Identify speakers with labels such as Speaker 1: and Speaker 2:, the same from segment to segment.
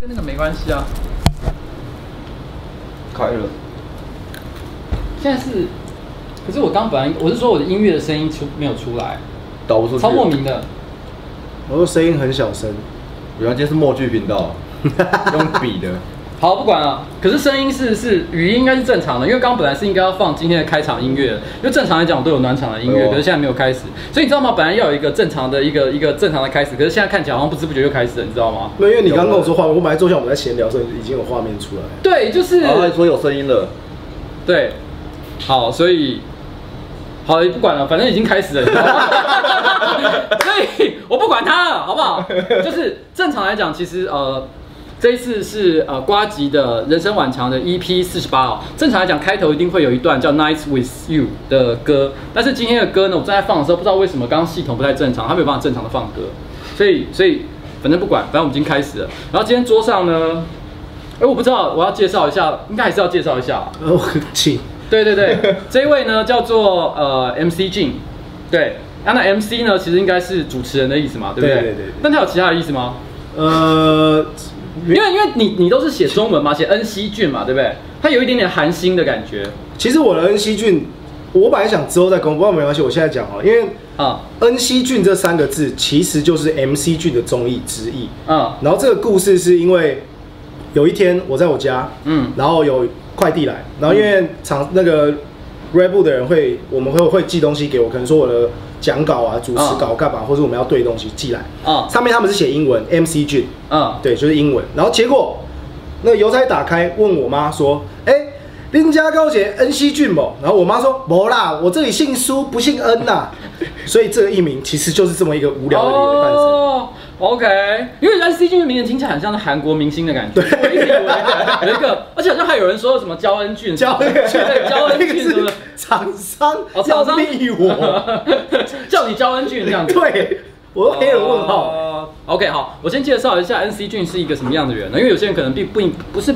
Speaker 1: 跟那个没关系啊。
Speaker 2: 开了，
Speaker 3: 现在是，可是我刚本来我是说我的音乐的声音出没有出来，
Speaker 2: 导不出去。
Speaker 3: 超莫名。的。
Speaker 4: 我说声音很小声，
Speaker 2: 我原来今天是默剧频道，用笔的。
Speaker 3: 好，不管了。可是声音是是语音应该是正常的，因为刚刚本来是应该要放今天的开场音乐，因为正常来讲我都有暖场的音
Speaker 2: 哎
Speaker 3: 乐，
Speaker 2: 呦
Speaker 3: 可是现在没有开始。所以你知道吗？本来要有一个正常的一个一个正常的开始，可是现在看起来好像不知不觉就开始了，你知道吗？
Speaker 4: 没有，因为你刚跟我说画面，我本来坐下我们在闲聊的时候已经有画面出来了。
Speaker 3: 对，就是、
Speaker 2: 然后他说有声音了，
Speaker 3: 对。好，所以好，不管了，反正已经开始了。你知道吗所以我不管他了，好不好？就是正常来讲，其实呃。这一次是呃瓜吉的人生晚长的 EP 四十八哦。正常来讲，开头一定会有一段叫《Nights with You》的歌，但是今天的歌呢，我正在放的时候，不知道为什么刚刚系统不太正常，它没有办法正常的放歌，所以所以反正不管，反正我们已经开始了。然后今天桌上呢，哎，我不知道我要介绍一下，应该还是要介绍一下啊、
Speaker 4: 然后请
Speaker 3: 对对对， 这一位呢叫做呃 MC Jin，对，啊那 MC 呢其实应该是主持人的意思嘛，对不对？
Speaker 4: 对对对对
Speaker 3: 但他有其他的意思吗？
Speaker 4: 呃，
Speaker 3: 因为因为你你都是写中文嘛，写恩熙俊嘛，对不对？他有一点点韩星的感觉
Speaker 4: 其实我的恩熙俊，我本来想之后再公布，但没关系，我现在讲好了，因为
Speaker 3: 啊
Speaker 4: 恩熙俊这三个字其实就是 MC 俊的中译之意。
Speaker 3: 啊
Speaker 4: 然后这个故事是因为有一天我在我家，
Speaker 3: 嗯
Speaker 4: 然后有快递来，然后因为厂那个 Red Bull 的人会，我们会会寄东西给我，可能说我的讲稿啊、主持稿干嘛，或者我们要对东西寄来。
Speaker 3: 啊
Speaker 4: 上面他们是写英文 MC Jun，
Speaker 3: 啊
Speaker 4: 对，就是英文。然后结果那个邮差打开问我妈说：“哎、林家高姐恩熙俊不？”然后我妈说：“不啦，我这里姓苏不姓恩呐、 所以这个译名其实就是这么一个无聊的理由的诞生。
Speaker 3: 哦，OK，因为 NC 俊的名字听起来很像是韩国明星的感觉，我一直以为有一个，而且好像还有人说什么焦恩俊，
Speaker 4: 交恩券，
Speaker 3: 对焦恩俊什
Speaker 4: 是
Speaker 3: 么，
Speaker 4: 厂商
Speaker 3: 哦
Speaker 4: 要
Speaker 3: 厂商
Speaker 4: 利我，
Speaker 3: 叫你焦恩俊这样 子，
Speaker 4: 对我黑人问号，
Speaker 3: 哦 OK，好，我先介绍一下 N C 俊是一个什么样的人呢？因为有些人可能并不不是。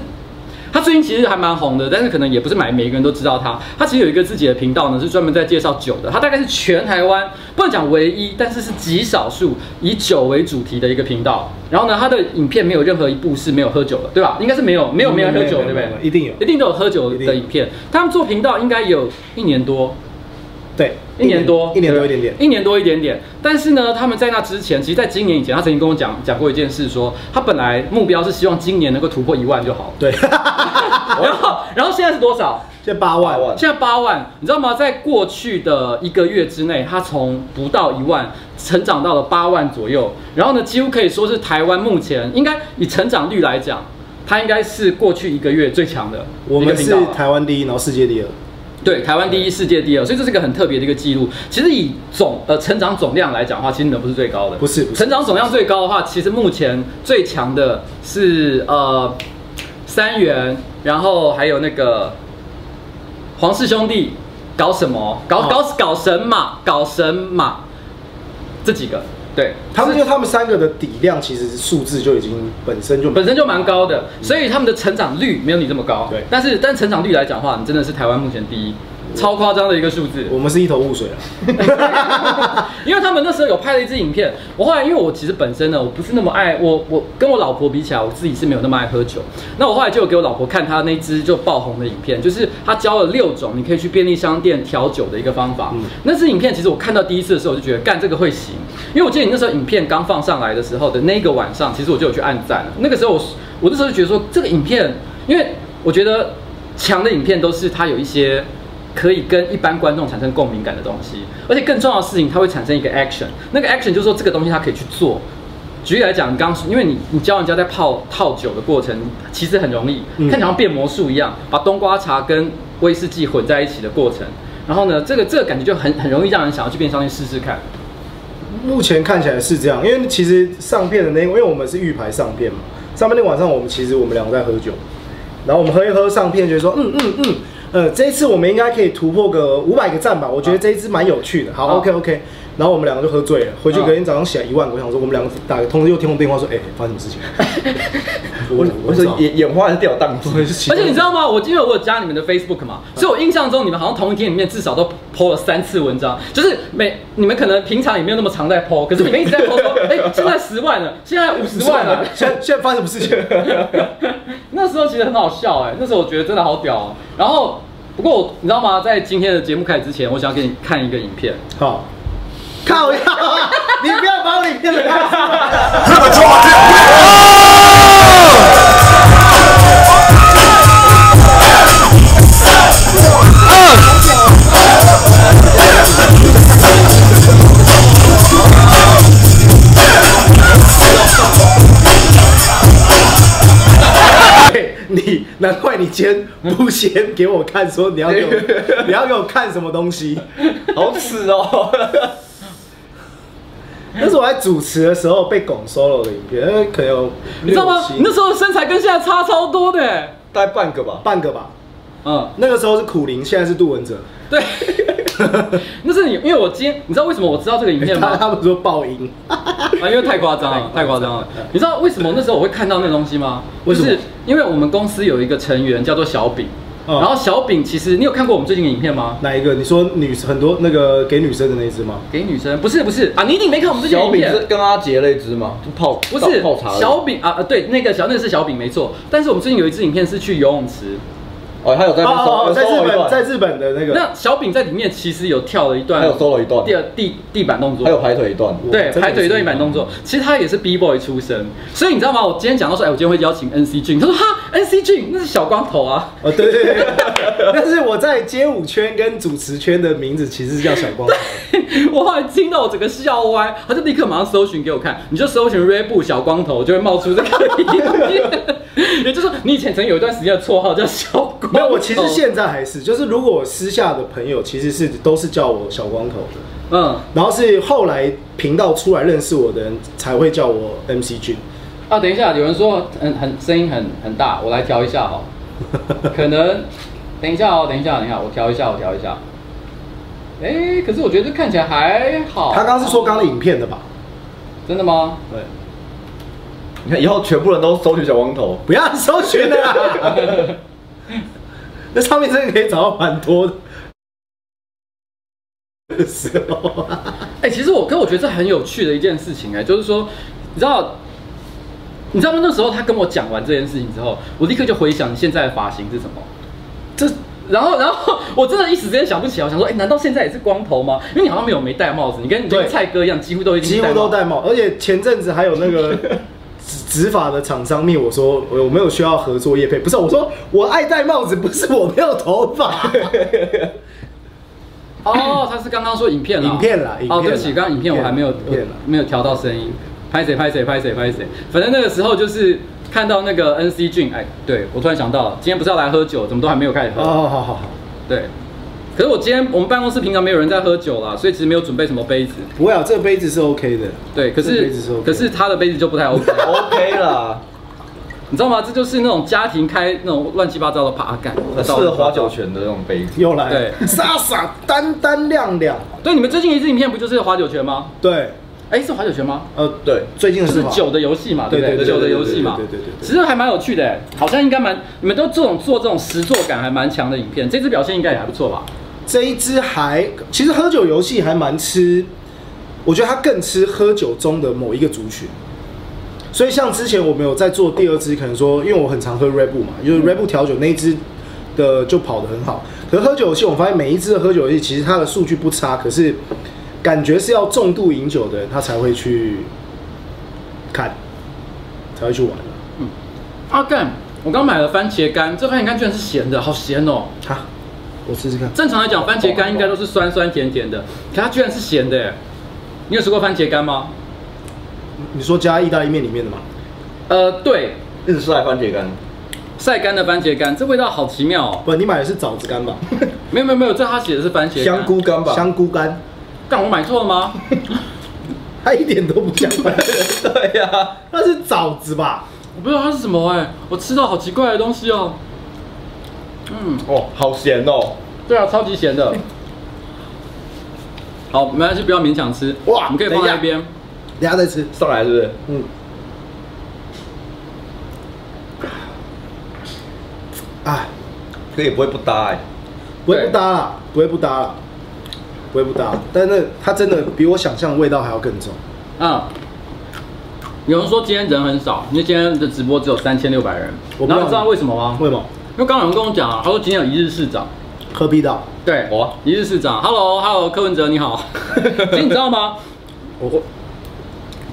Speaker 3: 他最近其实还蛮红的，但是可能也不是每每个人都知道他。他其实有一个自己的频道呢，是专门在介绍酒的。他大概是全台湾不能讲唯一，但是是极少数以酒为主题的一个频道。然后呢，他的影片没有任何一部是没有喝酒的，对吧？应该是没有没有没有喝酒，对不对？
Speaker 4: 一定有
Speaker 3: 一，定都有喝酒
Speaker 4: 一定有
Speaker 3: 的影片。他们做频道应该有一年多，
Speaker 4: 对，
Speaker 3: 一年多，
Speaker 4: 一年多一
Speaker 3: 对
Speaker 4: 点点，
Speaker 3: 一年多一点点。但是呢，他们在那之前，其实，在今年以前，他曾经跟我讲讲过一件事说他本来目标是希望今年能够突破一万就好。
Speaker 4: 对，
Speaker 3: 然后，然后现在是多少？
Speaker 4: 现在八万，
Speaker 2: 八万
Speaker 3: 现在八万，你知道吗？在过去的一个月之内，他从不到一万成长到了八万左右，然后呢，几乎可以说是台湾目前应该以成长率来讲，它应该是过去一个月最强的
Speaker 4: 我
Speaker 3: 一个
Speaker 4: 们
Speaker 3: 频
Speaker 4: 是
Speaker 3: 道啊了
Speaker 4: 台湾第一，然后世界第二，
Speaker 3: 对，台湾第一，世界第二，所以这是一个很特别的一个记录。其实以总呃成长总量来讲的话，其实你们不是最高的，
Speaker 4: 不是不是
Speaker 3: 成长总量最高的话，其实目前最强的是呃三元，然后还有那个黄氏兄弟搞什么搞搞
Speaker 4: 哦
Speaker 3: 搞神马搞神马这几个，对
Speaker 4: 他们因为他们三个的底量其实数字就已经本身就
Speaker 3: 本身就蛮高的，所以他们的成长率没有你这么高。
Speaker 4: 嗯对
Speaker 3: 但是但成长率来讲的话，你真的是台湾目前第一，超夸张的一个数字。
Speaker 4: 我们是一头雾水啊，
Speaker 3: 因为他们那时候有拍了一支影片，我后来因为我其实本身呢，我不是那么爱我我跟我老婆比起来，我自己是没有那么爱喝酒。那我后来就有给我老婆看她那支就爆红的影片，就是她教了六种你可以去便利商店调酒的一个方法。那支影片其实我看到第一次的时候，我就觉得干这个会行，因为我记得你那时候影片刚放上来的时候的那个晚上，其实我就有去按赞了。那个时候我我那时候就觉得说这个影片，因为我觉得强的影片都是它有一些。可以跟一般观众产生共鸣感的东西，而且更重要的事情，它会产生一个 action，那个 action 就是说这个东西它可以去做。举例来讲，你刚因为你你教人家在泡套酒的过程，其实很容易，
Speaker 4: 嗯
Speaker 3: 看起来好像变魔术一样，把冬瓜茶跟威士忌混在一起的过程。然后呢，这个这个感觉就很很容易让人想要去便利商店试试看。
Speaker 4: 目前看起来是这样，因为其实上片的那，因为我们是预排上片嘛，上片那晚上我们其实我们两个在喝酒，然后我们喝一喝上片，觉得说嗯嗯嗯，呃，这一次我们应该可以突破个五百个赞吧？我觉得这一支蛮有趣的。好、
Speaker 3: 好
Speaker 4: o k OK。然后我们两个就喝醉了，回去
Speaker 3: 好
Speaker 4: 隔天早上起来一万，我想说我们两个打个通知又听我电话说，哎、发生什么事情？
Speaker 2: 我我
Speaker 4: 不知
Speaker 2: 这
Speaker 4: 道
Speaker 2: 眼眼花还是掉档
Speaker 4: 我也
Speaker 2: 次，
Speaker 4: 是奇
Speaker 3: 而
Speaker 4: 怪
Speaker 3: 且你知道吗？我因为我有加你们的 Facebook 嘛，所以我印象中你们好像同一天里面至少都 PO 了三次文章，就是每你们可能平常也没有那么常在 PO，可是你们一直在 PO 说，哎、 现在十万了，现在五十万了。
Speaker 4: 现在现在发生什么事情？
Speaker 3: 那时候其实很好笑哎、那时候我觉得真的好屌哦、然后不过我你知道吗？在今天的节目开始之前，我想要给你看一个影片。
Speaker 4: 好，靠呀！你不要把我里面的看出来。嘿 你难怪你今天不先给我看，说你要给我，你要给我看什么东西？
Speaker 2: 好耻哦！
Speaker 4: 那是我在主持的时候被拱 solo 的影片，因为可能有
Speaker 3: 你知道吗
Speaker 4: 六七？
Speaker 3: 那时候身材跟现在差超多的、欸，
Speaker 2: 大概半个吧，
Speaker 4: 半个吧。
Speaker 3: 嗯，
Speaker 4: 那个时候是苦林，现在是杜文泽。
Speaker 3: 对， 那是你，因为我今天，你知道为什么我知道这个影片
Speaker 4: 他
Speaker 3: 吗？
Speaker 4: 他们说 爆音，
Speaker 3: 啊，因为太夸张了，太夸张了。你知道为什么那时候我会看到那东西吗？
Speaker 4: 为什么
Speaker 3: 就是因为我们公司有一个成员叫做小饼，
Speaker 4: 嗯
Speaker 3: 然后小饼其实你有看过我们最近的影片吗？
Speaker 4: 哪一个？你说女很多那个给女生的那一只 吗？
Speaker 3: 给女生不是不是啊，你一定没看我们最近的
Speaker 2: 小
Speaker 3: 影
Speaker 2: 饼
Speaker 3: 片。
Speaker 2: 是跟阿杰那一只嘛，就泡
Speaker 3: 不是
Speaker 2: 泡泡茶的
Speaker 3: 小饼啊，呃对，那个小那个是小饼没错，但是我们最近有一支影片是去游泳池，
Speaker 2: 哦，他有在那边
Speaker 4: 哦哦，
Speaker 2: solo-
Speaker 4: 在
Speaker 2: 有 solo
Speaker 4: 日
Speaker 2: 一
Speaker 4: 本，
Speaker 2: 段
Speaker 4: 在日本的那个，
Speaker 3: 那小饼在里面其实有跳了一段，
Speaker 2: 还有 solo 一段
Speaker 3: 第二地地板动作，
Speaker 2: 还有排腿一段，
Speaker 3: 对，
Speaker 4: 真的
Speaker 3: 排
Speaker 4: 是
Speaker 3: 腿对板动作，其实他也是 B boy 出身，所以你知道吗？我今天讲到说，哎，我今天会邀请 N C 俊，他说哈，N C 俊那是小光头啊，
Speaker 4: 哦对对对， 但是我在街舞圈跟主持圈的名字其实是叫小光头，
Speaker 3: 我后来听到我整个笑歪，他就立刻马上搜寻给我看，你就搜寻 r e b 小光头，就会冒出这个影片， 也就是说，你以前曾经有一段时间的绰号叫小光头，
Speaker 4: 没有，我其实现在还是，就是如果我私下的朋友其实是都是叫我小光头的，
Speaker 3: 嗯
Speaker 4: 然后是后来频道出来认识我的人才会叫我 MC 君，
Speaker 3: 啊，等一下，有人说很很声音很很大，我来调一下哈，可能等一下哦，等一下，等一下，我调一下，我调一下。哎、可是我觉得看起来还好。
Speaker 4: 他刚刚是说刚刚的影片的吧？
Speaker 3: 真的吗？
Speaker 4: 对，
Speaker 2: 你看以后全部人都搜取小光头，
Speaker 4: 不要搜寻了 啦。那上面真的可以找到蛮多 的时候啊。
Speaker 3: 哎、其实我，可我觉得这很有趣的一件事情、哎，就是说，你知道，你知道吗？那时候他跟我讲完这件事情之后，我立刻就回想你现在的发型是什么。
Speaker 4: 这
Speaker 3: 然后，然后我真的一时之间想不起来，我想说，哎、难道现在也是光头吗？因为你好像没有没戴帽子，你跟你跟
Speaker 4: 对
Speaker 3: 蔡哥一样，几乎都已经
Speaker 4: 几乎
Speaker 3: 帽
Speaker 4: 都
Speaker 3: 子
Speaker 4: 戴帽，而且前阵子还有那 个执执法的厂商密我说我我没有需要合作业配，不是我说我爱戴帽子，不是我没有头 发。
Speaker 3: 哦，他是刚刚说影片啦，
Speaker 4: 影片啦影片
Speaker 3: 哦，
Speaker 4: 啦
Speaker 3: 对不起，刚刚影片我还没有
Speaker 4: 影片啦
Speaker 3: 我没有调到声音，拍谁拍谁拍谁拍谁，反正那个时候就是看到那个 N C 俊，哎，对我突然想到了，今天不是要来喝酒，怎么都还没有开始喝？
Speaker 4: 哦，好好好，
Speaker 3: 对。可是我今天我们办公室平常没有人在喝酒啦，所以其实没有准备什么杯子。
Speaker 4: 不会啊，这个杯子是 OK 的。
Speaker 3: 对，可
Speaker 4: 这
Speaker 3: 是
Speaker 4: 杯子是 OK
Speaker 3: 可
Speaker 4: 的
Speaker 3: 是他的杯子就不太 OK，
Speaker 2: OK 啦，
Speaker 3: 你知道吗？这就是那种家庭开那种乱七八糟的爬杆，
Speaker 2: 很 适合划酒拳的那种杯子。
Speaker 4: 又来了，
Speaker 3: 对
Speaker 4: 傻傻单单亮亮，
Speaker 3: 对，你们最近一支影片不就是划酒拳吗？
Speaker 4: 对，
Speaker 3: 哎，是划酒拳吗？
Speaker 4: 呃，
Speaker 2: 对，
Speaker 4: 最近
Speaker 3: 就
Speaker 4: 的
Speaker 3: 是
Speaker 4: 是吧
Speaker 3: 酒的游戏嘛，对
Speaker 4: 对
Speaker 3: 不对？
Speaker 4: 对对
Speaker 3: 酒的
Speaker 4: 对
Speaker 3: 游戏嘛，
Speaker 4: 对对对对对对
Speaker 3: 其实还蛮有趣的欸，好像应该蛮，你们都这种做这种实作感还蛮强的影片，这次表现应该也还不错吧？
Speaker 4: 这一支还其实喝酒游戏还蛮吃，我觉得它更吃喝酒中的某一个族群。所以像之前我们有在做第二支，可能说因为我很常喝 Red Bull 嘛，因为 Red Bull 调酒那一支的就跑得很好。可是喝酒游戏，我发现每一支的喝酒游戏其实它的数据不差，可是感觉是要重度饮酒的人他才会去看，才会去玩啊
Speaker 3: 阿干，我刚买了番茄干，这番茄干居然是咸的，好咸哦！
Speaker 4: 哈，我试试看。
Speaker 3: 正常来讲，番茄干应该都是酸酸甜甜的，可它居然是咸的欸。你有吃过番茄干吗？
Speaker 4: 你说加意大利面里面的吗？
Speaker 3: 呃，对，
Speaker 2: 日式来番茄干，
Speaker 3: 晒干的番茄干，这味道好奇妙哦。
Speaker 4: 不，你买的是枣子 干吧？
Speaker 3: 没有没有没有，这他写的是番茄干
Speaker 2: 香。菇干吧，
Speaker 4: 香菇干。
Speaker 3: 干，我买错了 吗？
Speaker 4: 他一点都不像番茄，
Speaker 2: 对呀，
Speaker 4: 那是枣子吧？
Speaker 3: 我不知道它是什么哎，我吃到好奇怪的东西哦。嗯，
Speaker 2: 哦，好咸哦，
Speaker 3: 对啊，超级咸的。好，没关系，不要勉强吃。
Speaker 4: 哇
Speaker 3: 我们可以放在一边。
Speaker 4: 等一下再吃。
Speaker 2: 上来是不是？
Speaker 4: 嗯，啊，
Speaker 2: 这也不会不搭哎、
Speaker 4: 不会不搭啦，不会不搭啦，不会不搭。但是它真的比我想象的味道还要更重。
Speaker 3: 嗯，有人说今天人很少，因为今天的直播只有三千六百人。
Speaker 4: 我不
Speaker 3: 然后
Speaker 4: 知
Speaker 3: 你
Speaker 4: 道
Speaker 3: 知道为什么吗？
Speaker 4: 为什么？
Speaker 3: 因为刚有人跟我讲啊，他说今天有一日市长。
Speaker 4: 何必到？
Speaker 3: 对，
Speaker 2: 哇
Speaker 3: 一日市长，Hello，Hello，柯文哲你 好。其实你知道吗？
Speaker 4: 我我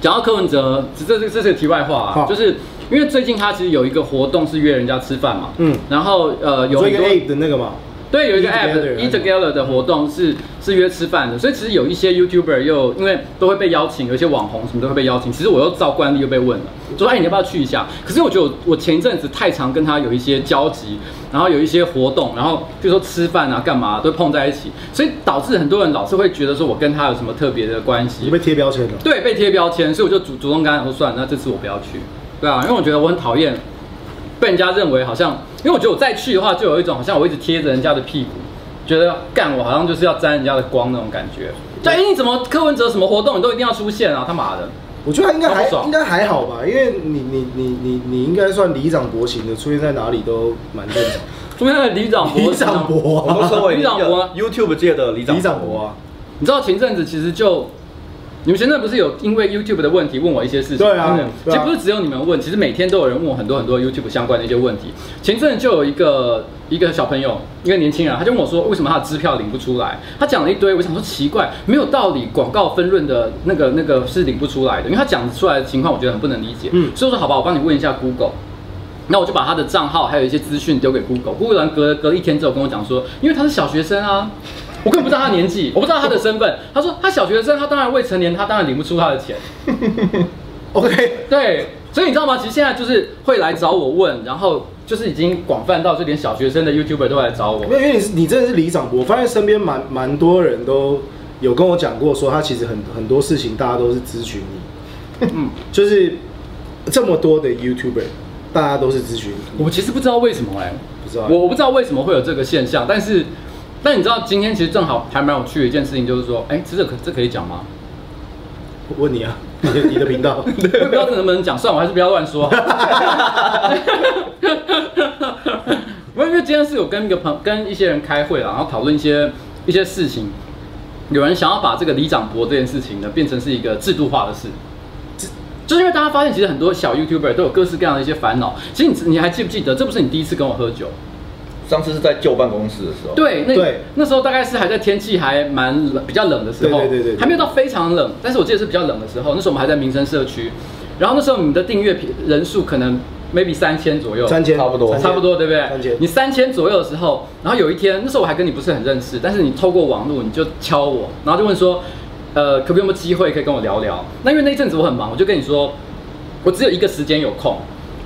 Speaker 3: 讲到柯文哲，这这这这是个题外话啊，
Speaker 4: 好
Speaker 3: 就是因为最近他其实有一个活动是约人家吃饭嘛，
Speaker 4: 嗯
Speaker 3: 然后呃有
Speaker 4: 做一
Speaker 3: 很多
Speaker 4: 个 ape 的那个嘛，
Speaker 3: 对，有一个
Speaker 4: Eat
Speaker 3: app
Speaker 4: Together
Speaker 3: Eat Together 的活动是是约吃饭的，所以其实有一些 YouTuber 又因为都会被邀请，有一些网红什么都会被邀请。其实我又照惯例又被问了，说哎你要不要去一下？可是我觉得我我前一阵子太常跟他有一些交集，然后有一些活动，然后就说吃饭啊干嘛、都碰在一起，所以导致很多人老是会觉得说我跟他有什么特别的关系
Speaker 4: 你，被贴标签了。
Speaker 3: 对，被贴标签，所以我就主主动跟他讲说算了，那这次我不要去，对啊，因为我觉得我很讨厌被人家认为好像，因为我觉得我再去的话，就有一种好像我一直贴着人家的屁股，觉得干我好像就是要沾人家的光那种感觉。就哎、你怎么柯文哲什么活动你都一定要出现啊？他妈的！
Speaker 4: 我觉得应该还
Speaker 3: 好爽
Speaker 4: 应该还好吧，因为你你你你你应该算里长博型的，出现在哪里都蛮正常。
Speaker 3: 中间的里长博，
Speaker 4: 里长博
Speaker 2: 我们
Speaker 4: 啊，
Speaker 2: 身为一
Speaker 3: 李
Speaker 2: 个
Speaker 3: 长博啊
Speaker 2: YouTube 界的李长
Speaker 4: 里长博啊，
Speaker 3: 你知道前阵子其实就。你们前阵子不是有因为 YouTube 的问题问我一些事情？
Speaker 4: 对啊
Speaker 3: 嗯其
Speaker 4: 对啊
Speaker 3: 实不是只有你们问，其实每天都有人问我很多很多 YouTube 相关的一些问题。前阵子就有一个一个小朋友，一个年轻人，他就问我说，为什么他的支票领不出来？他讲了一堆，我想说奇怪，没有道理，广告分润的那个那个是领不出来的，因为他讲出来的情况我觉得很不能理解。
Speaker 4: 嗯
Speaker 3: 所以我说好吧，我帮你问一下 Google。那我就把他的账号还有一些资讯丢给 Google。Google 人隔隔了一天之后跟我讲说，因为他是小学生啊，我根本不知道他的年纪，我不知道他的身份。他说他小学生，他当然未成年，他当然领不出他的钱。
Speaker 4: ，OK，
Speaker 3: 对，所以你知道吗？其实现在就是会来找我问，然后就是已经广泛到就连小学生的 YouTuber 都来找我
Speaker 4: 因。为因为你是你真的是里长博，我发现身边蛮蛮多人都有跟我讲过，说他其实很很多事情大家都是咨询你，
Speaker 3: 嗯，
Speaker 4: 就是这么多的 YouTuber，大家都是咨询你，
Speaker 3: 我其实不知道为什么哎、
Speaker 4: 不知道
Speaker 3: 我我不知道为什么会有这个现象，但是但你知道今天其实正好还蛮有趣的一件事情，就是说，哎、这个可这可以讲吗？
Speaker 4: 问你啊， 你的你的 频 道，
Speaker 3: 我也不知道这能不能讲，算了，我还是不要乱说。 没有，因为今天是有跟一个朋跟一些人开会啦，然后讨论一些一些事情。有人想要把这个里长博这件事情呢，变成是一个制度化的事，就是因为大家发现，其实很多小 YouTuber 都有各式各样的一些烦恼。其实你你还记不记得，这不是你第一次跟我喝酒？
Speaker 2: 上次是在旧办公室的时候，，
Speaker 3: 对，那
Speaker 4: 对
Speaker 3: 那时候大概是还在天气还蛮冷，比较冷的时候，
Speaker 4: 对对对对对
Speaker 3: 还没有到非常冷，但是我记得是比较冷的时候。那时候我们还在民生社区，然后那时候你的订阅人数可能 maybe 三千左右，
Speaker 4: 三千
Speaker 2: 差不多
Speaker 4: 三千
Speaker 3: 差不多对不对？
Speaker 4: 三千
Speaker 3: 你三千左右的时候，然后有一天，那时候我还跟你不是很认识，但是你透过网络你就敲我，然后就问说，呃，可不可以有没有机会可以跟我聊聊？那因为那一阵子我很忙，我就跟你说，我只有一个时间有空。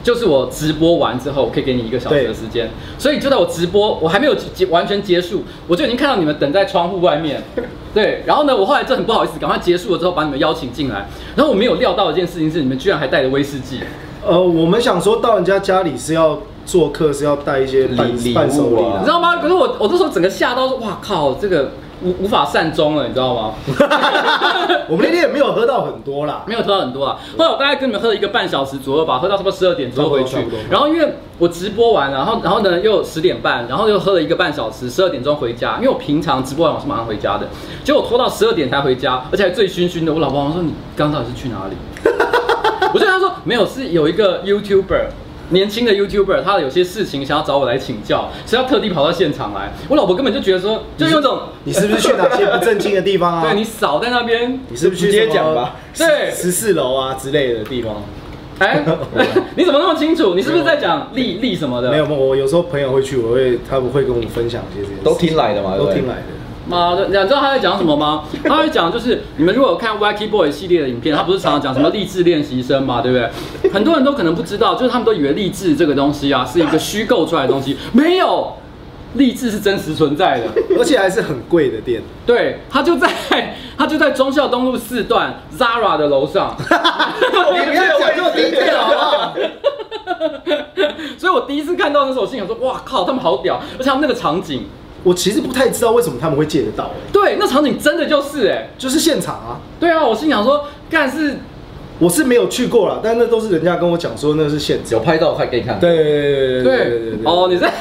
Speaker 3: 就是我直播完之后，我可以给你一个小时的
Speaker 4: 对
Speaker 3: 时间，所以就在我直播，我还没有结结完全结束，我就已经看到你们等在窗户外 面，对，然后呢，我后来就很不好意思，赶快结束了之后把你们邀请进来，然后我没有料到一件事情是你们居然还带着威士忌，
Speaker 4: 呃，我们想说到人家家里是要做客，是要带一些伴
Speaker 2: 礼礼物啊
Speaker 4: 伴手礼
Speaker 3: 你
Speaker 4: 啦
Speaker 3: 知。道吗？可是我我那时候整个吓到说，哇靠，这个无无法善终了，你知道吗？
Speaker 4: 我们那天也没有喝到很多啦，
Speaker 3: 没有喝到很多啊。后来我大概跟你们喝了一个半小时左右吧，喝到差不多十二点左右回去
Speaker 4: 差不多差不。多
Speaker 3: 然后因为我直播完，然后然后呢又十点半，然后又喝了一个半小时，十二点钟回家。因为我平常直播完我是马上回家的，结果我拖到十二点才回家，而且还醉醺醺的。我老婆好像说你刚刚到底是去哪里？ 我就跟他说没有，是有一个 YouTuber。年轻的 YouTuber，他有些事情想要找我来请教，所以他特地跑到现场来。我老婆根本就觉得说，就用这种，
Speaker 4: 你是不是去哪些不正经的地方 啊？
Speaker 3: 对你少在那边，
Speaker 4: 你是不是去
Speaker 2: 直接
Speaker 4: 什么
Speaker 2: 讲吧
Speaker 3: 对
Speaker 4: 十四楼啊之类的地方？
Speaker 3: 哎，你怎么那么清楚？你是不是在讲利利什么的？
Speaker 4: 没有，没有，我有时候朋友会去，我会他们会跟我们分享一些这些事情，
Speaker 2: 都听来的嘛，对不
Speaker 4: 都
Speaker 2: 对
Speaker 4: 听来。的。
Speaker 3: 妈的！你知道他在讲什么吗？他在讲就是你们如果有看 Wacky Boy 系列的影片，他不是常常讲什么励志练习生嘛，对不对？很多人都可能不知道，就是他们都以为励志这个东西啊是一个虚构出来的东西，没有，励志是真实存在的。
Speaker 4: 而且还是很贵的店，
Speaker 3: 对他就在他就在忠孝东路四段 Zara 的楼上，
Speaker 4: 你不要讲这么低调好不好？
Speaker 3: 所以我第一次看到那时候，我心想说，哇靠，他们好屌！而且他们那个场景，
Speaker 4: 我其实不太知道为什么他们会借得到、欸，
Speaker 3: 对，那场景真的就是哎、
Speaker 4: 就是现场啊，
Speaker 3: 对啊，我心想说，干是
Speaker 4: 我是没有去过了，但那都是人家跟我讲说那是现场。
Speaker 2: 有拍到快给你看。，
Speaker 4: 对对对
Speaker 3: 哦，你在，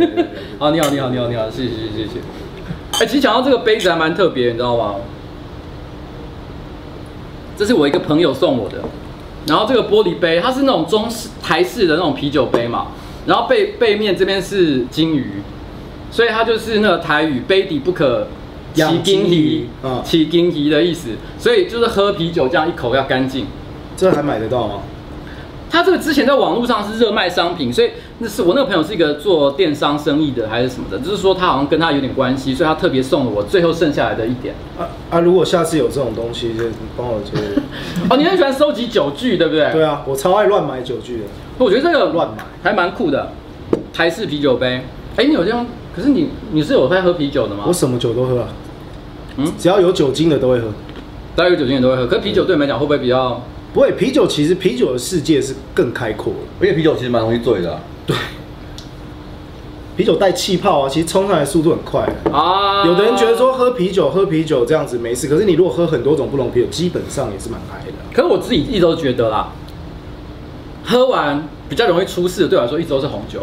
Speaker 3: 好，你好，你好，你好，你好，谢谢，谢谢，谢谢。哎、其实讲到这个杯子还蛮特别，你知道吗？这是我一个朋友送我的，然后这个玻璃杯，它是那种中式台式的那种啤酒杯嘛，然后背背面这边是金鱼，所以它就是那个台语杯底不可起
Speaker 4: 养
Speaker 3: 金
Speaker 4: 金
Speaker 3: 鱼
Speaker 4: 鱼嗯，
Speaker 3: 起金鱼的意思，所以就是喝啤酒这样一口要干净。
Speaker 4: 这还买得到吗？
Speaker 3: 他这个之前在网络上是热卖商品，所以那是我那个朋友是一个做电商生意的还是什么的，就是说他好像跟他有点关系，所以他特别送了我最后剩下来的一点。
Speaker 4: 啊啊！如果下次有这种东西，就帮我就。
Speaker 3: 哦，你很喜欢收集酒具，对不对？
Speaker 4: 对啊，我超爱乱买酒具的，
Speaker 3: 我觉得这个
Speaker 4: 乱买
Speaker 3: 还蛮酷的，台式啤酒杯。哎，你有这样？可是你你是有在喝啤酒的吗
Speaker 4: 我？什么酒都喝啊，
Speaker 3: 嗯
Speaker 4: 只要有酒精的都会喝。
Speaker 3: 大家有酒精也都会喝，可是啤酒对你们来讲会不会比较？
Speaker 4: 不会，啤酒其实啤酒的世界是更开阔的，
Speaker 2: 而且啤酒其实蛮容易醉的啊、
Speaker 4: 啤酒带气泡啊，其实冲上来的速度很快。
Speaker 3: 啊
Speaker 4: 有的人觉得说，喝啤酒喝啤酒这样子没事，可是你如果喝很多种不同啤酒，基本上也是蛮嗨的啊。
Speaker 3: 可是我自己一直都觉得啦，喝完比较容易出事的，对我来说一直都是红酒。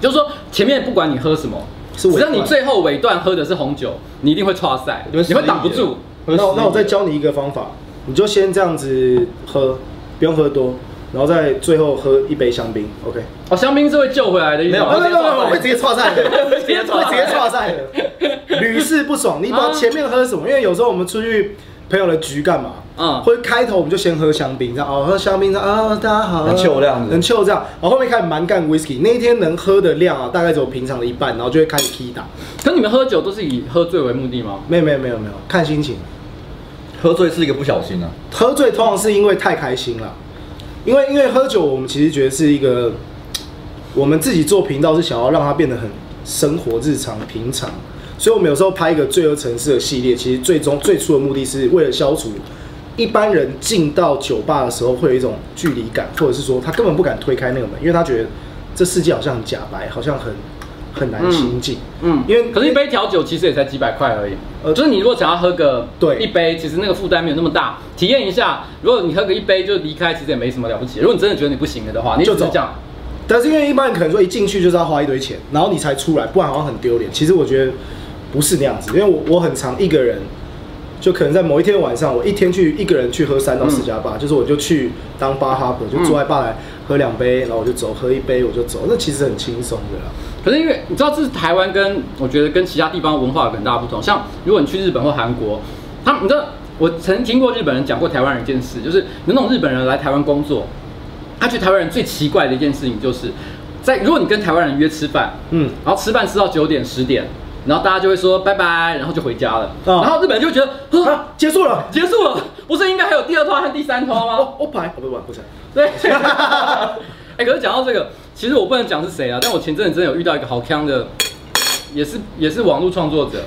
Speaker 3: 就是说，前面不管你喝什么，
Speaker 4: 是尾
Speaker 3: 只
Speaker 4: 段
Speaker 3: 要你最后尾段喝的是红酒，你一定会岔赛，
Speaker 2: 你
Speaker 3: 你
Speaker 2: 会
Speaker 3: 会挡不
Speaker 2: 失忆耶
Speaker 3: 住。
Speaker 2: 会
Speaker 4: 那我
Speaker 2: 失忆
Speaker 4: 那我再教你一个方法，你就先这样子喝，不用喝多，然后再最后喝一杯香槟，OK？
Speaker 3: 哦，香槟是会救回来的意思
Speaker 2: 没有
Speaker 3: 吗，
Speaker 2: 没有
Speaker 3: 我直接岔赛
Speaker 4: 会直接错
Speaker 3: 接岔
Speaker 4: 赛的，哦会直
Speaker 3: 赛
Speaker 4: 错赛的，屡试不爽。你不知道前面喝什么，因为有时候我们出去朋友的局干嘛，
Speaker 3: 嗯
Speaker 4: 嗯，会开头我们就先喝香槟，这样哦，喝香槟，这样啊，大家好，
Speaker 2: 很 chill 这样子
Speaker 4: 很 chill 这样，哦然后后面开始蛮干 whisky，那一天能喝的量啊，大概只有平常的一半，然后就会开始 key 打，
Speaker 3: 可你们喝酒都是以喝醉为目的吗？
Speaker 4: 没有没有没有没有，看心情。
Speaker 2: 喝醉是一个不小心啊，
Speaker 4: 喝醉通常是因为太开心了，因为因为喝酒，我们其实觉得是一个，嗯我们自己做频道是想要让它变得很生活日常平常，所以我们有时候拍一个罪恶城市的系列，其实最终最初的目的是为了消除一般人进到酒吧的时候会有一种距离感，或者是说他根本不敢推开那个门，因为他觉得这世界好像很假白，好像很很难亲近。
Speaker 3: 嗯，
Speaker 4: 因为
Speaker 3: 可是一杯调酒其实也才几百块而已。
Speaker 4: 呃
Speaker 3: 就是你如果想要喝个
Speaker 4: 对
Speaker 3: 一杯，其实那个负担没有那么大，体验一下。如果你喝个一杯就离开，其实也没什么了不起。如果你真的觉得你不行了的话，你
Speaker 4: 就
Speaker 3: 只是
Speaker 4: 走
Speaker 3: 这样。
Speaker 4: 但是因为一般人可能说一进去就是要花一堆钱，然后你才出来，不然好像很丢脸。其实我觉得不是那样子，因为我我很常一个人，就可能在某一天晚上，我一天去一个人去喝三
Speaker 3: 嗯
Speaker 4: 到四家吧，就是我就去当巴哈伯，就坐在吧台喝两杯，然后我就走，喝一杯我就走，那其实很轻松的啦。
Speaker 3: 可是因为你知道，这是台湾跟我觉得跟其他地方文化有很大不同。像如果你去日本或韩国，他们你知道，我曾听过日本人讲过台湾人一件事，就是有那种日本人来台湾工作，他觉得台湾人最奇怪的一件事情就是，在如果你跟台湾人约吃饭，
Speaker 4: 嗯
Speaker 3: 然后吃饭吃到九点十点，然后大家就会说拜拜，然后就回家了。
Speaker 4: 啊
Speaker 3: 然后日本人就觉得，啊，
Speaker 4: 啊，结束了，
Speaker 3: 结束了，不是应该还有第二套和第三套吗
Speaker 4: 哦？，我牌，哦不不不是，
Speaker 3: 对。哎、可是讲到这个，其实我不能讲是谁啊，但我前阵子真的有遇到一个好康的，也是也是网络创作者，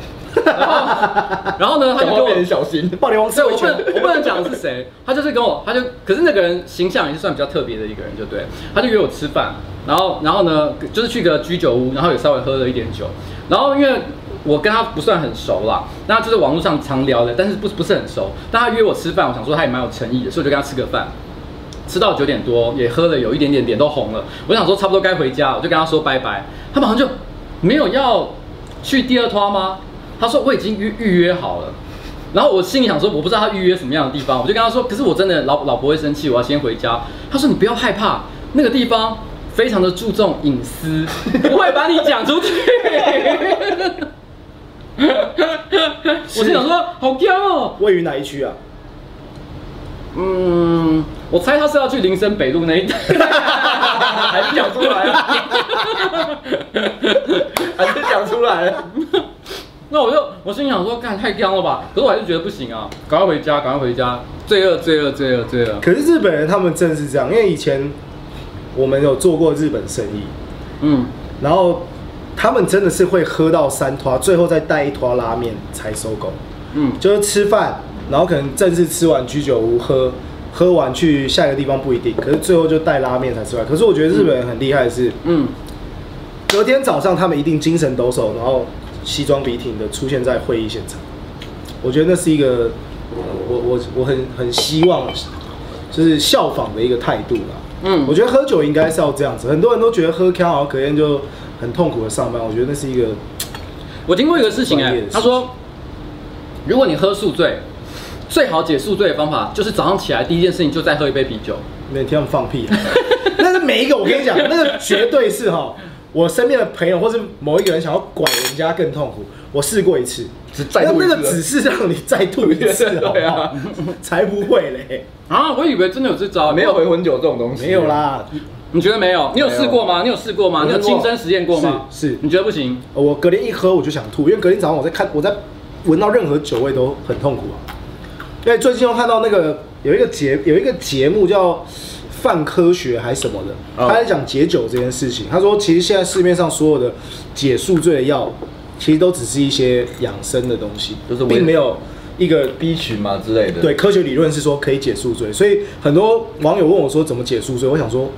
Speaker 3: 然后然后呢，他
Speaker 2: 讲
Speaker 3: 就跟
Speaker 2: 话变
Speaker 3: 我
Speaker 2: 很。小心。
Speaker 4: 暴力王
Speaker 3: 所
Speaker 4: 吃
Speaker 3: 以
Speaker 4: 回
Speaker 3: 我不
Speaker 4: 拳
Speaker 3: 能，我不能讲是谁，他就是跟我，他就，可是那个人形象也是算比较特别的一个人，就对，他就约我吃饭，然后，然后呢，就是去个居酒屋，然后也稍微喝了一点酒，然后因为我跟他不算很熟啦，那就是网络上常聊的，但是不不是很熟，但他约我吃饭，我想说他也蛮有诚意的，所以我就跟他吃个饭，吃到九点多，也喝了有一点点，脸都红了。我想说差不多该回家了，我就跟他说拜拜。他马上就没有要去第二趟吗？他说我已经预预约好了。然后我心里想说，我不知道他预约什么样的地方，我就跟他说，可是我真的老老婆会生气，我要先回家。他说你不要害怕，那个地方非常的注重隐私，不会把你讲出去。我心想说，好香哦、
Speaker 4: 位于哪一区啊？
Speaker 3: 嗯，我猜他是要去林森北路那一带，还是讲出来
Speaker 2: 啊
Speaker 3: 了？
Speaker 2: 还是讲出来啊了。
Speaker 3: 那我就我心里想说，干太僵了吧？可是我还是觉得不行啊，赶快回家，赶快回家，罪恶，罪恶，罪恶，罪恶。
Speaker 4: 可是日本人他们真的是这样，因为以前我们有做过日本生意，
Speaker 3: 嗯，
Speaker 4: 然后他们真的是会喝到三拖，最后再带一拖拉面才收工，
Speaker 3: 嗯
Speaker 4: 就是吃饭，然后可能正式吃完居酒屋喝，喝完去下一个地方不一定，可是最后就带拉面才吃完。可是我觉得日本人很厉害的是，
Speaker 3: 嗯，
Speaker 4: 隔天早上他们一定精神抖擞，然后西装笔挺的出现在会议现场。我觉得那是一个，呃我我我很很希望，就是效仿的一个态度啦。
Speaker 3: 嗯
Speaker 4: 我觉得喝酒应该是要这样子，很多人都觉得喝开好像隔天就很痛苦的上班，我觉得那是一个，
Speaker 3: 我听过一个事情哎、
Speaker 4: 专业的事
Speaker 3: 他说，如果你喝宿醉，最好解宿醉的方法就是早上起来第一件事情就再喝一杯啤酒。
Speaker 4: 每天放 屁、啊。但是每一个我跟你讲，那个绝对是哈，我身边的朋友或是某一个人想要拐人家更痛苦，我试过一次。
Speaker 2: 只再
Speaker 4: 那
Speaker 2: 吐一
Speaker 4: 那
Speaker 2: 次
Speaker 4: 个只是让你再吐一次， 好不
Speaker 3: 对
Speaker 4: 好
Speaker 3: 啊？
Speaker 4: 才不会嘞，
Speaker 3: 啊，我以为真的有这招，
Speaker 2: 啊没有回魂酒这种东西，啊
Speaker 4: 没有，啦。
Speaker 3: 你觉得没有？你有试过吗？你有试过吗？
Speaker 2: 我
Speaker 3: 你
Speaker 2: 试
Speaker 3: 有亲
Speaker 2: 过
Speaker 3: 身实验过吗？
Speaker 4: 是是
Speaker 3: 你觉得不行？
Speaker 4: 我隔天一喝我就想吐，因为隔天早上我在看我在闻到任何酒味都很痛苦啊。因为最近又看到那个有一个节有一个节目叫《泛科学》还是什么的，
Speaker 2: 哦
Speaker 4: 他在讲解酒这件事情。他说，其实现在市面上所有的解宿醉的药，其实都只是一些养生的东西
Speaker 2: 就是，维
Speaker 4: 并没有一个
Speaker 2: B 群嘛之类的，
Speaker 4: 对，科学理论是说可以解宿醉，所以很多网友问我说怎么解宿醉，我想说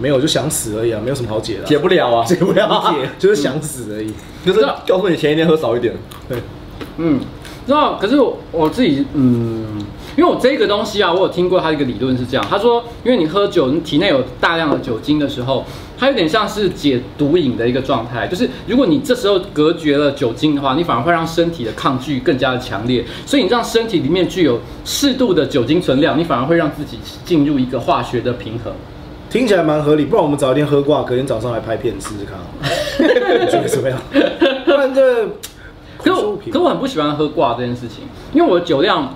Speaker 4: 没有，就想死而已啊，没有什么好解的啊、
Speaker 2: 解不了啊，
Speaker 4: 解不了啊
Speaker 2: 理解，
Speaker 4: 就是想死而已。
Speaker 2: 就是告诉你前一天喝少一点，
Speaker 4: 对，
Speaker 3: 嗯，那可是我我自己，嗯，因为我这个东西啊，我有听过他一个理论是这样，他说，因为你喝酒，你体内有大量的酒精的时候，它有点像是解毒瘾的一个状态，就是如果你这时候隔绝了酒精的话，你反而会让身体的抗拒更加的强烈，所以你让身体里面具有适度的酒精存量，你反而会让自己进入一个化学的平衡。
Speaker 4: 听起来蛮合理，不然我们早一天喝挂，隔天早上来拍片试试看好 了，你觉得怎么样？不然这
Speaker 3: 可我可我很不喜欢喝挂这件事情，因为我的酒量，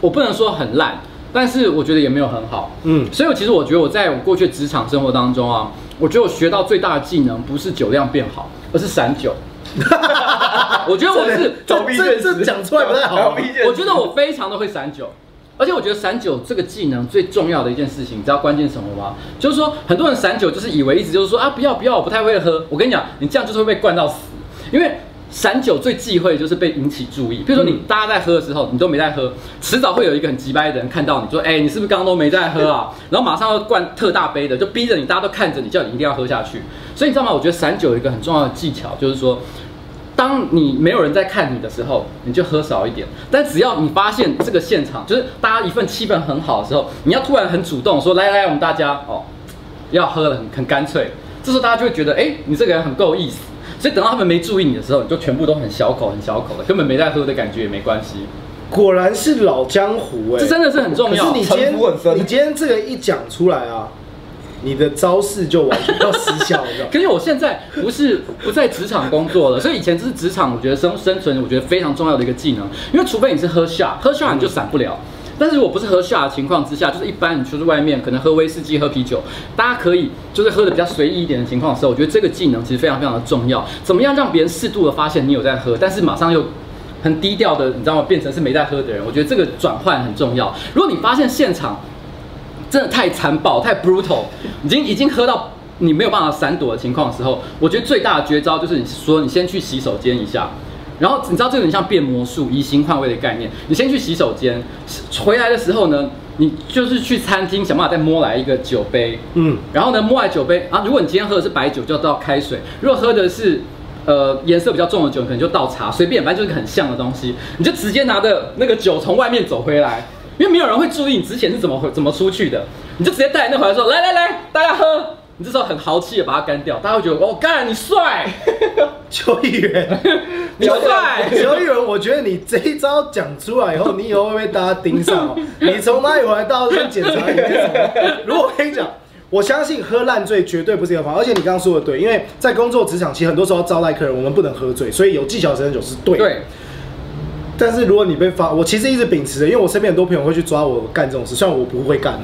Speaker 3: 我不能说很烂，但是我觉得也没有很好。
Speaker 4: 嗯
Speaker 3: 所以我其实我觉得我在我过去的职场生活当中啊，我觉得我学到最大的技能不是酒量变好，而是散酒。 我觉得我是，
Speaker 4: 这
Speaker 2: 逃避
Speaker 4: 这
Speaker 2: 现
Speaker 4: 这
Speaker 2: 实
Speaker 4: 这讲出来不太好啊
Speaker 2: 逃避现实
Speaker 3: 我觉得我非常的会散酒。而且我觉得散酒这个技能最重要的一件事情，你知道关键是什么吗？就是说很多人散酒就是以为一直就是说啊不要不要，我不太会喝。我跟你讲，你这样就是会被灌到死，因为散酒最忌讳的就是被引起注意。比如说你大家在喝的时候，你都没在喝，迟早会有一个很急掰的人看到你说，哎、你是不是刚刚都没在喝啊？然后马上要灌特大杯的，就逼着你，大家都看着你，叫你一定要喝下去。所以你知道吗？我觉得散酒有一个很重要的技巧，就是说当你没有人在看你的时候，你就喝少一点。但只要你发现这个现场就是大家一份气氛很好的时候，你要突然很主动说：“来来来，我们大家哦，要喝了很很干脆。”这时候大家就会觉得：“哎、你这个人很够意思。”所以等到他们没注意你的时候，你就全部都很小口、很小口的，根本没在喝的感觉也没关系。
Speaker 4: 果然是老江湖哎、
Speaker 3: 这真的是很重
Speaker 4: 可
Speaker 3: 要。
Speaker 4: 是你今天
Speaker 2: 城府很深
Speaker 4: 你今天这个一讲出来啊，你的招式就完全要失效，你知 道吗
Speaker 3: 可是我现在不是不在职场工作了，所以以前这是职场，我觉得生生存，我觉得非常重要的一个技能，因为除非你是喝下，喝下你就闪不了。但是如果不是喝下的情况之下，就是一般你出去外面可能喝威士忌、喝啤酒，大家可以就是喝的比较随意一点的情况的时候，我觉得这个技能其实非常非常的重要。怎么样让别人适度的发现你有在喝，但是马上又很低调的，你知道吗？变成是没在喝的人，我觉得这个转换很重要。如果你发现现场真的太残暴、太 brutal，已经已经喝到你没有办法闪躲的情况的时候，我觉得最大的绝招就是你说你先去洗手间一下，然后你知道这有点像变魔术、移形换位的概念，你先去洗手间，回来的时候呢，你就是去餐厅想办法再摸来一个酒杯，
Speaker 4: 嗯，
Speaker 3: 然后呢，摸来酒杯啊，如果你今天喝的是白酒，就倒开水；如果喝的是呃颜色比较重的酒，你可能就倒茶，随便，反正就是一个很像的东西，你就直接拿着那个酒从外面走回来，因为没有人会注意你之前是怎么回怎么出去的，你就直接带那回来说，来来来，大家喝。你这时候很豪气的把它干掉，大家会觉得哦，干你帅，
Speaker 4: 邱议员，
Speaker 3: 你帅，
Speaker 4: 邱议员，我觉得你这一招讲出来以后，你以后会被大家盯上哦。你从哪里回来，到处检查你是什么。如果我跟你讲，我相信喝烂醉绝对不是一个方法，而且你刚刚说的对，因为在工作职场，其实很多时候要招待客人，我们不能喝醉，所以有技巧的酒是对的。
Speaker 3: 对，
Speaker 4: 但是如果你被发，我其实一直秉持着，因为我身边很多朋友会去抓我干这种事，虽然我不会干，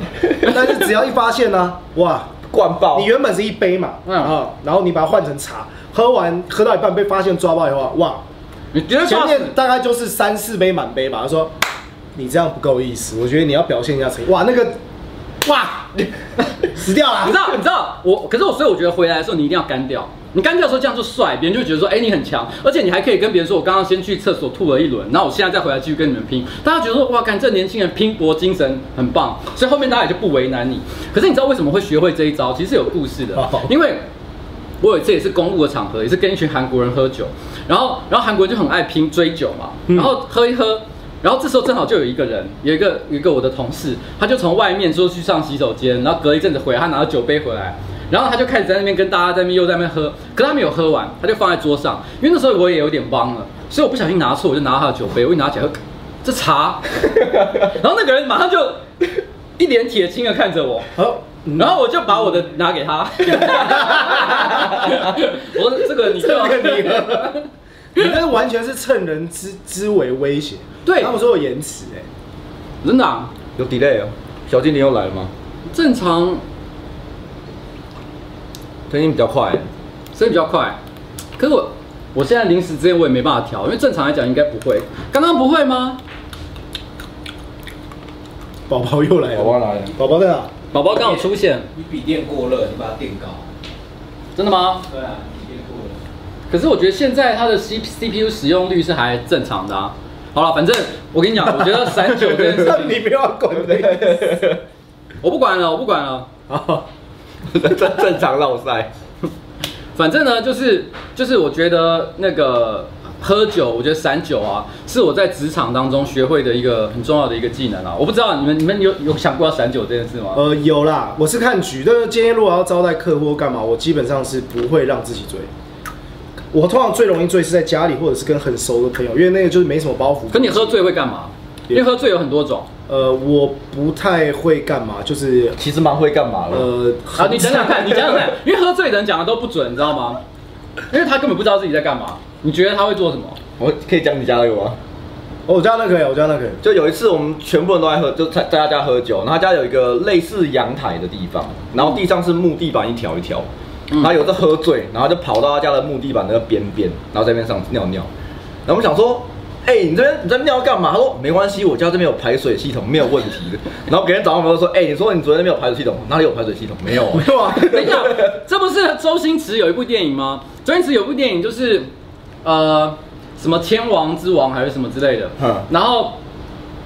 Speaker 4: 但是只要一发现呢、哇，
Speaker 2: 灌爆，
Speaker 4: 你原本是一杯嘛，
Speaker 3: 嗯
Speaker 4: 啊，然后你把它换成茶，喝完喝到一半被发现抓包以后啊，哇，
Speaker 3: 你绝对
Speaker 4: 前
Speaker 3: 抓死
Speaker 4: 面大概就是三四杯满杯吧。他说你这样不够意思，我觉得你要表现一下诚意。哇，那个哇，死掉了，
Speaker 3: 你知道，你知道我，可是我，所以我觉得回来的时候你一定要干掉，你干掉的时候这样就帅，别人就觉得说，哎、你很强，而且你还可以跟别人说，我刚刚先去厕所吐了一轮，然后我现在再回来继续跟你们拼。大家觉得说，哇，干这年轻人拼搏精神很棒，所以后面大家也就不为难你。可是你知道为什么会学会这一招？其实是有故事的
Speaker 4: 好，
Speaker 3: 因为。我有一次也是公务的场合，也是跟一群韩国人喝酒，然后然后韩国人就很爱拼追酒嘛，
Speaker 4: 嗯
Speaker 3: 然后喝一喝，然后这时候正好就有一个人，有一个有一个我的同事，他就从外面说去上洗手间，然后隔一阵子回来，他拿了酒杯回来。然后他就开始在那边跟大家在那边又在那边喝，可他没有喝完，他就放在桌上，因为那时候我也有点忘了，所以我不小心拿错，我就拿到他的酒杯，我一拿起来，呃这茶，然后那个人马上就一脸铁青的看着我，
Speaker 4: 好，
Speaker 3: 然后我就把我的拿给 他，我说这个你就
Speaker 4: 这
Speaker 3: 要
Speaker 4: 个你喝，你这完全是趁人之之危威胁。
Speaker 3: 对
Speaker 4: 他们说有延迟，哎，
Speaker 3: 真的、啊、
Speaker 2: 有 delay 哦。小精灵又来了吗？
Speaker 3: 正常，
Speaker 2: 最近比较快，
Speaker 3: 所以比较快。可是我我现在临时之间我也没办法调，因为正常来讲应该不会。刚刚不会吗？
Speaker 4: 宝宝又来了，
Speaker 2: 宝宝哎来了
Speaker 4: 宝宝在哪？
Speaker 3: 宝宝刚好出现，
Speaker 1: 你笔电过热，你把它垫高。
Speaker 3: 真的吗？
Speaker 1: 对啊，笔电过热。
Speaker 3: 可是我觉得现在它的 C C P U 使用率是还正常的啊。好了，反正我跟你讲，我觉得散九这件事
Speaker 4: 那
Speaker 3: 情，
Speaker 4: 你不要管的。
Speaker 3: 我不管了，我不管了。
Speaker 4: 好，
Speaker 2: 正正常绕赛。
Speaker 3: 反正呢，就是就是，我觉得那个喝酒，我觉得散酒啊，是我在职场当中学会的一个很重要的一个技能啊。我不知道你们你们有有想过要散酒这件事吗？
Speaker 4: 呃，有啦，我是看局，但是今天如果要招待客户或干嘛，我基本上是不会让自己醉。我通常最容易醉是在家里，或者是跟很熟的朋友，因为那个就是没什么包袱。
Speaker 3: 可你喝醉会干嘛？因为喝醉有很多种。
Speaker 4: 呃，我不太会干嘛，就是
Speaker 2: 其实蛮会干嘛了。
Speaker 4: 呃，
Speaker 3: 啊，你想想看，你想想看，因为喝醉的人讲的都不准，你知道吗？因为他根本不知道自己在干嘛。你觉得他会做什么？
Speaker 2: 我可以讲你家的有吗？
Speaker 4: 哦，我家那可以，我家那可以。
Speaker 2: 就有一次，我们全部人都在喝，就在在他家喝酒。然后他家有一个类似阳台的地方，然后地上是木地板一条一条。
Speaker 3: 嗯
Speaker 2: 然后有的喝醉，然后就跑到他家的木地板那个边边，然后在那边上尿尿。然后我们想说，哎、你这边你在尿干嘛？他说没关系，我家这边有排水系统，没有问题的。然后别人找我们都说，哎、你说你昨天那边有排水系统，哪里有排水系统？ 没有、啊。
Speaker 4: 对吧？
Speaker 3: 等一下，这不是周星驰有一部电影吗？周星驰有部电影就是，呃，什么天王之王还是什么之类的
Speaker 2: 嗯，
Speaker 3: 然后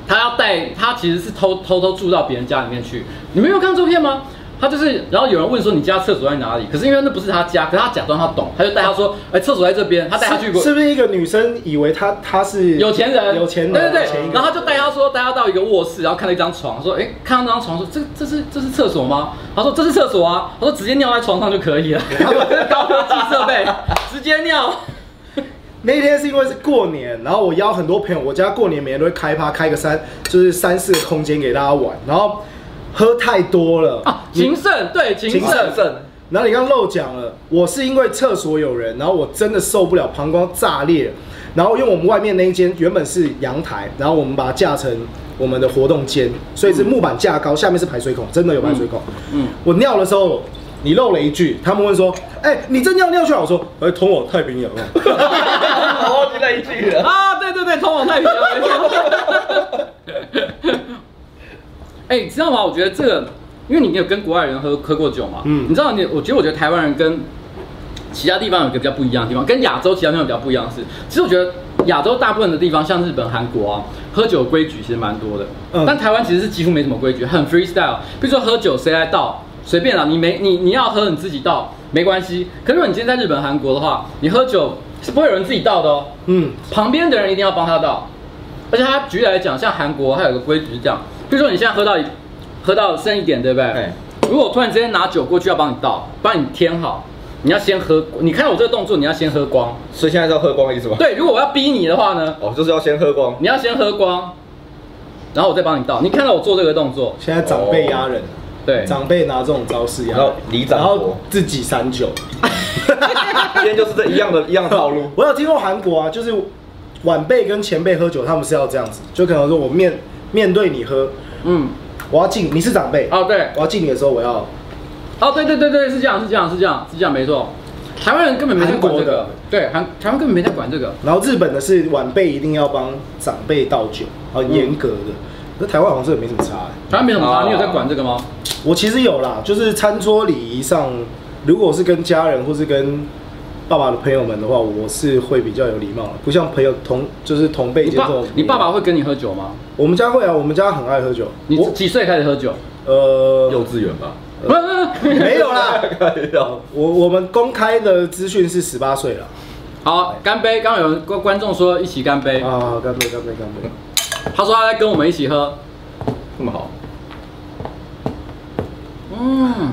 Speaker 3: 他要带他其实是偷偷偷住到别人家里面去。你们有看照片吗？他就是，然后有人问说你家厕所在哪里？可是因为那不是他家，可是他假装他懂，他就带他说，哎、厕所在这边，他带他去过。
Speaker 4: 是不是一个女生以为她她是
Speaker 3: 有钱人，
Speaker 4: 有钱人，
Speaker 3: 对对
Speaker 4: 有钱
Speaker 3: 对
Speaker 4: 人，
Speaker 3: 然后他就带他说，带他到一个卧室，然后看到一张床，说，哎，看到那张床，说这这是这是厕所吗？他说这是厕所啊，他说直接尿在床上就可 以了，这是高科技设备，直接尿。
Speaker 4: 那天是因为是过年，然后我邀很多朋友，我家过年每年都会开趴，开个三就是三四个空间给大家玩，然后喝太多了
Speaker 3: 啊，情圣对情
Speaker 4: 情圣
Speaker 3: 圣，
Speaker 2: 正
Speaker 4: 然后你刚刚漏讲了，我是因为厕所有人，然后我真的受不了，膀胱炸裂。然后因为我们外面那一间原本是阳台，然后我们把它架成我们的活动间，所以是木板架高，下面是排水孔，真的有排水孔。
Speaker 3: 嗯嗯
Speaker 4: 我尿的时候，你漏了一句，他们问说：“哎、你这尿尿去哪？”我说：“哎、通往太平洋啊。
Speaker 2: 我忘记那一句了。
Speaker 3: 啊，对对对，通往太平洋没错。 哎、你知道吗？我觉得这个，因为你有跟国外人喝喝过酒嘛，嗯，
Speaker 4: 嗯
Speaker 3: 你知道你，我觉得我觉得台湾人跟其他地方有一个比较不一样的地方，跟亚洲其他地方比较不一样的是，其实我觉得亚洲大部分的地方，像日本、韩国啊，喝酒规矩其实蛮多的，
Speaker 4: 嗯
Speaker 3: 但台湾其实是几乎没什么规矩，很 freestyle。比如说喝酒谁来倒随便啦，你没你你要喝你自己倒没关系。可是如果你今天在日本、韩国的话，你喝酒是不会有人自己倒的哦，”
Speaker 4: 嗯，
Speaker 3: 旁边的人一定要帮他倒。而且他举例来讲，像韩国还有个规矩是这样，比如说你现在喝到一喝到剩一点，对不对？
Speaker 2: 哎
Speaker 3: 如果我突然之间拿酒过去要帮你倒，帮你添好，你要先喝。你看我这个动作，你要先喝光。
Speaker 2: 所以现在是要喝光的意思吗？
Speaker 3: 对，如果我要逼你的话呢，
Speaker 2: 哦，就是要先喝光。
Speaker 3: 你要先喝光，然后我再帮你倒。你看到我做这个动作，
Speaker 4: 现在长辈压人，
Speaker 3: 对，
Speaker 4: 长辈拿这种招式
Speaker 2: 哦
Speaker 4: 压
Speaker 2: 然后
Speaker 4: 人，
Speaker 2: 里长
Speaker 4: 然后
Speaker 2: 伯
Speaker 4: 自己三九。。
Speaker 2: 今天就是这一样的一样的套路
Speaker 4: 我有听过韩国啊，就是晚辈跟前辈喝酒，他们是要这样子，就可能说我面面对你喝，
Speaker 3: 嗯，
Speaker 4: 我要敬你是长辈，
Speaker 3: 哦对，
Speaker 4: 我要敬你的时候，我要
Speaker 3: 哦对对对对，是这样是这样是这样是这样，没错。台湾人根本没在管这
Speaker 4: 韩国的
Speaker 3: 个，对，韩台湾根本没在管这个。
Speaker 4: 然后日本的是晚辈一定要帮长辈倒酒，很严格的。那、台湾好像这个没什么差、欸。
Speaker 3: 台湾没什么差，
Speaker 2: 哦
Speaker 3: 你有在管这个吗？
Speaker 4: 我其实有啦，就是餐桌礼仪上，如果是跟家人或是跟爸爸的朋友们的话，我是会比较有礼貌的，不像朋友同就是同辈
Speaker 3: 你
Speaker 4: 间这
Speaker 3: 爸
Speaker 4: 种。
Speaker 3: 你爸爸？会跟你喝酒吗？
Speaker 4: 我们家会啊，我们家很爱喝酒。
Speaker 3: 你
Speaker 4: 我
Speaker 3: 几岁开始喝酒？
Speaker 4: 呃
Speaker 2: 幼稚园吧？
Speaker 3: 不不 不，
Speaker 4: 没有啦，
Speaker 2: 要
Speaker 4: 我我们公开的资讯是十八岁了。
Speaker 3: 好，干杯！刚刚有观观众说一起干杯，
Speaker 4: 啊，干杯干杯干杯！
Speaker 3: 他说他在跟我们一起喝。
Speaker 2: 这么好？
Speaker 3: 嗯，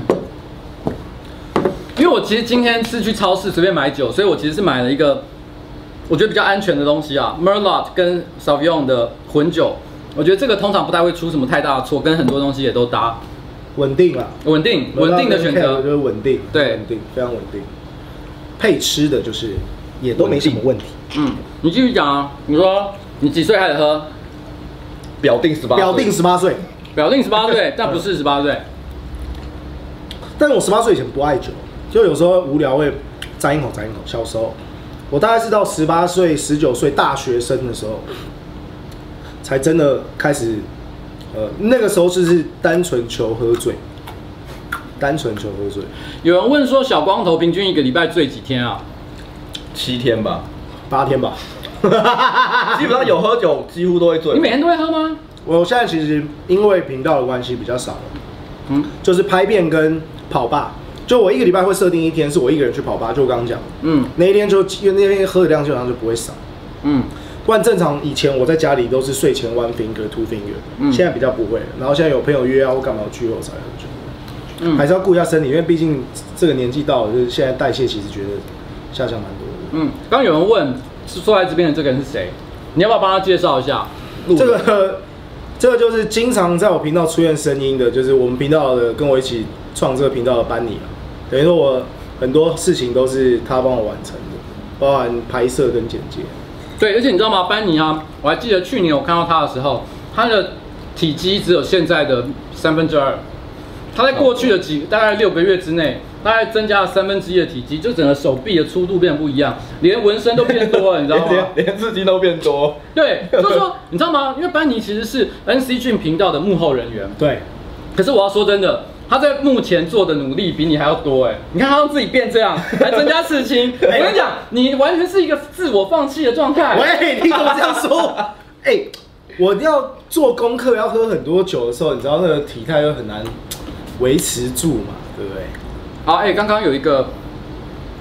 Speaker 3: 因为我其实今天是去超市随便买酒，所以我其实是买了一个我觉得比较安全的东西啊，Merlot 跟 Savion 的混酒。我觉得这个通常不太会出什么太大的错，跟很多东西也都搭，
Speaker 4: 稳定了，
Speaker 3: 稳定稳定的选
Speaker 4: 我觉
Speaker 3: 择。
Speaker 4: 得稳定，
Speaker 3: 对
Speaker 4: 稳定非常稳定。配吃的就是也都没什么问题。
Speaker 3: 嗯，你继续讲啊，你说你几岁开始喝？
Speaker 2: 表定十八，
Speaker 4: 表定十八岁，
Speaker 3: 表定十八岁，但不是十八岁。
Speaker 4: 但我十八岁以前不爱酒，就有时候无聊会沾一口沾一口。小时候，我大概是到十八岁、十九岁大学生的时候，才真的开始，呃，那个时候就是单纯求喝醉，单纯求喝醉，
Speaker 3: 有人问说，小光头平均一个礼拜醉几天啊？
Speaker 2: 七天吧。
Speaker 4: 八天吧。
Speaker 2: 基本上有喝酒，几乎都会醉。
Speaker 3: 你每天都会喝吗？
Speaker 4: 我现在其实因为频道的关系比较少了，
Speaker 3: 嗯
Speaker 4: 就是拍片跟跑吧，就我一个礼拜会设定一天是我一个人去跑吧，就我刚刚讲的，
Speaker 3: 嗯
Speaker 4: 那一天就因为那天喝的量基本上就不会少。
Speaker 3: 嗯，
Speaker 4: 不然正常以前我在家里都是睡前 one finger two finger，、
Speaker 3: 嗯
Speaker 4: 现在比较不会了。然后现在有朋友约啊或干嘛我去后才喝酒，
Speaker 3: 嗯
Speaker 4: 还是要顾一下身体，因为毕竟这个年纪到了，就是现在代谢其实觉得下降蛮多的。
Speaker 3: 嗯，刚刚有人问是坐在这边的这个人是谁，你要不要帮他介绍一下？
Speaker 4: 这个 这个就是经常在我频道出现声音的，就是我们频道的跟我一起创这个频道的班尼啊，等于说我很多事情都是他帮我完成的，包含拍摄跟剪接。
Speaker 3: 对，而且你知道吗，班尼啊，我还记得去年我看到他的时候，他的体积只有现在的三分之二，他在过去的几大概六个月之内，大概增加了三分之一的体积，就整个手臂的粗度变得不一样，连纹身都变多了，你知道吗
Speaker 2: 连？连自己都变多。
Speaker 3: 对，就是说 你知道吗？因为班尼其实是 NC 俊频道的幕后人员，
Speaker 4: 对，
Speaker 3: 可是我要说真的，他在目前做的努力比你还要多哎！你看他让自己变这样，还增加刺青。我跟你讲，你完全是一个自我放弃的状态。
Speaker 4: 喂，你怎么这样说？哎、我要做功课，要喝很多酒的时候，你知道那个体态又很难维持住嘛，对不对？
Speaker 3: 好，哎、刚刚有一个，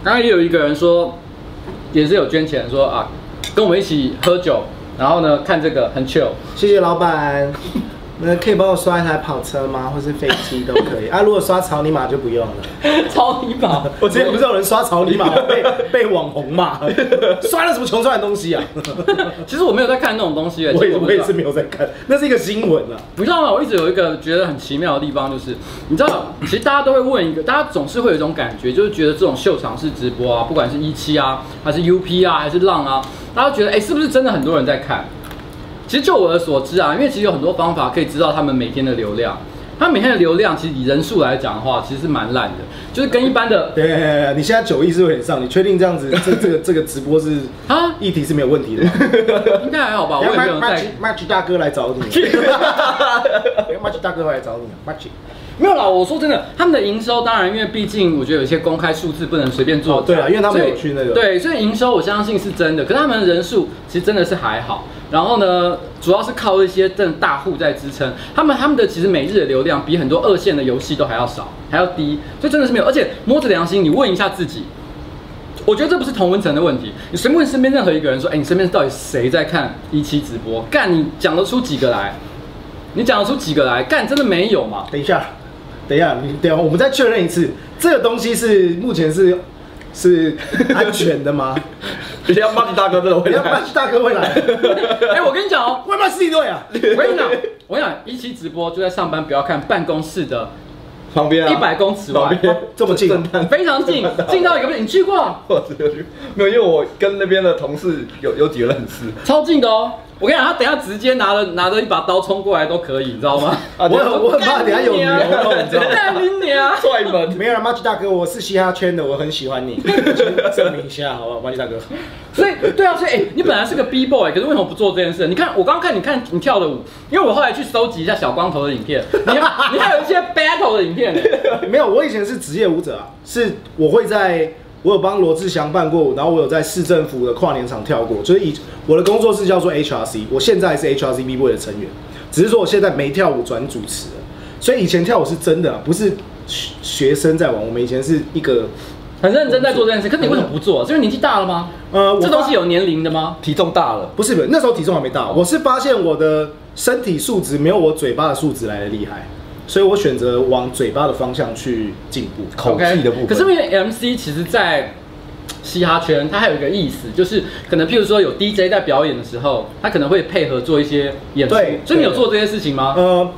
Speaker 3: 刚刚也有一个人说，也是有捐钱说啊，跟我们一起喝酒，然后呢看这个很 chill。
Speaker 4: 谢谢老板，那可以帮我刷一台跑车吗？或是飞机都可以啊。如果刷草泥马就不用了。
Speaker 3: 超你宝，
Speaker 4: 我之前不是有人刷草 泥马被被网红骂， 刷了什么穷酸的东西啊？
Speaker 3: 其实我没有在看那种东西哎，
Speaker 4: 我
Speaker 3: 其
Speaker 4: 也
Speaker 3: 实不
Speaker 4: 我
Speaker 3: 知
Speaker 4: 也
Speaker 3: 道
Speaker 4: 是没有在看，那是一个新闻啊。
Speaker 3: 你知道吗？我一直有一个觉得很奇妙的地方，就是你知道， 其实大家都会问一个，大家总是会有一种感觉，就是觉得这种秀场式直播啊，不管是一期啊，还是 UP 啊，还是浪啊，大家觉得哎、诶是不是真的很多人在看？其实就我的所知啊，因为其实有很多方法可以知道他们每天的流量。他每天的流量其实以人数来讲的话，其实是蛮烂的，就是跟一般的
Speaker 4: 对，你现在酒意是有点上，你确定这样子这这个这个直播是
Speaker 3: 啊，
Speaker 4: 议题是没有问题的吗？
Speaker 3: 应该还好吧？ 我
Speaker 4: 要
Speaker 3: 也没
Speaker 4: March
Speaker 3: 有在
Speaker 4: March 大哥来找 你，March 大哥会来找你，March
Speaker 3: 没有啦，我说真的，他们的营收当然，因为毕竟我觉得有一些公开数字不能随便做假、
Speaker 4: 哦对啦因为他们有
Speaker 3: 所以
Speaker 4: 去那个
Speaker 3: 对，所以营收我相信是真的，可是他们的人数其实真的是还好。然后呢，主要是靠一些正大户在支撑，他们他们的其实每日的流量比很多二线的游戏都还要少，还要低，所以真的是没有。而且摸着良心，你问一下自己，我觉得这不是同温层的问题。你随便问身边任何一个人说，哎、你身边到底谁在看一期直播？干，你讲得出几个来？你讲得出几个来？干，真的没有嘛？
Speaker 4: 等一下，等一下，你等一下，我们再确认一次，这个东西是目前是是安全 的吗？
Speaker 2: 人家马吉大哥真的会
Speaker 4: 等一下
Speaker 2: 来。
Speaker 4: March 大哥会来，啊
Speaker 3: 哎、我跟你讲哦，
Speaker 4: 外卖是一对啊，
Speaker 3: 我跟你讲，我跟你讲，一期直播就在上班，不要看办公室的
Speaker 2: 旁边啊，
Speaker 3: 一百公尺
Speaker 2: 旁
Speaker 3: 外，
Speaker 2: 边
Speaker 4: 这么近啊
Speaker 3: 非常 近，近到一个不是你去过，
Speaker 2: 我只有去，没有，因为我跟那边的同事有有几个认识。
Speaker 3: 超近的哦。我跟你讲，他等一下直接拿着拿着一把刀冲过来都可以，你知道吗？
Speaker 2: 啊，
Speaker 4: 我
Speaker 2: 对
Speaker 4: 很我很怕等一下有牛肉，你知啊道吗？
Speaker 3: 干你娘！
Speaker 2: 踹门。
Speaker 4: 没有啦，March 大哥，我是嘻哈圈的，我很喜 欢你，证明一下好不好？March 大哥，
Speaker 3: 所以对啊，所以哎、你本来是个 B boy，可是为什么不做这件事？你看我刚刚看你看你跳的舞，因为我后来去搜集一下小光头的影片， 你你还有一些 battle 的影片呢。
Speaker 4: 没有，我以前是职业舞者啊，是我会在我有帮罗志祥办过，然后我有在市政府的跨年场跳过，就是以我的工作室叫做 HRC，我现在是 HRC B Boy 的成员，只是说我现在没跳舞转主持了，所以以前跳舞是真的、啊，不是学学生在玩，我们以前是一个
Speaker 3: 很认真在做这件事，可是你为什么不做？是因为年纪大了吗？
Speaker 4: 呃我
Speaker 3: 这东
Speaker 4: 发
Speaker 3: 西有年龄的吗？
Speaker 2: 体重大了，
Speaker 4: 不是不是，那时候体重还没到，我是发现我的身体素质没有我嘴巴的素质来的厉害，所以我选择往嘴巴的方向去进步。
Speaker 2: 口气的部分。
Speaker 3: 可是因为 MC 其实，在嘻哈圈，它还有一个意思，就是可能譬如说有 DJ 在表演的时候，他可能会配合做一些演出
Speaker 4: 对。
Speaker 3: 所以你有
Speaker 4: 对
Speaker 3: 做这些事情吗？
Speaker 4: 呃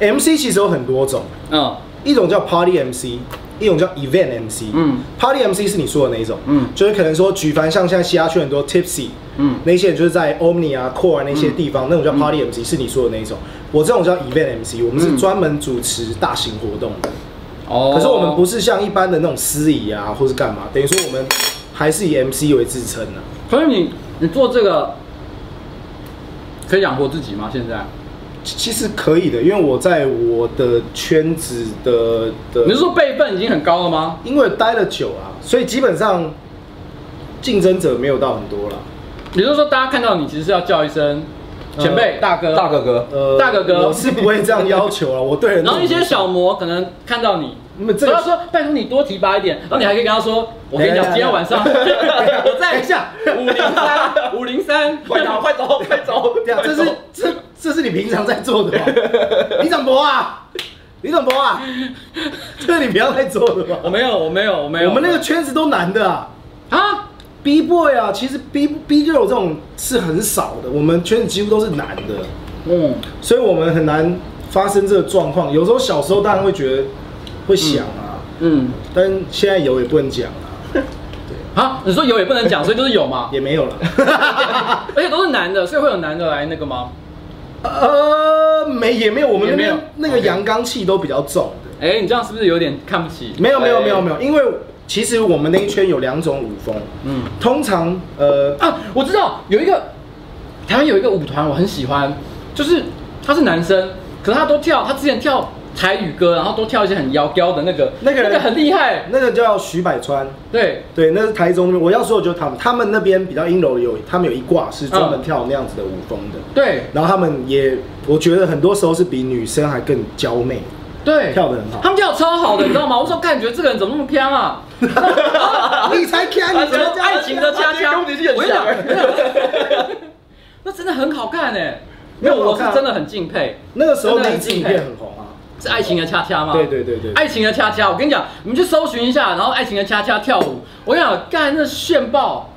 Speaker 4: ，MC 其实有很多种，
Speaker 3: 嗯
Speaker 4: 一种叫 Party MC，一种叫 Event MC。
Speaker 3: 嗯
Speaker 4: Party MC 是你说的那一种，
Speaker 3: 嗯
Speaker 4: 就是可能说举凡像现在嘻哈圈很多 Tipsy，
Speaker 3: 嗯
Speaker 4: 那些人就是在 Omni 啊、Core 啊那些地方，那种叫 Party MC 是你说的那一种。我这种叫 Event MC，我们是
Speaker 3: 嗯
Speaker 4: 专门主持大型活动的。
Speaker 3: 哦
Speaker 4: 嗯可是我们不，是像一般的那种司仪啊，或是干嘛，等于说我们还是以 MC 为自称啊。
Speaker 3: 所以你哦你做这个可以养活自己吗？现在
Speaker 4: 其其实可以的，因为我在我的圈子的的，
Speaker 3: 你是说辈分已经很高了吗？
Speaker 4: 因为待了久啊，所以基本上竞争者没有到很多了。
Speaker 3: 也就是说，大家看到你其实是要叫一声
Speaker 4: 呃
Speaker 3: 前辈、大哥、
Speaker 2: 大哥。哥，
Speaker 4: 呃
Speaker 3: 大哥哥
Speaker 4: 我是不会这样要求 啊了，我对人。
Speaker 3: 然后一些小模可能看到你，
Speaker 4: 你们这
Speaker 3: 然
Speaker 4: 个
Speaker 3: 后他说拜托你多提拔一点，然后你还可以跟他说，我跟你讲，
Speaker 4: 来来来
Speaker 3: 今天晚上我在一下五零三五零 三，
Speaker 2: 快走，快走，快走！
Speaker 4: 对啊，这是这这是你平常在做 的吗？李长博啊，李长博啊，这是你不要再做的
Speaker 3: 我
Speaker 4: 吧？
Speaker 3: 没有，我没有，我没有。
Speaker 4: 我们那个圈子都男的啊。
Speaker 3: 啊，
Speaker 4: B boy 啊，其实 B B girl 这种是很少的，我们圈子几乎都是男的，
Speaker 3: 嗯，
Speaker 4: 所以我们很难发生这个状况。有时候小时候当然会觉得会想啊，
Speaker 3: 嗯，
Speaker 4: 但现在有也不能讲 啊，
Speaker 3: 啊，你说有也不能讲，所以就是有嘛，
Speaker 4: 也没有了。
Speaker 3: 而且都是男的，所以会有男的来那个吗？
Speaker 4: 呃，没也没有，我们那
Speaker 3: 也
Speaker 4: 边
Speaker 3: 没有
Speaker 4: 那个阳刚气都比较重的。
Speaker 3: 哎、你这样是不是有点看不起？
Speaker 4: 没有没有
Speaker 2: 哎
Speaker 4: 没有没有，因为其实我们那一圈有两种舞风，
Speaker 3: 嗯
Speaker 4: 通常呃
Speaker 3: 啊，我知道有一个台湾有一个舞团，我很喜欢，就是他是男生，可是他都跳，他之前跳台语歌，然后都跳一些很摇标的那个，
Speaker 4: 那个人
Speaker 3: 那个很厉害，
Speaker 4: 那个叫徐百川，
Speaker 3: 对，
Speaker 4: 对，那是台中那边。我要说的就是他们，他们那边比较阴柔的有，他们有一挂是专
Speaker 3: 嗯
Speaker 4: 门跳那样子的舞风的。
Speaker 3: 对
Speaker 4: 然后他们也，我觉得很多时候是比女生还更娇 媚。
Speaker 3: 对，
Speaker 4: 跳得很好
Speaker 3: 他们跳得超好的，你知 道吗？我说，感觉这个人怎么那么偏啊？
Speaker 4: 你才看，
Speaker 3: 他
Speaker 4: 你才
Speaker 3: 说
Speaker 4: 啊这样
Speaker 3: 爱情的恰恰，
Speaker 2: 跟
Speaker 3: 我
Speaker 2: 我年纪很像
Speaker 3: 跟你讲， 那真的很好看哎、没有，
Speaker 4: 很好
Speaker 3: 我是
Speaker 4: 看啊
Speaker 3: 真的很敬佩。
Speaker 4: 那个时候
Speaker 3: 真的
Speaker 4: 那
Speaker 3: 很
Speaker 4: 一支
Speaker 3: 敬
Speaker 4: 影
Speaker 3: 佩
Speaker 4: 片很红啊。
Speaker 3: 是爱情的恰恰吗？
Speaker 4: 对对对对
Speaker 3: 爱情的恰恰，我跟你讲，你们去搜寻一下，然后爱情的恰恰跳舞，我跟你讲，干那炫爆，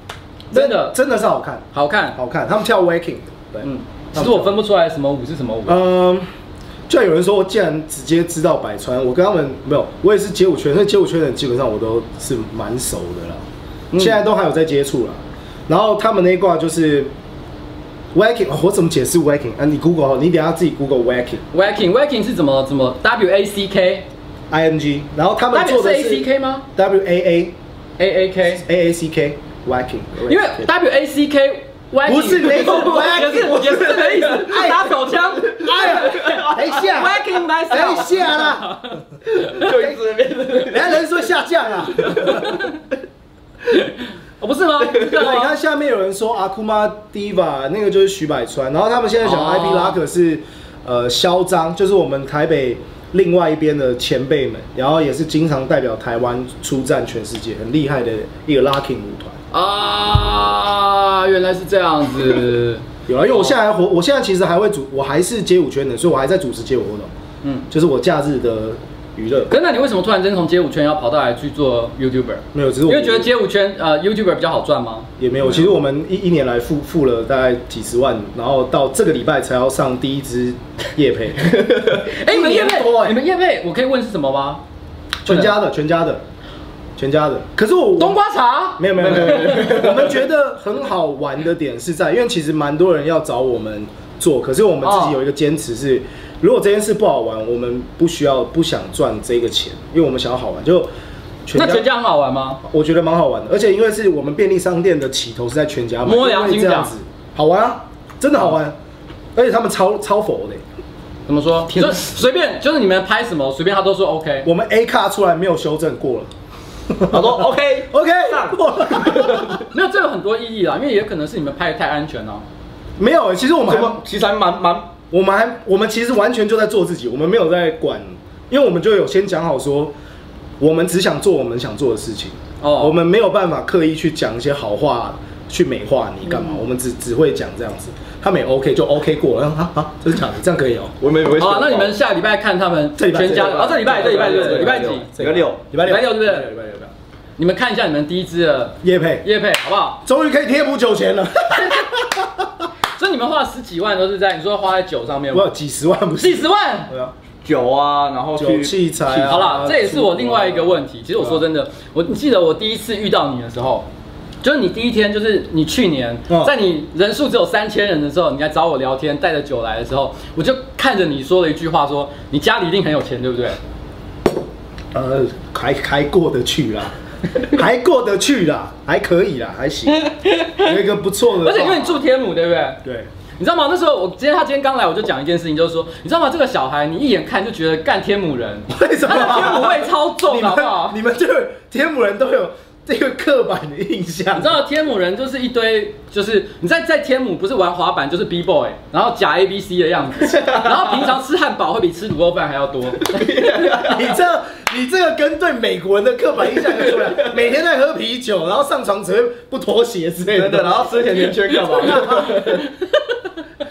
Speaker 3: 真的
Speaker 4: 真的是好看，
Speaker 3: 好看，
Speaker 4: 好看。他们跳 Waking，对，
Speaker 3: 嗯
Speaker 4: 嗯，，
Speaker 3: 其实我分不出来什么舞是什么舞，
Speaker 4: 嗯。就有人说，我竟然直接知道百川，我跟他们没有，我也是街舞圈，所以街舞圈的人基本上我都是蛮熟的啦，
Speaker 3: 嗯
Speaker 4: 现在都还有在接触啦。然后他们那一挂就是 waking，、哦我怎么解释 waking 啊？你 Google 好，你等一下自己 Google waking，I
Speaker 3: ，Waking Waking 是怎么怎么 W A C K，W
Speaker 4: N G，然后他们做
Speaker 3: 是
Speaker 4: 的
Speaker 3: A
Speaker 4: 是
Speaker 3: C K 吗
Speaker 4: W A A
Speaker 3: ？A A K，
Speaker 4: A A C K Waking，
Speaker 3: 因为 W A C K。
Speaker 4: 不是那个
Speaker 3: 也是
Speaker 4: Wacky，
Speaker 3: 也是这个意思，
Speaker 4: 哎
Speaker 3: 打手枪，
Speaker 4: 哎呀，等一下
Speaker 3: Wacky myself
Speaker 4: 等一下啦，
Speaker 2: 就一直在那边。
Speaker 4: 人家人说下降啦。
Speaker 3: 哦不是吗？是这样
Speaker 4: 对，
Speaker 3: 吗
Speaker 4: 你看下面有人说阿库玛 diva 那个就是徐百川，然后他们现在讲
Speaker 3: 哦
Speaker 4: IP 拉可是呃嚣张，就是我们台北另外一边的前辈们，然后也是经常代表台湾出战全世界，很厉害的一个 locking 舞团。
Speaker 3: 啊，原来是这样 子，
Speaker 4: 有啊，因为
Speaker 3: 哦
Speaker 4: 我现在还活，我现在其实还会主，我还是街舞圈的，所以我还在主持街舞活动，
Speaker 3: 嗯。
Speaker 4: 就是我假日的娱乐。
Speaker 3: 可是那你为什么突然间从街舞圈要跑到来去做 YouTuber？
Speaker 4: 没有，只是
Speaker 3: 因
Speaker 4: 我
Speaker 3: 为觉得街舞圈呃 YouTuber 比较好赚吗？
Speaker 4: 也没有。其实我们一一年来付付了大概几十万，然后到这个礼拜才要上第一支夜配。
Speaker 3: 哎、你们业
Speaker 4: 一年多
Speaker 3: 配，
Speaker 4: 哎
Speaker 3: 你们业配，我可以问是什么吗？
Speaker 4: 全家的，全家的，全家的。可是我
Speaker 3: 冬瓜茶。
Speaker 4: 没有没有没 有没有，没有我们觉得很好玩的点是在，因为其实蛮多人要找我们做，可是我们自
Speaker 3: 哦
Speaker 4: 己有一个坚持是，如果这件事不好玩，我们不需要不想赚这个钱，因为我们想要好玩就。
Speaker 3: 那全家很好玩吗？
Speaker 4: 我觉得蛮好玩的，而且因为是我们便利商店的起头是在全家买，
Speaker 3: 摸良心
Speaker 4: 因为这样子好玩啊，真的好玩，而且他们超超佛的欸、
Speaker 3: 怎么说？就随便，就是你们拍什么，随便他都说 OK。
Speaker 4: 我们 A 卡出来没有修正过了，
Speaker 2: 他说 OK
Speaker 4: OK，
Speaker 2: 上
Speaker 4: 过了。
Speaker 3: 没有，这有很多意义啦，因为也可能是你们拍的太安全了、啊
Speaker 4: 没有，其实我们
Speaker 2: 怎
Speaker 4: 还
Speaker 2: 么其实还蛮蛮
Speaker 4: 我们还我们其实完全就在做自己，我们没有在管，因为我们就有先讲好说，我们只想做我们想做的事情。
Speaker 3: 哦
Speaker 4: 我们没有办法刻意去讲一些好话去美化你干嘛，
Speaker 3: 嗯
Speaker 4: 我们只只会讲这样子。他们也 OK 就 OK 过了， 啊啊，真假的这样可以哦、
Speaker 2: 我没我没
Speaker 3: 好啊，那你们下礼拜看他们
Speaker 4: 这礼拜
Speaker 3: 全家
Speaker 4: 这礼
Speaker 3: 的，
Speaker 4: 拜
Speaker 3: 啊，这礼拜这礼拜对，礼拜几？
Speaker 2: 礼拜六
Speaker 4: 礼拜六，
Speaker 3: 礼拜六对不对
Speaker 4: 礼拜六，礼拜六。
Speaker 3: 你们看一下你们第一支的
Speaker 4: 叶佩
Speaker 3: 叶配好不好？
Speaker 4: 终于可以贴补酒钱了，
Speaker 3: 所以你们花十几万都是在你说花在酒上面
Speaker 4: 我有
Speaker 3: 吗？
Speaker 4: 几十万不是？
Speaker 3: 几十万。
Speaker 4: 对啊，
Speaker 2: 酒啊，然后
Speaker 4: 酒
Speaker 2: 去
Speaker 4: 器材啊。
Speaker 3: 好啦，这也是我另外一个问题。
Speaker 4: 啊
Speaker 3: 其实我说真的，我你记得我第一次遇到你的时候，就是你第一天，就是你去年
Speaker 4: 嗯
Speaker 3: 在你人数只有三千人的时候，你来找我聊天，带着酒来的时候，我就看着你说了一句话说你家里一定很有钱，对不对？
Speaker 4: 呃，还还过得去啦， 还过得去啦，还可以啦，还行，有一个不错的 话。
Speaker 3: 而且因为你住天母，对不对？
Speaker 4: 对，
Speaker 3: 你知道吗？那时候我今天他今天刚来，我就讲一件事情，就是说，你知道吗？这个小孩你一眼看就觉得干天母人，
Speaker 4: 为什
Speaker 3: 他
Speaker 4: 么
Speaker 3: 的 天母味超重，
Speaker 4: 你
Speaker 3: 好不好
Speaker 4: 们？你们就是天母人都有这个刻板的印象，
Speaker 3: 你知道天母人就是一堆，就是你在在天母不是玩滑板就是 B boy，然后假 A B C 的样子，然后平常吃汉堡会比吃卤肉饭还要多。
Speaker 4: 你这你这个跟对美国人的刻板印象就出来， 每天在喝啤酒，然后上床只会不脱鞋之类的，
Speaker 2: 真的，然后吃甜甜圈干嘛？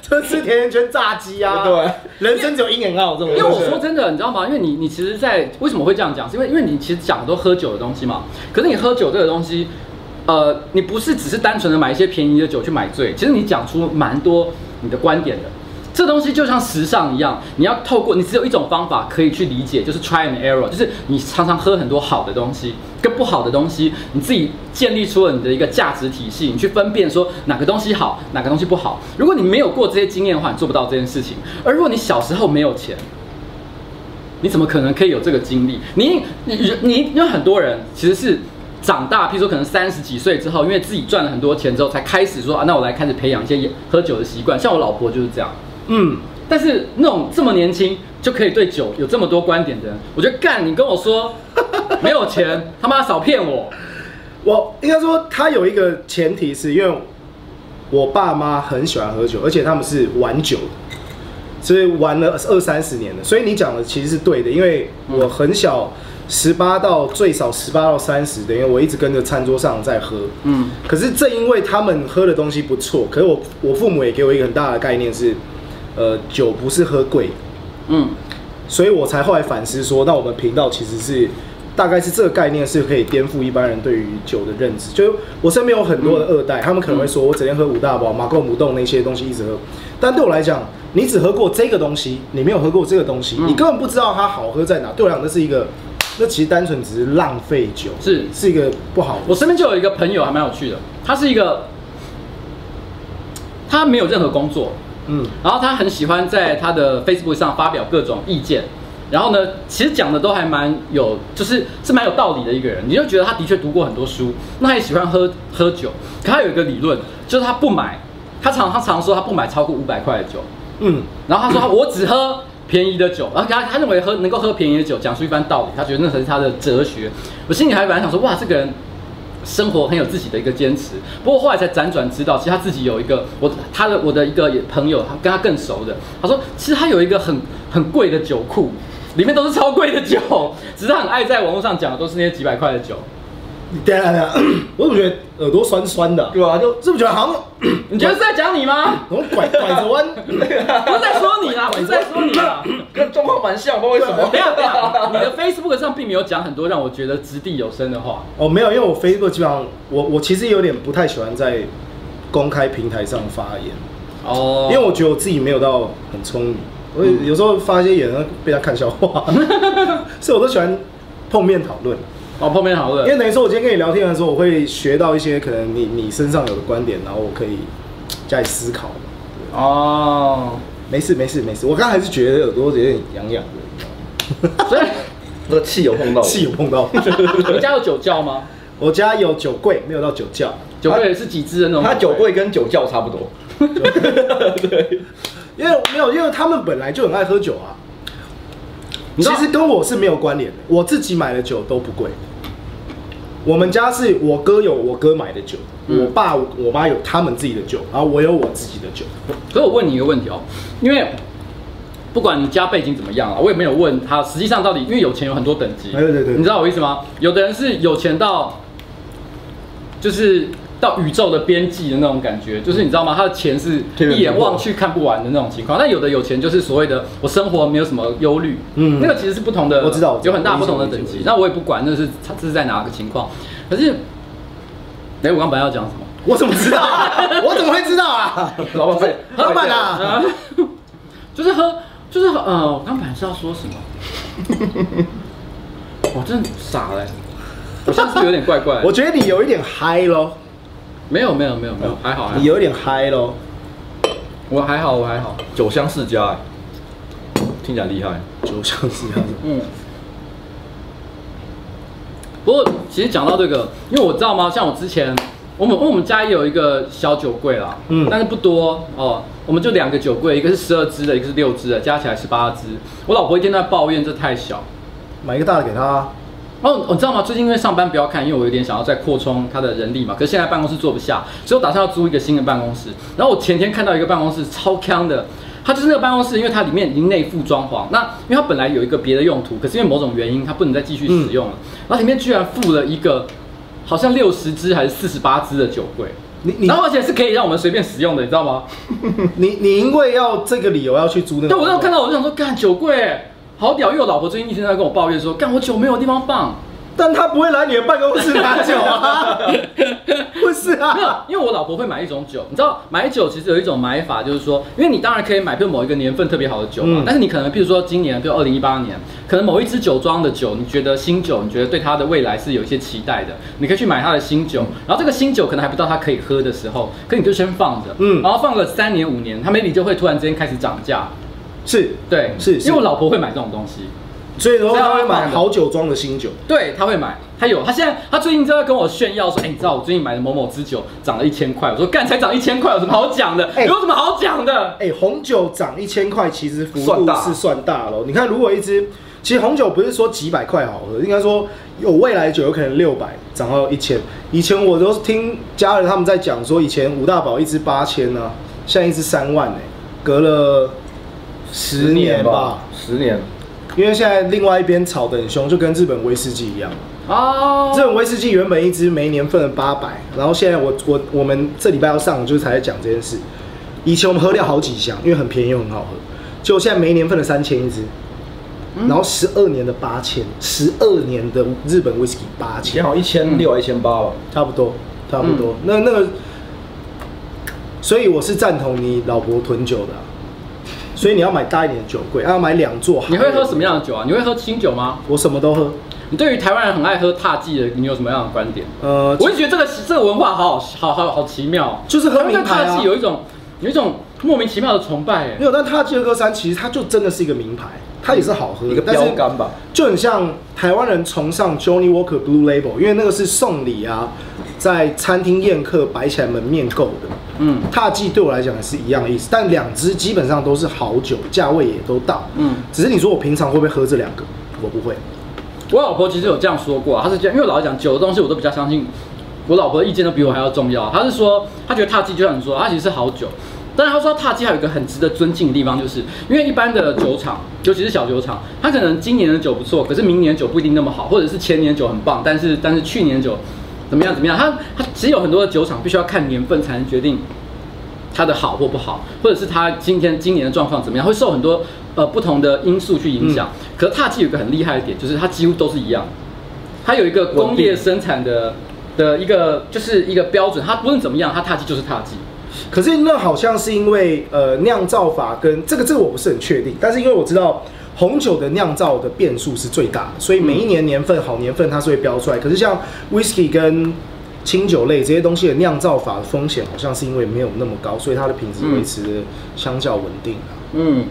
Speaker 4: 就 吃甜甜圈炸鸡啊，
Speaker 2: 对，
Speaker 4: 人生只有阴影啊澳这种
Speaker 3: 因为
Speaker 4: 东
Speaker 3: 我
Speaker 4: 西。
Speaker 3: 说真的，你知道吗？因为你你其实在，为什么会这样讲？是因为因为你其实讲的都喝酒的东西嘛。可是你喝酒这个东西，呃，你不是只是单纯的买一些便宜的酒去买醉，其实你讲出蛮多你的观点的。这东西就像时尚一样，你要透过你只有一种方法可以去理解，就是 try and error，就是你常常喝很多好的东西跟不好的东西，你自己建立出了你的一个价值体系，你去分辨说哪个东西好，哪个东西不好。如果你没有过这些经验的话，你做不到这件事情。而如果你小时候没有钱，你怎么可能可以有这个经历？你你你，因为很多人其实是长大，譬如说可能三十几岁之后，因为自己赚了很多钱之后，才开始说啊，那我来开始培养一些喝酒的习惯。像我老婆就是这样，
Speaker 4: 嗯，
Speaker 3: 但是那种这么年轻就可以对酒有这么多观点的人，我觉得干你跟我说 没有钱，他妈少骗我。
Speaker 4: 我应该说他有一个前提是因为我爸妈很喜欢喝酒，而且他们是玩酒的，所以玩了二三十年的。所以你讲的其实是对的，因为我很小，十八到最少十八到三十，等于我一直跟着餐桌上在喝。
Speaker 3: 嗯，
Speaker 4: 可是正因为他们喝的东西不错，可是我我父母也给我一个很大的概念是，呃，酒不是喝贵，
Speaker 3: 嗯，
Speaker 4: 所以我才后来反思说，那我们频道其实是大概是这个概念是可以颠覆一般人对于酒的认知。就是我身边有很多的二代，他们可能会说我整天喝五大包、马购母冻那些东西一直喝，但对我来讲，你只喝过这个东西，你没有喝过这个东西，
Speaker 3: 嗯
Speaker 4: 你根本不知道它好喝在哪。对我来讲，那是一个，那其实单纯只是浪费酒，
Speaker 3: 是
Speaker 4: 是一个不好
Speaker 3: 我
Speaker 4: 的。
Speaker 3: 身边就有一个朋友还蛮有趣的，他是一个他没有任何工作，
Speaker 4: 嗯，
Speaker 3: 然后他很喜欢在他的 Facebook 上发表各种意见，然后呢，其实讲的都还蛮有，就是是蛮有道理的一个人，你就觉得他的确读过很多书，那他也喜欢喝喝酒，可他有一个理论，就是他不买，他常他常说他不买超过五百块的酒，
Speaker 4: 嗯，
Speaker 3: 然后他说他我只喝便宜的酒，然后他他认为喝能够喝便宜的酒，讲出一番道理，他觉得那才是他的哲学。我心里还本来想说，哇，这个人生活很有自己的一个坚持。不过后来才辗转知道，其实他自己有一个我他的我的一个也朋友，他跟他更熟的，他说其实他有一个很很贵的酒库，里面都是超贵的酒，只是他很爱在网络上讲的都是那些几百块的酒。
Speaker 4: 等一下等一下，啊我怎么觉得耳朵酸酸的啊、
Speaker 2: 对啊，就是
Speaker 4: 不是觉得好像
Speaker 3: 你觉得是在讲你吗？
Speaker 4: 我拐拐着弯？
Speaker 3: 不是在说你啦，不是在说你啦。
Speaker 2: 啊跟状况蛮像，不知道 为什么
Speaker 3: 不。
Speaker 4: 啊
Speaker 3: 要不要，你的 Facebook 上并没有讲很多让我觉得掷地有声的话。
Speaker 4: 哦，没有，因为我 Facebook 基本上，我我其实有点不太喜欢在公开平台上发言，
Speaker 3: 哦
Speaker 4: 因为我觉得我自己没有到很聪明，我有时候发一些言被他看笑话，所以我都喜欢碰面讨论。
Speaker 3: 哦碰面好
Speaker 4: 因为
Speaker 3: 了，
Speaker 4: 等于说，我今天跟你聊天的时候，我会学到一些可能你你身上有的观点，然后我可以加以思考。
Speaker 3: 哦，
Speaker 4: 没事没事没事，我刚才还是觉得耳朵有点痒痒
Speaker 3: 所以
Speaker 2: 那个气有碰到
Speaker 4: 的，
Speaker 2: 我
Speaker 4: 气有碰到。
Speaker 3: 你们家有酒窖吗？
Speaker 4: 我家有酒柜，没有到酒窖。
Speaker 3: 酒柜是几支的那种？
Speaker 2: 它酒，柜跟酒窖差不 多。
Speaker 4: 因为没有，因为他们本来就很爱喝酒啊。
Speaker 3: 你知
Speaker 4: 其
Speaker 3: 道
Speaker 4: 实跟我是没有关联的，我自己买的酒都不贵。我们家是我哥有我哥买的酒，
Speaker 3: 嗯
Speaker 4: 我爸我妈有他们自己的酒，然后我有我自己的酒。
Speaker 3: 可是我问你一个问题哦，因为不管你家背景怎么样啊，我也没有问他实际上到底，因为有钱有很多等级，
Speaker 4: 哎对对对
Speaker 3: 你知道我意思吗？有的人是有钱到，就是到宇宙的边际的那种感觉，就是你知道吗？他的钱是
Speaker 2: 天人
Speaker 3: 一眼
Speaker 2: 不
Speaker 3: 望去看不完的那种情况。但有的有钱就是所谓的我生活没有什么忧虑，
Speaker 4: 嗯
Speaker 3: 嗯，那个其实是不同的，
Speaker 4: 我知道我知
Speaker 3: 有
Speaker 4: 道
Speaker 3: 很大不同的等
Speaker 4: 我理解我
Speaker 3: 级
Speaker 4: 理。解
Speaker 3: 那我也不管那是他这是在哪个情况，可是，哎，我刚本来要讲什么？
Speaker 4: 我怎么知道、啊？ 我怎么会知道啊？
Speaker 2: 老板费，
Speaker 4: 老板啊，
Speaker 3: 啊， 就是喝，就是喝呃，我刚本来是要说什么， 我真的傻嘞、我现在是不是有点怪怪的？
Speaker 4: 我觉得你有一点嗨咯，
Speaker 3: 没有没有没有没有，嗯还好还
Speaker 4: 哦你
Speaker 3: 好，
Speaker 4: 有一点嗨咯。
Speaker 3: 我还好我还好，
Speaker 2: 酒香世家、哎听起来厉害。
Speaker 4: 就像是这样子。
Speaker 3: 嗯。不过其实讲到这个，因为我知道吗？像我之前，我们因为我们家也有一个小酒柜啦，
Speaker 4: 嗯
Speaker 3: 嗯，但是不多哦。我们就两个酒柜，一个是十二支的，一个是六支的，加起来是八支。我老婆一天都在抱怨这太小，
Speaker 4: 买一个大的给他啊，
Speaker 3: 哦，你知道吗？最近因为上班不要看，因为我有点想要再扩充他的人力嘛。可是现在办公室坐不下，所以我打算要租一个新的办公室。然后我前天看到一个办公室超坑的，它就是那个办公室，因为它里面已经内附装潢。那因为它本来有一个别的用途，可是因为某种原因它不能再继续使用了。然后里面居然附了一个好像六十支还是四十八支的酒柜，
Speaker 4: 你你
Speaker 3: 然后而且是可以让我们随便使用的，你知道吗？
Speaker 4: 你你因为要这个理由要去租那个，
Speaker 3: 但我那时候看，到，我就想说，干酒柜好屌，因为我老婆最近一天在跟我抱怨说，干我酒没有地方放。
Speaker 4: 但他不会来你的办公室拿酒 啊，不是
Speaker 3: 没有
Speaker 4: 啊，，
Speaker 3: 因为我老婆会买一种酒，你知道买酒其实有一种买法，就是说，因为你当然可以买，譬如某一个年份特别好的酒嘛，
Speaker 4: 嗯
Speaker 3: 但是你可能譬如说今年，譬如二零一八年，可能某一支酒庄的酒，你觉得新酒，你觉得对它的未来是有一些期待的，你可以去买它的新酒，然后这个新酒可能还不到它可以喝的时候，可你就先放着，
Speaker 4: 嗯
Speaker 3: 嗯，然后放个三年五年，它 maybe 就会突然之间开始涨价，
Speaker 4: 是，
Speaker 3: 对，
Speaker 4: 是是
Speaker 3: 因为我老婆会买这种东西，
Speaker 4: 所以说他会
Speaker 3: 这样
Speaker 4: 买
Speaker 3: 放的
Speaker 4: 好酒庄的新酒，
Speaker 3: 对，他会买，他有，他现在他最近就在跟我炫耀说，哎、你知道我最近买的某某支酒涨了一千块，我说干才涨一千块，有什么好讲的？
Speaker 4: 哎
Speaker 3: 有什么好讲的？
Speaker 4: 哎、红酒涨一千块，其实幅
Speaker 2: 算
Speaker 4: 度
Speaker 2: 大
Speaker 4: 是算大喽。你看，如果一支，其实红酒不是说几百块好喝，应该说有未来酒有可能六百涨到一千。以前我都听家人他们在讲说，以前五大堡一支八千呢，现在一支三万呢、欸隔了十年吧。，
Speaker 2: 十年。
Speaker 4: 因为现在另外一边炒得很凶，就跟日本威士忌一样。
Speaker 3: 哦，
Speaker 4: 日本威士忌原本一支每一年份的八百，然后现在我我我们这礼拜要上，就是才在讲这件事。以前我们喝掉好几箱，因为很便宜又很好喝，就现在每一年份的三千一支，然后十二年的八千，十二年的日本威士忌八
Speaker 3: 嗯
Speaker 2: 以前
Speaker 4: 千，
Speaker 2: 好像一千六、一千八吧。
Speaker 4: 差不多差不多。那那个，所以我是赞同你老婆囤酒的啊、所以你要买大一点的酒柜，要买两座。
Speaker 3: 你会喝什么？样的酒啊？你会喝清酒吗？
Speaker 4: 我什么都喝。
Speaker 3: 你对于台湾人很爱喝踏剂的，你有什么样的观点？
Speaker 4: 呃，
Speaker 3: 我就觉得这个这个文化好好好好好奇妙哦，
Speaker 4: 就是喝
Speaker 3: 他们对
Speaker 4: 名牌啊
Speaker 3: 踏剂有一种有一种莫名其妙的崇拜，哎
Speaker 4: 没有，但它吉尔哥山其实它就真的是一个名牌，它也是好喝的
Speaker 2: 一个
Speaker 4: 但是
Speaker 2: 标杆吧
Speaker 4: 就很像台湾人崇尚 Johnny Walker Blue Label，因为那个是送礼啊，在餐厅宴客摆起来门面购的。
Speaker 3: 嗯，
Speaker 4: 踏剂对我来讲也是一样的意思，但两支基本上都是好酒，价位也都到。
Speaker 3: 嗯
Speaker 4: 只是你说我平常会不会喝这两个？我不会。
Speaker 3: 我老婆其实有这样说过、啊，她是这样，因为我老实讲酒的东西我都比较相信，我老婆的意见都比我还要重要。她是说，她觉得踏基就像你说，它其实是好酒，但是她说踏基还有一个很值得尊敬的地方，就是因为一般的酒厂，尤其是小酒厂，它可能今年的酒不错，可是明年的酒不一定那么好，或者是前年的酒很棒，但是但是去年的酒怎么样怎么样，它它其实有很多的酒厂必须要看年份才能决定它的好或不好，或者是它今天今年的状况怎么样，会受很多呃不同的因素去影响。可是踏迹有一个很厉害的点，就是它几乎都是一样，它有一个工业生产的的一个就是一个标准，它不论怎么样，它踏迹就是踏迹。
Speaker 4: 可是那好像是因为呃酿造法跟这个这个我不是很确定，但是因为我知道红酒的酿造的变数是最大的，所以每一年年份好年份它是会标出来。可是像 whisky 跟清酒类这些东西的酿造法的风险好像是因为没有那么高，所以它的品质维持的相较稳定啊。
Speaker 3: 嗯，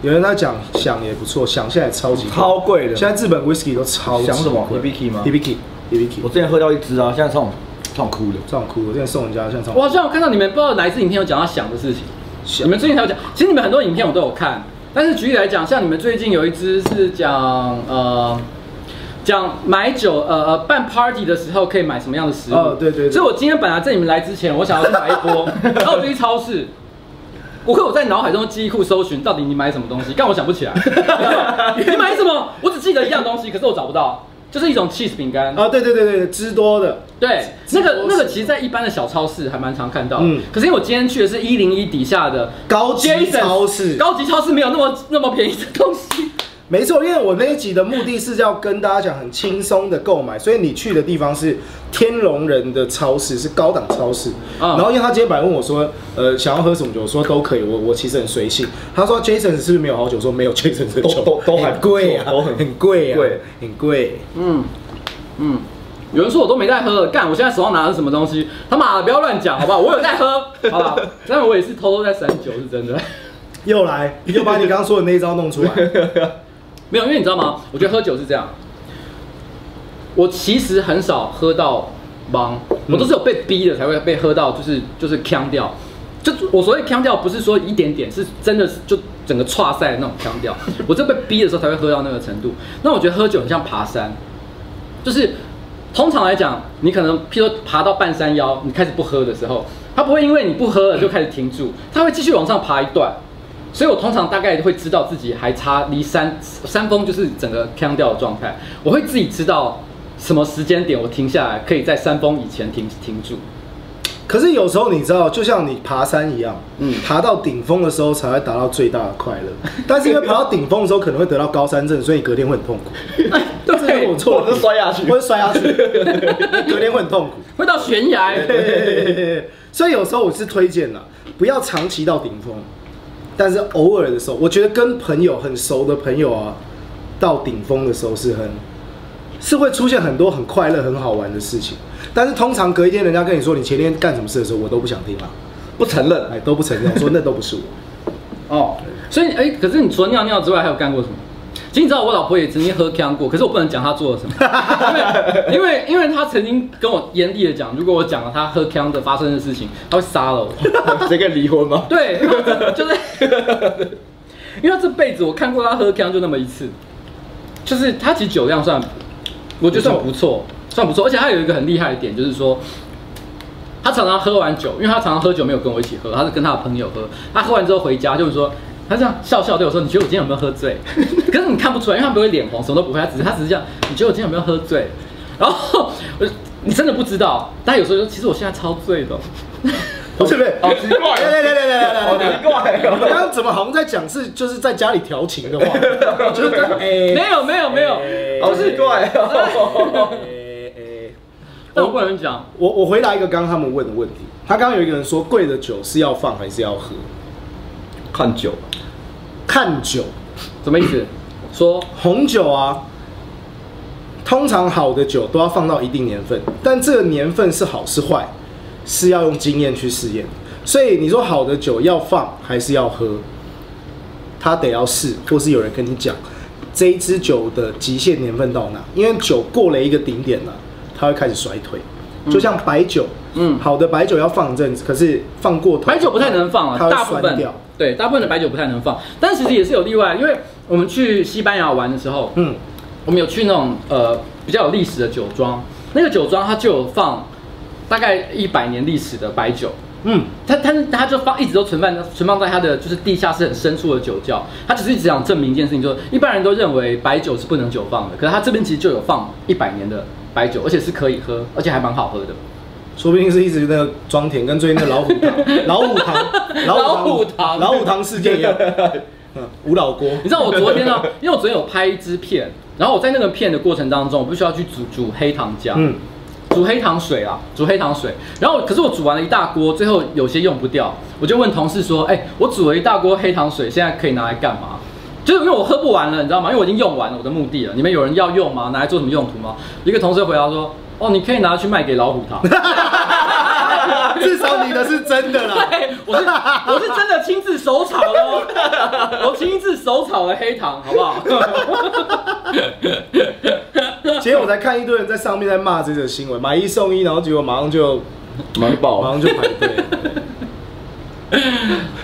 Speaker 4: 有人在讲想也不错，想现在也超级贵
Speaker 2: 超贵的
Speaker 4: 现在日本 whisky 都超级
Speaker 2: 想什么
Speaker 4: 贵
Speaker 2: Hibiki 吗
Speaker 4: ？hibiki hibiki，
Speaker 2: 我之前喝掉一支啊，现在唱唱哭了。
Speaker 4: 这样哭，我之前送人家像这
Speaker 3: 我好
Speaker 4: 样
Speaker 3: 像有看到你们不知道哪一支影片有讲到想的事情，
Speaker 4: 想
Speaker 3: 你们最近才有讲，其实你们很多影片我都有看，但是举例来讲，像你们最近有一支是讲呃。讲买酒，呃呃，办 party 的时候可以买什么样的食物？
Speaker 4: 哦对对对
Speaker 3: 所以我今天本来在你们来之前，我想要去买一 波，然后我就去超市。我会我在脑海中的记忆库搜寻到底你买什么东西，但我想不起来。 你买什么？我只记得一样东西，可是我找不到，就是一种 cheese 饼干。
Speaker 4: 啊，对对对对，汁多的，
Speaker 3: 对，那个那个其实，在一般的小超市还蛮常看到的。
Speaker 4: 嗯
Speaker 3: 可是因为我今天去的是一零一底下的
Speaker 4: 高级
Speaker 3: Jason's，
Speaker 4: 超市
Speaker 3: 哦高级超市没有那么那么便宜的东西。
Speaker 4: 没错，因为我那一集的目的是要跟大家讲很轻松的购买，所以你去的地方是天龙人的超市，是高档超市。
Speaker 3: 嗯
Speaker 2: 啊
Speaker 4: 然后因为他今天本来问我说，呃，想要喝什么酒，我说都可以，我我其实很随性。他说啊 Jason 是不是没有好酒？我说没有 Jason 的酒
Speaker 2: 都都都还
Speaker 4: 很贵啊，
Speaker 2: 都很
Speaker 4: 很贵啊，
Speaker 2: 贵
Speaker 4: 很贵。
Speaker 3: 嗯嗯，有人说我都没在喝，干，我现在手上拿的是什么东西？他妈的，不要乱讲，好不好？我有在 喝，好吧？但我也是偷偷在散酒，是真的。
Speaker 4: 又来，又把你刚刚说的那一招弄出来。
Speaker 3: 没有，因为你知道吗？我觉得喝酒是这样，我其实很少喝到忙，
Speaker 4: 嗯
Speaker 3: 我都是有被逼的才会被喝到，就是就是呛掉。就我所谓呛掉，不是说一点点，是真的是就整个岔赛的那种呛掉。我这被逼的时候才会喝到那个程度。那我觉得喝酒很像爬山，就是通常来讲，你可能譬如说爬到半山腰，你开始不喝的时候，它不会因为你不喝了就开始停住，它会继续往上爬一段。所以我通常大概会知道自己还差离山山峰就是整个腔掉的状态，我会自己知道什么时间点我停下来，可以在山峰以前停停住。
Speaker 4: 可是有时候你知道，就像你爬山一样，
Speaker 3: 嗯
Speaker 4: 嗯，爬到顶峰的时候才会达到最大的快乐。但是因为爬到顶峰的时候可能会得到高山症，所以你隔天会很痛 苦，
Speaker 3: 对，
Speaker 4: 我
Speaker 2: 错了，就摔下去。
Speaker 4: 会摔 下去，隔天会很痛苦。
Speaker 3: 会到悬崖。
Speaker 4: 嘿嘿嘿嘿嘿所以有时候我是推荐啦，不要长期到顶峰，但是偶尔的时候，我觉得跟朋友很熟的朋友啊，到顶峰的时候是很是会出现很多很快乐、很好玩的事情。但是通常隔一天，人家跟你说你前天干什么事的时候，我都不想听了。
Speaker 2: 不承认，
Speaker 4: 哎，都不承认，我说那都不是我。
Speaker 3: 哦，所以哎、可是你除了尿尿之外，还有干过什么？其实你知道，我老婆也曾经喝呛过，可是我不能讲她做了什么，因为因为因为她曾经跟我严厉的讲，如果我讲了她喝呛的发生的事情，她会杀了我。
Speaker 2: 谁跟你离婚吗？
Speaker 3: 对，因为我这就是因为他这辈子我看过他喝康就那么一次，就是他其实酒量算，我觉得算不错，算不错，而且他有一个很厉害的点，就是说。他常常喝完酒，因为他常常喝酒没有跟我一起喝，他是跟他的朋友喝。他喝完之后回家就是说，他这样笑笑对我说：“你觉得我今天有没有喝醉？” 可是你看不出来，因为他不会脸红，什么都不会，他只是他只是这样，你觉得我今天有没有喝醉？然后我就你真的不知道，但有时候就说其实我现在超醉的哦、
Speaker 4: 不是不是，
Speaker 2: 好奇怪哦
Speaker 4: 来来来来来来
Speaker 2: 好
Speaker 4: 来
Speaker 2: 奇
Speaker 4: 来，
Speaker 2: 怪
Speaker 4: 我刚
Speaker 2: 哦。
Speaker 4: 刚怎么好像在讲是就是在家里调情的话，就是跟哎
Speaker 3: 没有没有没有，
Speaker 2: 好奇怪哦！
Speaker 4: 哎哎
Speaker 3: 但我不能讲，
Speaker 4: 我我回答一个刚刚他们问的问题，他刚刚有一个人说贵的酒是要放还是要喝？
Speaker 2: 看酒，
Speaker 4: 看酒，
Speaker 3: 什么意思？说
Speaker 4: 红酒啊，通常好的酒都要放到一定年份，但这个年份是好是坏，是要用经验去试验。所以你说好的酒要放还是要喝，他得要试，或是有人跟你讲这一支酒的极限年份到哪，因为酒过了一个顶点了，它会开始衰退。就像白酒，
Speaker 3: 嗯
Speaker 4: 嗯，好的白酒要放一阵子，可是放过头，
Speaker 3: 白酒不太能放啊，
Speaker 4: 它
Speaker 3: 大
Speaker 4: 会
Speaker 3: 部
Speaker 4: 酸
Speaker 3: 分
Speaker 4: 掉。
Speaker 3: 对大部分的白酒不太能放，但其实也是有例外，因为我们去西班牙玩的时候，
Speaker 4: 嗯，
Speaker 3: 我们有去那种呃比较有历史的酒庄，那个酒庄它就有放大概一百年历史的白酒，
Speaker 4: 嗯，
Speaker 3: 它它它就放一直都存放存放在它的就是地下室很深处的酒窖，它只是一直想证明一件事情，就是一般人都认为白酒是不能久放的，可是它这边其实就有放一百年的白酒，而且是可以喝，而且还蛮好喝的。
Speaker 4: 说不定是一直那个装田跟最近的老虎 堂、老虎堂、
Speaker 3: 老虎堂
Speaker 4: 老虎堂事 件一样，嗯，吴老锅，
Speaker 3: 你知道我昨天呢， 因为我昨天有拍一支片，然后我在那个片的过程当中，我必须要去煮煮黑糖浆，
Speaker 4: 嗯，
Speaker 3: 煮黑糖水啊，煮黑糖水。然后可是我煮完了一大锅，最后有些用不掉，我就问同事说：“哎、我煮了一大锅黑糖水，现在可以拿来干嘛？”就是因为我喝不完了，你知道吗？因为我已经用完了我的目的了。你们有人要用吗？拿来做什么用途吗？一个同事回答说：“哦，你可以拿去卖给老虎堂。”
Speaker 4: 至少你的是真 的啦。
Speaker 3: 对，我是我是真的亲自手炒的哦，我亲自手炒的黑糖，好不好？啊
Speaker 4: 今天我才看一堆人在上面在骂这个新闻，买一送一，然后结果马上就
Speaker 2: 蛮
Speaker 4: 马
Speaker 2: 爆，
Speaker 4: 上就排队。
Speaker 3: 哎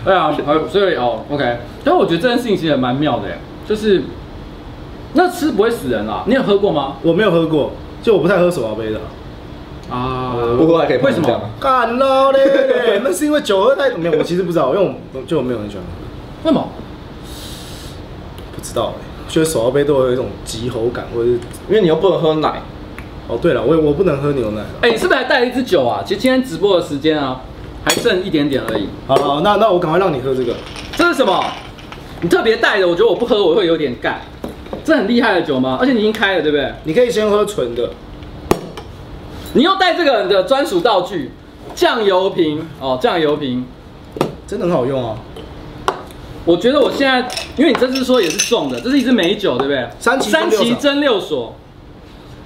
Speaker 3: 对啊，呃所以哦，OK，但我觉得这件事情其实也蛮妙的耶，就是那吃不会死人啊啦。你有喝过吗？
Speaker 4: 我没有喝过，就我不太喝手摇杯的啊。
Speaker 3: 啊，
Speaker 2: 呃不过还可以
Speaker 3: 为什
Speaker 2: 碰一下
Speaker 3: 么？
Speaker 2: 吗
Speaker 4: 干 了嘞！那是因为酒喝太没有，我其实不知道，因为我就我没有很喜欢喝，
Speaker 3: 为什么？
Speaker 4: 不知道哎、欸，觉得手摇杯都会有一种急喉感，或者是
Speaker 2: 因为你又不能喝奶，
Speaker 4: 哦，对了，我也我不能喝牛奶啊了。
Speaker 3: 哎、你是不是还带了一支酒啊？其实今天直播的时间啊，还剩一点点而已。
Speaker 4: 好了，好那那我赶快让你喝这个，
Speaker 3: 这是什么？你特别带的，我觉得我不喝我会有点干。这很厉害的酒吗？而且你已经开了，对不对？
Speaker 4: 你可以先喝纯的，
Speaker 3: 你又带这个你的专属道具，酱油瓶哦，酱油瓶。
Speaker 4: 真的很好用哦、
Speaker 3: 我觉得我现在，因为你这次说也是送的，这是一支美酒，对不对？
Speaker 4: 三旗
Speaker 3: 三
Speaker 4: 蒸馏
Speaker 3: 旗
Speaker 4: 所
Speaker 3: 蒸馏所，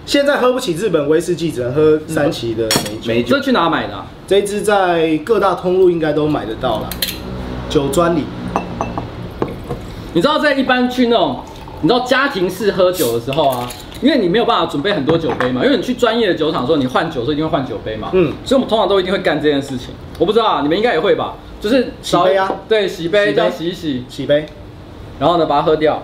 Speaker 4: 现在喝不起日本威士忌，只能喝三旗的美酒。
Speaker 2: 美酒
Speaker 3: 这去哪买的啊、
Speaker 4: 这一支在各大通路应该都买得到啦，酒专里。
Speaker 3: 你知道，在一般去那种你知道家庭式喝酒的时候啊，因为你没有办法准备很多酒杯嘛，因为你去专业的酒厂的时候，你换酒的时候一定会换酒杯嘛，
Speaker 4: 嗯
Speaker 3: 嗯，所以我们通常都一定会干这件事情。我不知道啊，你们应该也会吧？就是
Speaker 4: 洗杯啊
Speaker 3: 对，洗
Speaker 4: 洗
Speaker 3: 杯
Speaker 4: 杯
Speaker 3: 这样洗一洗，
Speaker 4: 起杯，
Speaker 3: 然后呢把它喝掉。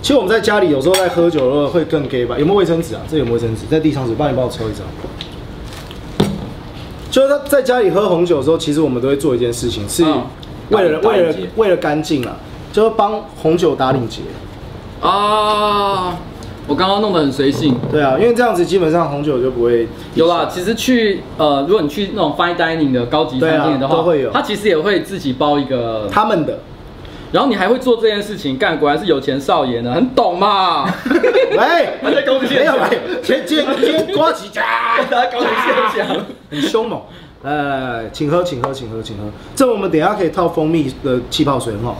Speaker 4: 其实我们在家里有时候在喝酒的时候会更 gay 吧？有没有卫生纸啊？这有没有卫生纸？在地上纸，帮你帮我抽一张。就是他在家里喝红酒的时候，其实我们都会做一件事情，是
Speaker 3: 嗯
Speaker 4: 为了
Speaker 2: 打理
Speaker 4: 为
Speaker 2: 打
Speaker 4: 了
Speaker 2: 理洁
Speaker 4: 为了干净啊，就是帮红酒打领结。
Speaker 3: 啊，我刚刚弄得很随性。
Speaker 4: 对啊，因为这样子基本上红酒就不会
Speaker 3: 有啦，其实去呃，如果你去那种 fine dining 的高级餐厅的话，
Speaker 4: 对啊都会有
Speaker 3: 他其实也会自己包一个，
Speaker 4: 他们的。
Speaker 3: 然后你还会做这件事情，干果然是有钱少爷呢，很懂嘛。
Speaker 4: 喂，
Speaker 2: 他在高级
Speaker 4: 没有没有，今天今天刮起家，
Speaker 2: 大家高级现象。
Speaker 4: 很凶猛。来来来来，请喝，请喝，请喝，请喝。这我们等一下可以套蜂蜜的气泡水，很好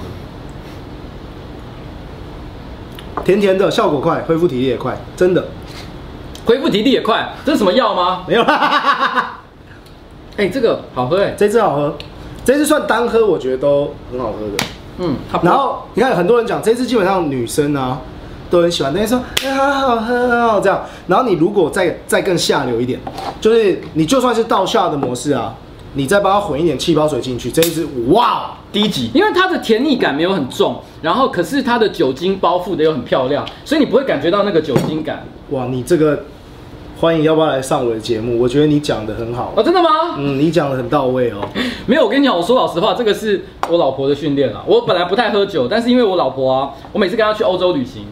Speaker 4: 喝，甜甜的，效果快，恢复体力也快，真的
Speaker 3: 恢复体力也快，这是什么药吗？
Speaker 4: 没有啦。
Speaker 3: 哎、这个好喝哎、
Speaker 4: 这支好喝，这支算单喝，我觉得都很好喝的。
Speaker 3: 嗯，它不
Speaker 4: 然后你看很多人讲，这支基本上女生啊都很喜欢，但是说哎好好喝很好这样。然后你如果再再更下流一点，就是你就算是倒下的模式啊，你再帮它混一点气泡水进去，这一支哇，
Speaker 2: 第一集
Speaker 3: 因为它的甜腻感没有很重，然后可是它的酒精包覆的又很漂亮，所以你不会感觉到那个酒精感。
Speaker 4: 哇，你这个欢迎要不要来上我的节目？我觉得你讲的很好
Speaker 3: 哦，，真的吗？
Speaker 4: 嗯，你讲的很到位哦。
Speaker 3: 没有，我跟你讲，我说老实话，这个是我老婆的训练啊。我本来不太喝酒，但是因为我老婆啊，我每次跟她去欧洲旅行，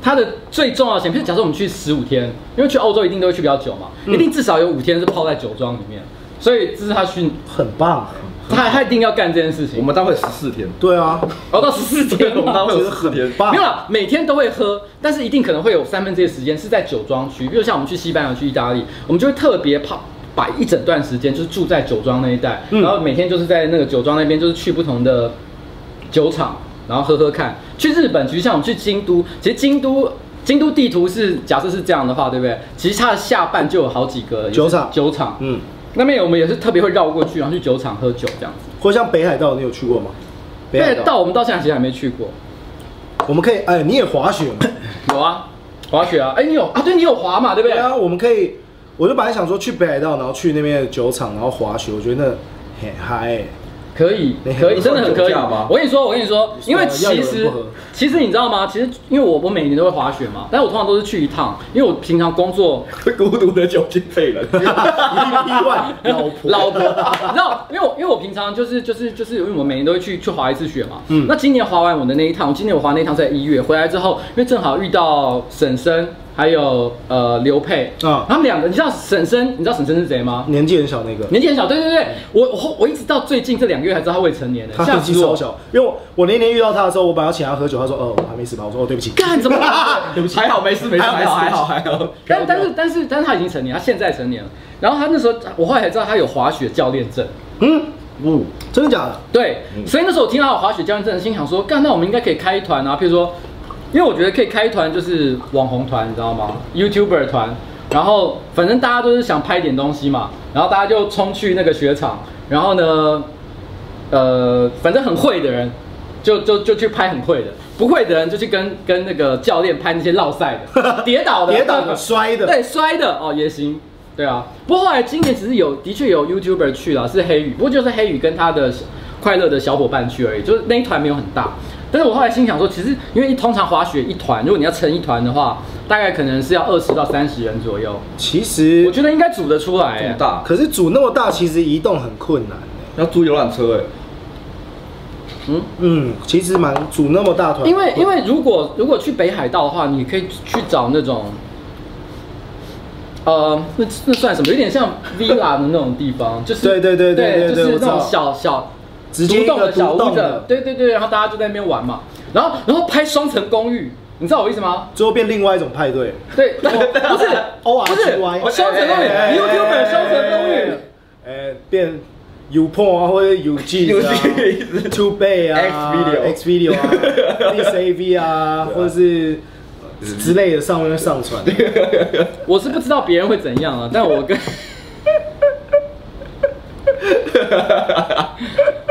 Speaker 3: 她的最重要的钱，譬如假设我们去十五天，因为去欧洲一定都会去比较久嘛，
Speaker 2: 嗯
Speaker 3: 一定至少有五天是泡在酒庄里面，所以这是她训，
Speaker 4: 很棒，
Speaker 3: 她她一定要干这件事情。
Speaker 2: 我们大概十四天，
Speaker 4: 对啊，
Speaker 3: 熬到十四天
Speaker 2: 我们大
Speaker 3: 吗？
Speaker 2: 概有四天
Speaker 4: 很。棒
Speaker 3: 没有，啦，每天都会喝，但是一定可能会有三分之一的时间是在酒庄区，比如像我们去西班牙、去意大利，我们就会特别怕。摆一整段时间就是住在酒庄那一带，
Speaker 4: 嗯
Speaker 3: 然后每天就是在那个酒庄那边，就是去不同的酒厂，然后喝喝看。去日本，其实像我们去京都，其实京都京都地图是假设是这样的话，对不对？其实它的下半就有好几个也是
Speaker 4: 酒厂
Speaker 3: 酒厂，嗯，
Speaker 4: 嗯，
Speaker 3: 那边我们也是特别会绕过去，然后去酒厂喝酒这样子。
Speaker 4: 或像北海道，你有去过吗？
Speaker 3: 对，到我们到现在其实还没去过，
Speaker 4: 我们可以，哎，你也滑雪吗？
Speaker 3: 有啊，滑雪啊，哎、你有啊？对，你有滑嘛，对不对？
Speaker 4: 对啊，我们可以，我就本来想说去北海道，然后去那边的酒厂，然后滑雪，我觉得那很嗨、 欸。
Speaker 3: 可以
Speaker 4: 你，
Speaker 3: 可以，真的很可以
Speaker 2: 你有酒驾吗。
Speaker 3: 我跟你说，我跟你说，因为
Speaker 4: 要
Speaker 3: 其
Speaker 4: 有人
Speaker 3: 实
Speaker 4: 不喝
Speaker 3: 其实你知道吗？其实因为我我每年都会滑雪嘛，但我通常都是去一趟，因为我平常工作
Speaker 2: 孤独的酒精废人。
Speaker 4: 意外，老 婆，
Speaker 3: 老婆，你知道，因为我因为我平常就是就是就是，因为我每年都会去去滑一次雪嘛。
Speaker 4: 嗯
Speaker 3: 那今年滑完我的那一趟，我今年我滑那一趟是在一月，回来之后，因为正好遇到婶婶还有呃刘佩，
Speaker 4: 啊
Speaker 3: 啊，他们两个，你知道婶婶，你知道婶婶是谁吗？
Speaker 4: 年纪很小那个，
Speaker 3: 年纪很小，对对对，我我我一直到最近这两个月才知道他未成年的，
Speaker 4: 他
Speaker 3: 吓
Speaker 4: 年纪
Speaker 3: 死
Speaker 4: 超
Speaker 3: 我！
Speaker 4: 小，因为我我那年遇到他的时候，我本来要请他喝酒，他说哦我还没死吧，我说哦对不起，
Speaker 3: 干 怎么搞的？
Speaker 2: 对不起，还好没事没事，
Speaker 3: 还好还好
Speaker 2: 还好。
Speaker 3: 但但是但是但是他已经成年，他现在成年了。然后他那时候，我后来才知道他有滑雪教练证。
Speaker 4: 嗯，
Speaker 2: 不，
Speaker 4: 真的假的？
Speaker 3: 对，
Speaker 4: 嗯
Speaker 3: 所以那时候我听到他有滑雪教练证，心想说，干，那我们应该可以开一团啊，譬如说，因为我觉得可以开一团，就是网红团，你知道吗？YouTuber 团，然后反正大家都是想拍点东西嘛，然后大家就冲去那个雪场，然后呢，呃，反正很会的人。就就就去拍很会的，不会的人就去跟跟那个教练拍那些落赛 的、跌倒的、
Speaker 4: 跌倒的摔的
Speaker 3: 对，摔的哦也行，对啊。不过后来今年其实有的确有 YouTuber 去了，是黑羽，不过就是黑羽跟他的小快乐的小伙伴去而已，就是那一团没有很大。但是我后来心想说，其实因为一通常滑雪一团，如果你要成一团的话，大概可能是要二十到三十人左右，
Speaker 4: 其实
Speaker 3: 我觉得应该组得出来。
Speaker 2: 这么
Speaker 3: 哎
Speaker 2: 大，
Speaker 4: 可是组那么大，其实移动很困难欸。
Speaker 2: 要租游览车哎、
Speaker 3: 嗯，
Speaker 4: 嗯，其实蛮组那么大团，
Speaker 3: 因为因为如果如果去北海道的话，你可以去找那种，呃，那那算什么？有点像 villa 的那种地 方，就是
Speaker 4: 对对对对对
Speaker 3: 就
Speaker 4: 对
Speaker 3: 是
Speaker 4: 我知
Speaker 3: 那
Speaker 4: 道
Speaker 3: 种小小
Speaker 4: 直接一
Speaker 3: 独栋
Speaker 4: 个
Speaker 3: 的小
Speaker 4: 独
Speaker 3: 屋
Speaker 4: 栋
Speaker 3: 的
Speaker 4: 的，，
Speaker 3: 对对对，然后大家就在那边玩嘛，然后然后拍双层公寓，你知道我意思吗？
Speaker 4: 最后变另外一种派对。
Speaker 3: 对，我不 是
Speaker 4: O R
Speaker 3: 不是
Speaker 4: G Y
Speaker 3: 双层公寓
Speaker 2: 哎哎哎
Speaker 3: ，YouTuber 双层
Speaker 4: 哎
Speaker 3: 公寓。
Speaker 4: 呃，变 U Porn 啊，或者 U G 啊 Two Bay 啊
Speaker 2: X
Speaker 4: X Video 啊，X A V 啊，或者是之类的上面上传。
Speaker 3: 我是不知道别人会怎样啊，但我 跟，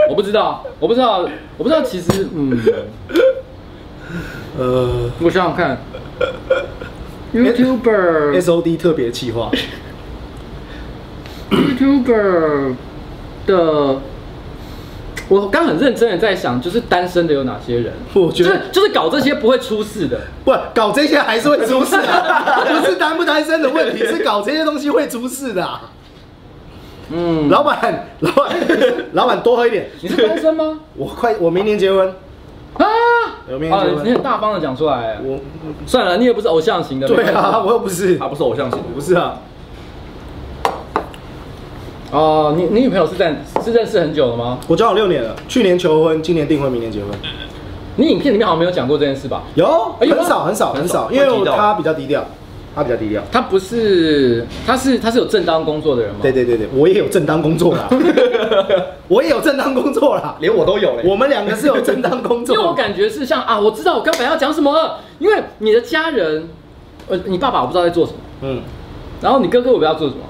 Speaker 3: 我不知道，我不知道，我不知道，其实，嗯，
Speaker 4: 呃
Speaker 3: 我想想看，YouTuber，YouTuber，
Speaker 4: ，S O D 特别企划，
Speaker 3: 的，我刚很认真的在想，就是单身的有哪些人？
Speaker 4: 我觉
Speaker 3: 就
Speaker 4: 得
Speaker 3: 是就是搞这些不会出事的，
Speaker 4: 不搞这些还是会出事的啊，不是单不单身的问题，是搞这些东西会出事的啊。
Speaker 3: 嗯，
Speaker 4: 老板，老板，老板多喝一点。
Speaker 3: 你是单身吗？
Speaker 4: 我快，我明年结婚。
Speaker 3: 啊，
Speaker 4: 有没有结婚
Speaker 3: 你很大方的讲出来，
Speaker 4: 我，
Speaker 3: 算了，你也不是偶像型的，
Speaker 4: 对
Speaker 3: 没关系
Speaker 4: 啊，我又不是，
Speaker 2: 他不是偶像型的
Speaker 4: 我，不是啊。
Speaker 3: 哦，你你女朋友是在是认识很久了吗？
Speaker 4: 我交往六年了，去年求婚，今年订婚，明年结婚。
Speaker 3: 你影片里面好像没有讲过这件事吧？
Speaker 4: 有，
Speaker 3: 哎有吗
Speaker 4: 很少很少很少，
Speaker 2: 很少
Speaker 4: 因为我
Speaker 2: 会低调
Speaker 4: 他比较低调，他比较低调。
Speaker 3: 他不是，他是他是有正当工作的人吗？
Speaker 4: 对，对对对，我也有正当工作 啦，我也有正当工作啦。
Speaker 2: 连我都有嘞、
Speaker 4: 我们两个是有正当工
Speaker 3: 因为我
Speaker 4: 作，
Speaker 3: 感觉是像啊，我知道我刚本来要讲什么了，因为你的家人，呃，你爸爸我不知道在做什么，
Speaker 4: 嗯，
Speaker 3: 然后你哥哥我不知道做什么，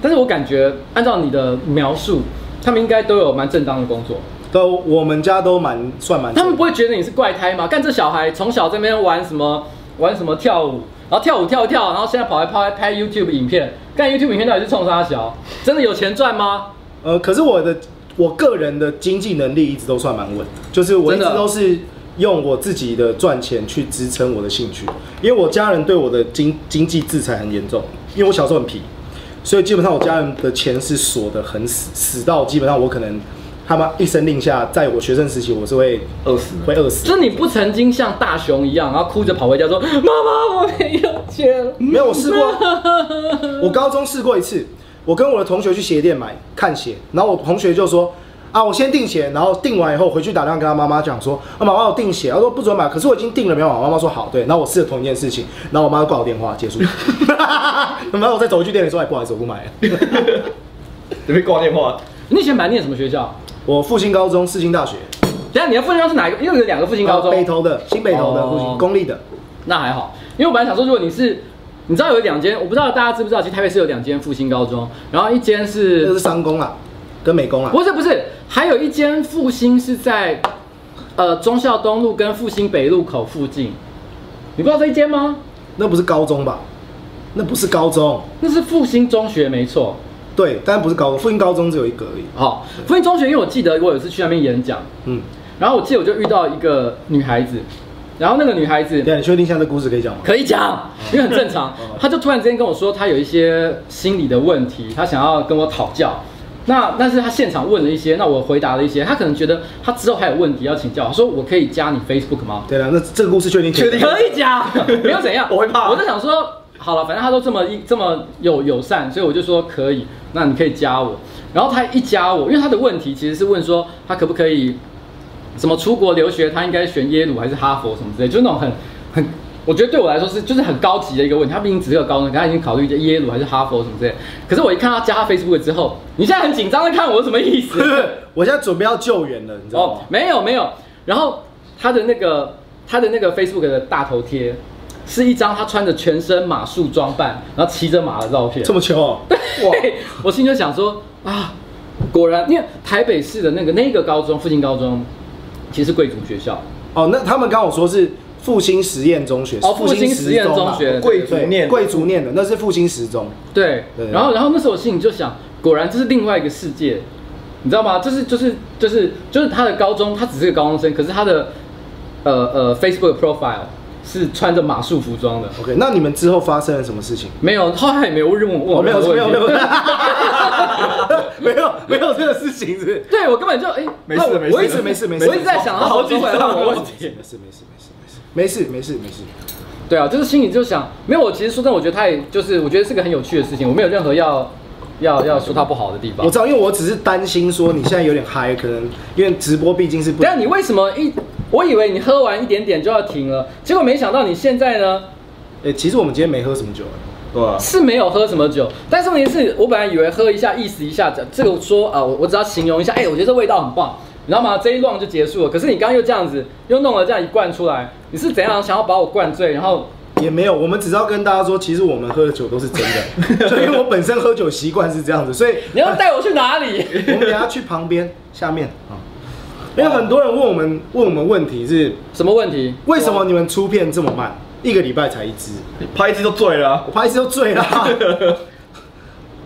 Speaker 3: 但是我感觉按照你的描述，他们应该都有蛮正当的工作，
Speaker 4: 都我们家都蛮算蛮正，
Speaker 3: 他们不会觉得你是怪胎吗？干这小孩从小在那边玩什么玩什么跳舞，然后跳舞跳一跳，然后现在跑来跑来拍 YouTube 影片，干 YouTube 影片到底是冲啥小？真的有钱赚吗？
Speaker 4: 呃，可是我的我个人的经济能力一直都算蛮稳的，就是我一直
Speaker 3: 真的啊
Speaker 4: 都是用我自己的赚钱去支撑我的兴趣，因为我家人对我的经经济制裁很严重，因为我小时候很皮，所以基本上我家人的钱是锁得很死，死到基本上我可能他们一声令下，在我学生时期我是会
Speaker 2: 饿死了
Speaker 4: 会饿死的。
Speaker 3: 就你不曾经像大雄一样，然后哭着跑回家说：“妈妈，我没有钱了。
Speaker 4: 没有，我试过，我高中试过一次，我跟我的同学去鞋店买看鞋，然后我同学就说。啊，我先订鞋，然后订完以后回去打电话跟他妈妈讲说，啊，妈妈我订鞋，她说不准买，可是我已经订了，没有买。我妈妈说好，对，然后我试了同一件事情，然后我妈就挂我电话，结束。 然后我再走回去店里说，哎，不好意思，我不买了。
Speaker 2: 你被挂电话，”
Speaker 3: 你以前本来念什么学校？
Speaker 4: 我复兴高中、世新大学，
Speaker 3: 等一下你的复兴高中是哪一个？因为有两个复兴高中，
Speaker 4: 呃北投的、新北投的、复
Speaker 3: 哦
Speaker 4: 兴公立的，
Speaker 3: 那还好，因为我本来想说，如果你是，你知道有两间，我不知道大家知不知道，其实台北市有两间复兴高中，然后一间
Speaker 4: 这
Speaker 3: 是
Speaker 4: 是商工啦，跟美工啦。啊
Speaker 3: 不是不是，还有一间复兴是在呃忠孝东路跟复兴北路口附近，你不知道这一间吗？
Speaker 4: 那不是高中吧？那不是高中，
Speaker 3: 那是复兴中学没错。
Speaker 4: 对，但不是高中，复兴高中只有一个而已。
Speaker 3: 好，复兴中学，因为我记得我有一次去那边演讲，
Speaker 4: 嗯，
Speaker 3: 然后我记得我就遇到一个女孩子，然后那个女孩子
Speaker 4: 对，你确定现在这故事可以讲吗？
Speaker 3: 可以讲，因为很正常。她就突然之间跟我说，她有一些心理的问题，她想要跟我讨教。那但是她现场问了一些，那我回答了一些，她可能觉得她之后还有问题要请教，我说我可以加你 Facebook 吗？
Speaker 4: 对了，那这个故事确定可以
Speaker 2: 确定
Speaker 4: 讲
Speaker 3: 可以讲， 没有怎样，
Speaker 2: 我会怕
Speaker 3: 我就想说，好了，反正他都这么一这么有友善，所以我就说可以，那你可以加我。然后他一加我，因为他的问题其实是问说他可不可以什么出国留学，他应该选耶鲁还是哈佛什么之类，就是那种很 很。我觉得对我来说是就是很高级的一个问题，他毕竟只是个高中，可他已经考虑耶鲁还是哈佛什么之类。可是我一看他加他 Facebook 之后，你现在很紧张的看我是什么意 思？
Speaker 4: 我现在准备要救援了，你知道
Speaker 3: 哦
Speaker 4: 吗，？
Speaker 3: 没有没有。然后他的那个他的那个 Facebook 的大头贴，是一张他穿着全身马术装扮，然后骑着马的照片。
Speaker 4: 这么穷哦，
Speaker 3: 哇！ 我心里就想说啊，果然，因为台北市的那个那个高中，附近高中其实是贵族学校，
Speaker 4: 哦，那他们刚好说是复兴实验中学，
Speaker 3: 哦复兴实验中学
Speaker 4: 啊
Speaker 2: 贵族
Speaker 4: 对
Speaker 2: 念的
Speaker 4: 贵族念的，那是复兴十中，
Speaker 3: 对
Speaker 4: 对，
Speaker 3: 然后然后那时候我心里就想，果然这是另外一个世界，你知道吗？就是就是就是就是他的高中，他只是个高中生，可是他的呃呃 Facebook profile 是穿着马术服装的。哦
Speaker 4: OK，那你们之后发生了什么事情？
Speaker 3: 没有，后来也没有问我问
Speaker 4: 哦，
Speaker 3: 我
Speaker 4: 没有，
Speaker 3: 任何
Speaker 4: 没有，
Speaker 3: 问
Speaker 4: 没
Speaker 3: 题
Speaker 4: 有，没有，没有， 没有这个事情 是不是。
Speaker 3: 对我根本就哎，
Speaker 2: 没事
Speaker 3: 那我
Speaker 2: 没事
Speaker 3: 我一直
Speaker 4: 没事没事
Speaker 3: 我一直在想他
Speaker 2: 好
Speaker 3: 什么时候会来问我问题。
Speaker 4: 没事没事没事没事没事没事，
Speaker 3: 对啊，就是心里就想，没有。我其实说真的，我觉得他也就是，我觉得是个很有趣的事情，我没有任何要要要说他不好的地方
Speaker 4: 我。知道，因为我只是担心说你现在有点嗨，可能因为直播毕竟是不。
Speaker 3: 但你为什么一？我以为你喝完一点点就要停了，结果没想到你现在呢
Speaker 4: 哎，其实我们今天没喝什么酒，啊
Speaker 2: 对啊吧？
Speaker 3: 是没有喝什么酒，但是问题是我本来以为喝一下意思一下，这这个说啊、呃我我只要形容一下，哎、我觉得这味道很棒，你知道吗？这一 round 就结束了。可是你刚刚又这样子，又弄了这样一罐出来，你是怎样想要把我灌醉？然后
Speaker 4: 也没有，我们只是要跟大家说，其实我们喝的酒都是真 的，就因为我本身喝酒习惯是这样子，所以
Speaker 3: 你要带我去哪里？
Speaker 4: 我们等下去旁边下面啊，因为很多人问我们问我们问题是
Speaker 3: 什么问题？
Speaker 4: 为什么你们出片这么慢，一个礼拜才一支，
Speaker 2: 你拍一次就醉了啊、
Speaker 4: 我拍一支都醉了，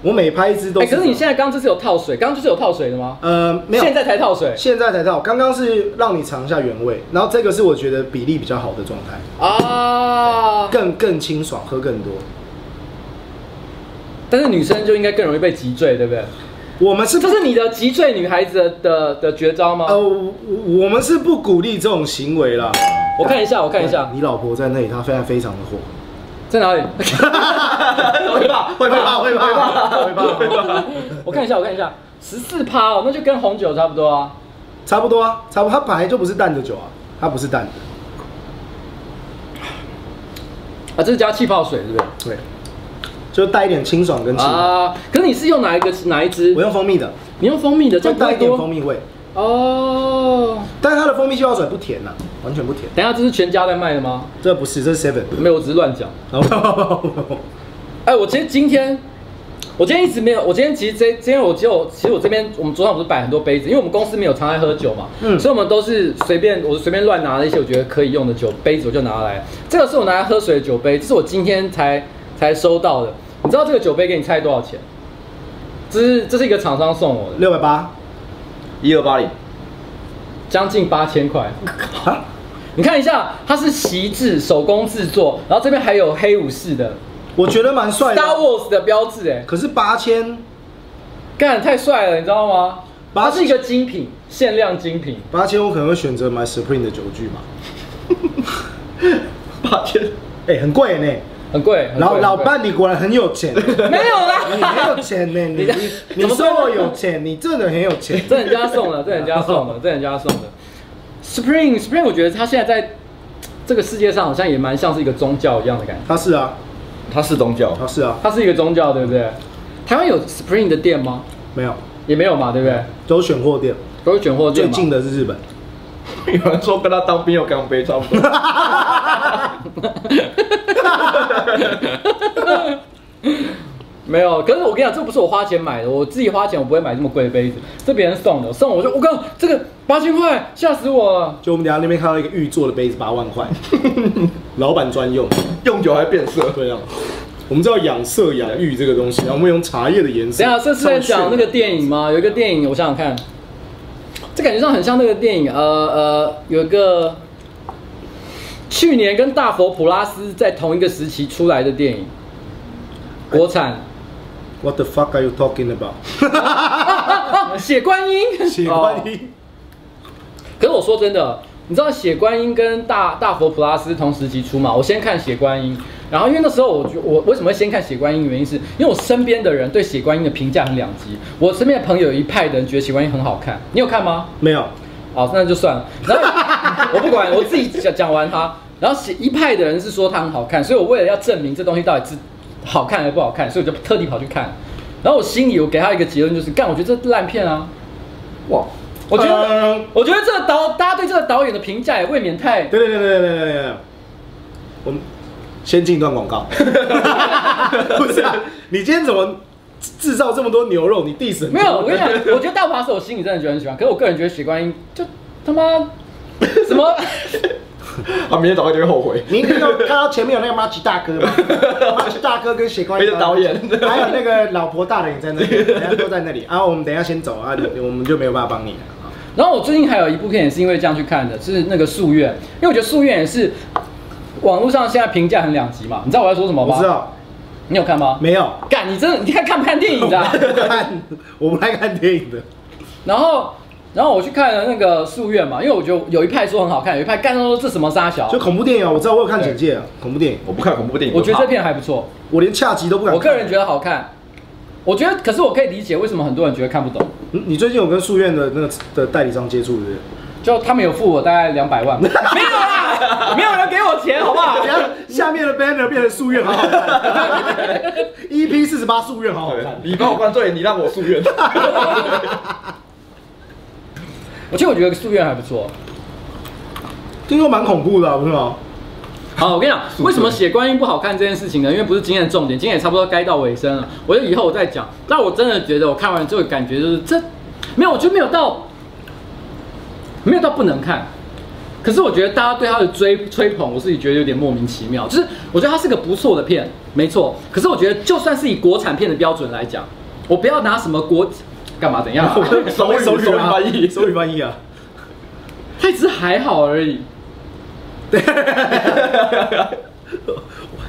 Speaker 4: 我每拍一支都
Speaker 3: 哎、
Speaker 4: 这样。
Speaker 3: 可是你现在刚刚这是有套水，刚刚就是有套水的吗？
Speaker 4: 呃没有，
Speaker 3: 现在才套水
Speaker 4: 现在才到，刚刚是让你尝一下原味，然后这个是我觉得比例比较好的状态，
Speaker 3: 啊！
Speaker 4: 更更清爽，喝更多。
Speaker 3: 但是女生就应该更容易被击醉，对不对？
Speaker 4: 我们是不
Speaker 3: 这是你的击醉女孩子的的的绝招吗？
Speaker 4: 呃，我我们是不鼓励这种行为啦。
Speaker 3: 我看一下，我看一下
Speaker 4: 你老婆在那里，她非常非常的火，
Speaker 3: 在哪里？
Speaker 2: 会吧？
Speaker 4: 会
Speaker 2: 会吧？
Speaker 4: 怕会怕会怕会怕，
Speaker 3: 我看一下，我看一下，十四趴哦，那就跟红酒差不多啊。
Speaker 4: 差不多啊，差不多。它本来就不是淡的酒啊，它不是淡的，
Speaker 3: 啊，这是加气泡水，是不是？
Speaker 4: 对，就带一点清爽跟清爽。
Speaker 3: 啊，可是你是用哪一个哪一支
Speaker 4: 我？用蜂蜜的，
Speaker 3: 你用蜂蜜的，这样
Speaker 4: 就
Speaker 3: 不
Speaker 4: 带
Speaker 3: 会
Speaker 4: 一点
Speaker 3: 多
Speaker 4: 蜂蜜味，
Speaker 3: 哦。
Speaker 4: 但是它的蜂蜜气泡水不甜呐、完全不甜。
Speaker 3: 等一下这是全家在卖的吗？
Speaker 4: 这不是，这是 Seven。
Speaker 3: 没有，我只是乱讲。哎，我其实今天，我今天一直没有，我今天其实这今天我只有，其实我这边我们桌上不是摆很多杯子，因为我们公司没有常爱喝酒嘛，
Speaker 4: 嗯
Speaker 3: 所以我们都是随便我随便乱拿了一些我觉得可以用的酒杯子，我就拿来。这个是我拿来喝水的酒杯，这是我今天才才收到的。你知道这个酒杯给你猜多少钱？这是这是一个厂商送我的，
Speaker 4: 六百八
Speaker 2: 一二八零，
Speaker 3: 将近八千块。
Speaker 4: 啊，
Speaker 3: 你看一下，它是席制手工制作，然后这边还有黑武士的
Speaker 4: 我觉得蛮帅
Speaker 3: Star
Speaker 4: 的。
Speaker 3: Wars 的标志，哎，
Speaker 4: 可是八千
Speaker 3: 干太帅了，你知道吗？
Speaker 4: 把它
Speaker 3: 它是一个精品，限量精品。
Speaker 4: 八千，我可能会选择买 Supreme 的酒具吧。
Speaker 2: 八千，
Speaker 4: 哎、很贵呢、
Speaker 3: 很贵，很贵
Speaker 4: 哎老
Speaker 3: 很
Speaker 4: 老
Speaker 3: 贵
Speaker 4: 伴，你嗯果然很有钱、
Speaker 3: 没有
Speaker 4: 你很
Speaker 3: 啦
Speaker 4: 有，钱呢、你
Speaker 3: 你的
Speaker 4: 你
Speaker 3: 怎
Speaker 4: 你
Speaker 3: 么
Speaker 4: 说我有钱，你真的很有钱。
Speaker 3: 这人家送的，这人家
Speaker 4: 啊
Speaker 3: 送的，这人家送的。Spring Spring，我觉得它现在在这个世界上好像也蛮像是一个宗教一样的感觉，
Speaker 4: 他是啊，
Speaker 2: 他是宗教
Speaker 4: 他，是啊，
Speaker 3: 它是一个宗教，对不对？台湾有 Spring 的店吗？
Speaker 4: 没有，
Speaker 3: 也没有嘛，对不对？
Speaker 4: 都选货店，
Speaker 3: 都是卷货店嘛。
Speaker 4: 最近的是日本。
Speaker 2: 有人说跟他当兵有干杯差不多。
Speaker 3: 没有，可是我跟你讲，这不是我花钱买的，我自己花钱我不会买这么贵的杯子，这别人送的，送我就我靠，这个八千块吓死我了。
Speaker 4: 就我们等一下那边看到一个玉做的杯子，八万 块，老板专用。
Speaker 2: 用酒还变色，
Speaker 4: 对啊，我们知道养色养玉这个东西，然后我们用茶叶的颜色。
Speaker 3: 等一下，这是在讲那个电影吗？有一个电影，我想想看，这感觉上很像那个电影，呃呃，有一个去年跟大佛普拉斯在同一个时期出来的电影，国 产
Speaker 4: What the fuck are you talking about？
Speaker 3: 啊，血观音，哦
Speaker 4: 喜欢你。
Speaker 3: 可是我说真的，你知道血观音跟大大佛普拉斯同时期出嘛？我先看血观音，然后因为那时候我就我为什么会先看血观音？原因是因为我身边的人对血观音的评价很两极。我身边的朋友有一派的人觉得血观音很好看，你有看吗？
Speaker 4: 没有，
Speaker 3: 哦，那就算了。然后我不管，我自己讲讲完它。然后一派的人是说它很好看，所以我为了要证明这东西到底是好看还是不好看，所以我就特地跑去看。然后我心里我给他一个结论，就是干，我觉得这烂片啊。
Speaker 2: 哇！
Speaker 3: 我觉得，
Speaker 4: 嗯
Speaker 3: 我觉得这个导大家对这个导演的评价也未免太……
Speaker 4: 对对对对对对对对，我们先进一段 广告。不是啊，你今天怎么制造这么多牛肉？你 diss 很多
Speaker 3: 没有，我跟你讲，我觉得大华是我心里真的觉得很喜欢，可是我个人觉得许冠英就他妈什么？
Speaker 2: 他啊明天早上就会后悔。
Speaker 4: 你一定有看到前面有那个马吉大 哥吗？马吉大哥跟血观音
Speaker 2: 没得导演
Speaker 4: 还有那个老婆大人也在那里，大家都在那里。啊，我们等一下先走啊，我们就没有办法帮你了。啊
Speaker 3: 然后我最近还有一部片也是因为这样去看的，是那个《夙愿》，因为我觉得《夙愿》也是网络上现在评价很两极嘛，你知道我在说什么吗？
Speaker 4: 我知，道，
Speaker 3: 你有看吗？
Speaker 4: 没有，
Speaker 3: 干，你真的你看看不看电影的啊、
Speaker 4: 我不看，我不爱看电影的。
Speaker 3: 然后，然后我去看了那个《夙愿》嘛，因为我觉得有一派说很好看，有一派干说这什么沙小
Speaker 4: 就，恐怖电影啊，我知道我有看简介啊，恐怖电影，
Speaker 2: 我不看恐怖电影，
Speaker 3: 我觉得
Speaker 2: 怕
Speaker 3: 这片还不错，
Speaker 4: 我连恰吉都不敢看。
Speaker 3: 我个人觉得好看。我觉得，可是我可以理解为什么很多人觉得看不懂，
Speaker 4: 嗯，你最近有跟书院的那个的代理商接触是不是？
Speaker 3: 就他们有付我大概两百 万，没有啦，没有人给我钱，好不好？
Speaker 4: 等一下下面的 banner 变成书院好好看，EP 四十八书院好好
Speaker 2: 对
Speaker 4: 看。
Speaker 2: 你帮我灌醉，你让我 夙愿。
Speaker 3: 我其实我觉得《夙愿》还不错。
Speaker 4: 听说蛮恐怖的、啊，不是吗？
Speaker 3: 好，我跟你讲，为什么写观音不好看这件事情呢？因为不是今天的重点，今天也差不多该到尾声了，我就以后我再讲。但我真的觉得我看完之后感觉就是这没有，我就没有到没有到不能看。可是我觉得大家对他的追吹捧，我自己觉得有点莫名其妙。就是我觉得它是个不错的片，没错。可是我觉得就算是以国产片的标准来讲，我不要拿什么国干嘛怎样、 啊，
Speaker 2: 手语手语翻译
Speaker 4: 手语翻译啊。
Speaker 3: 它只是还好而已。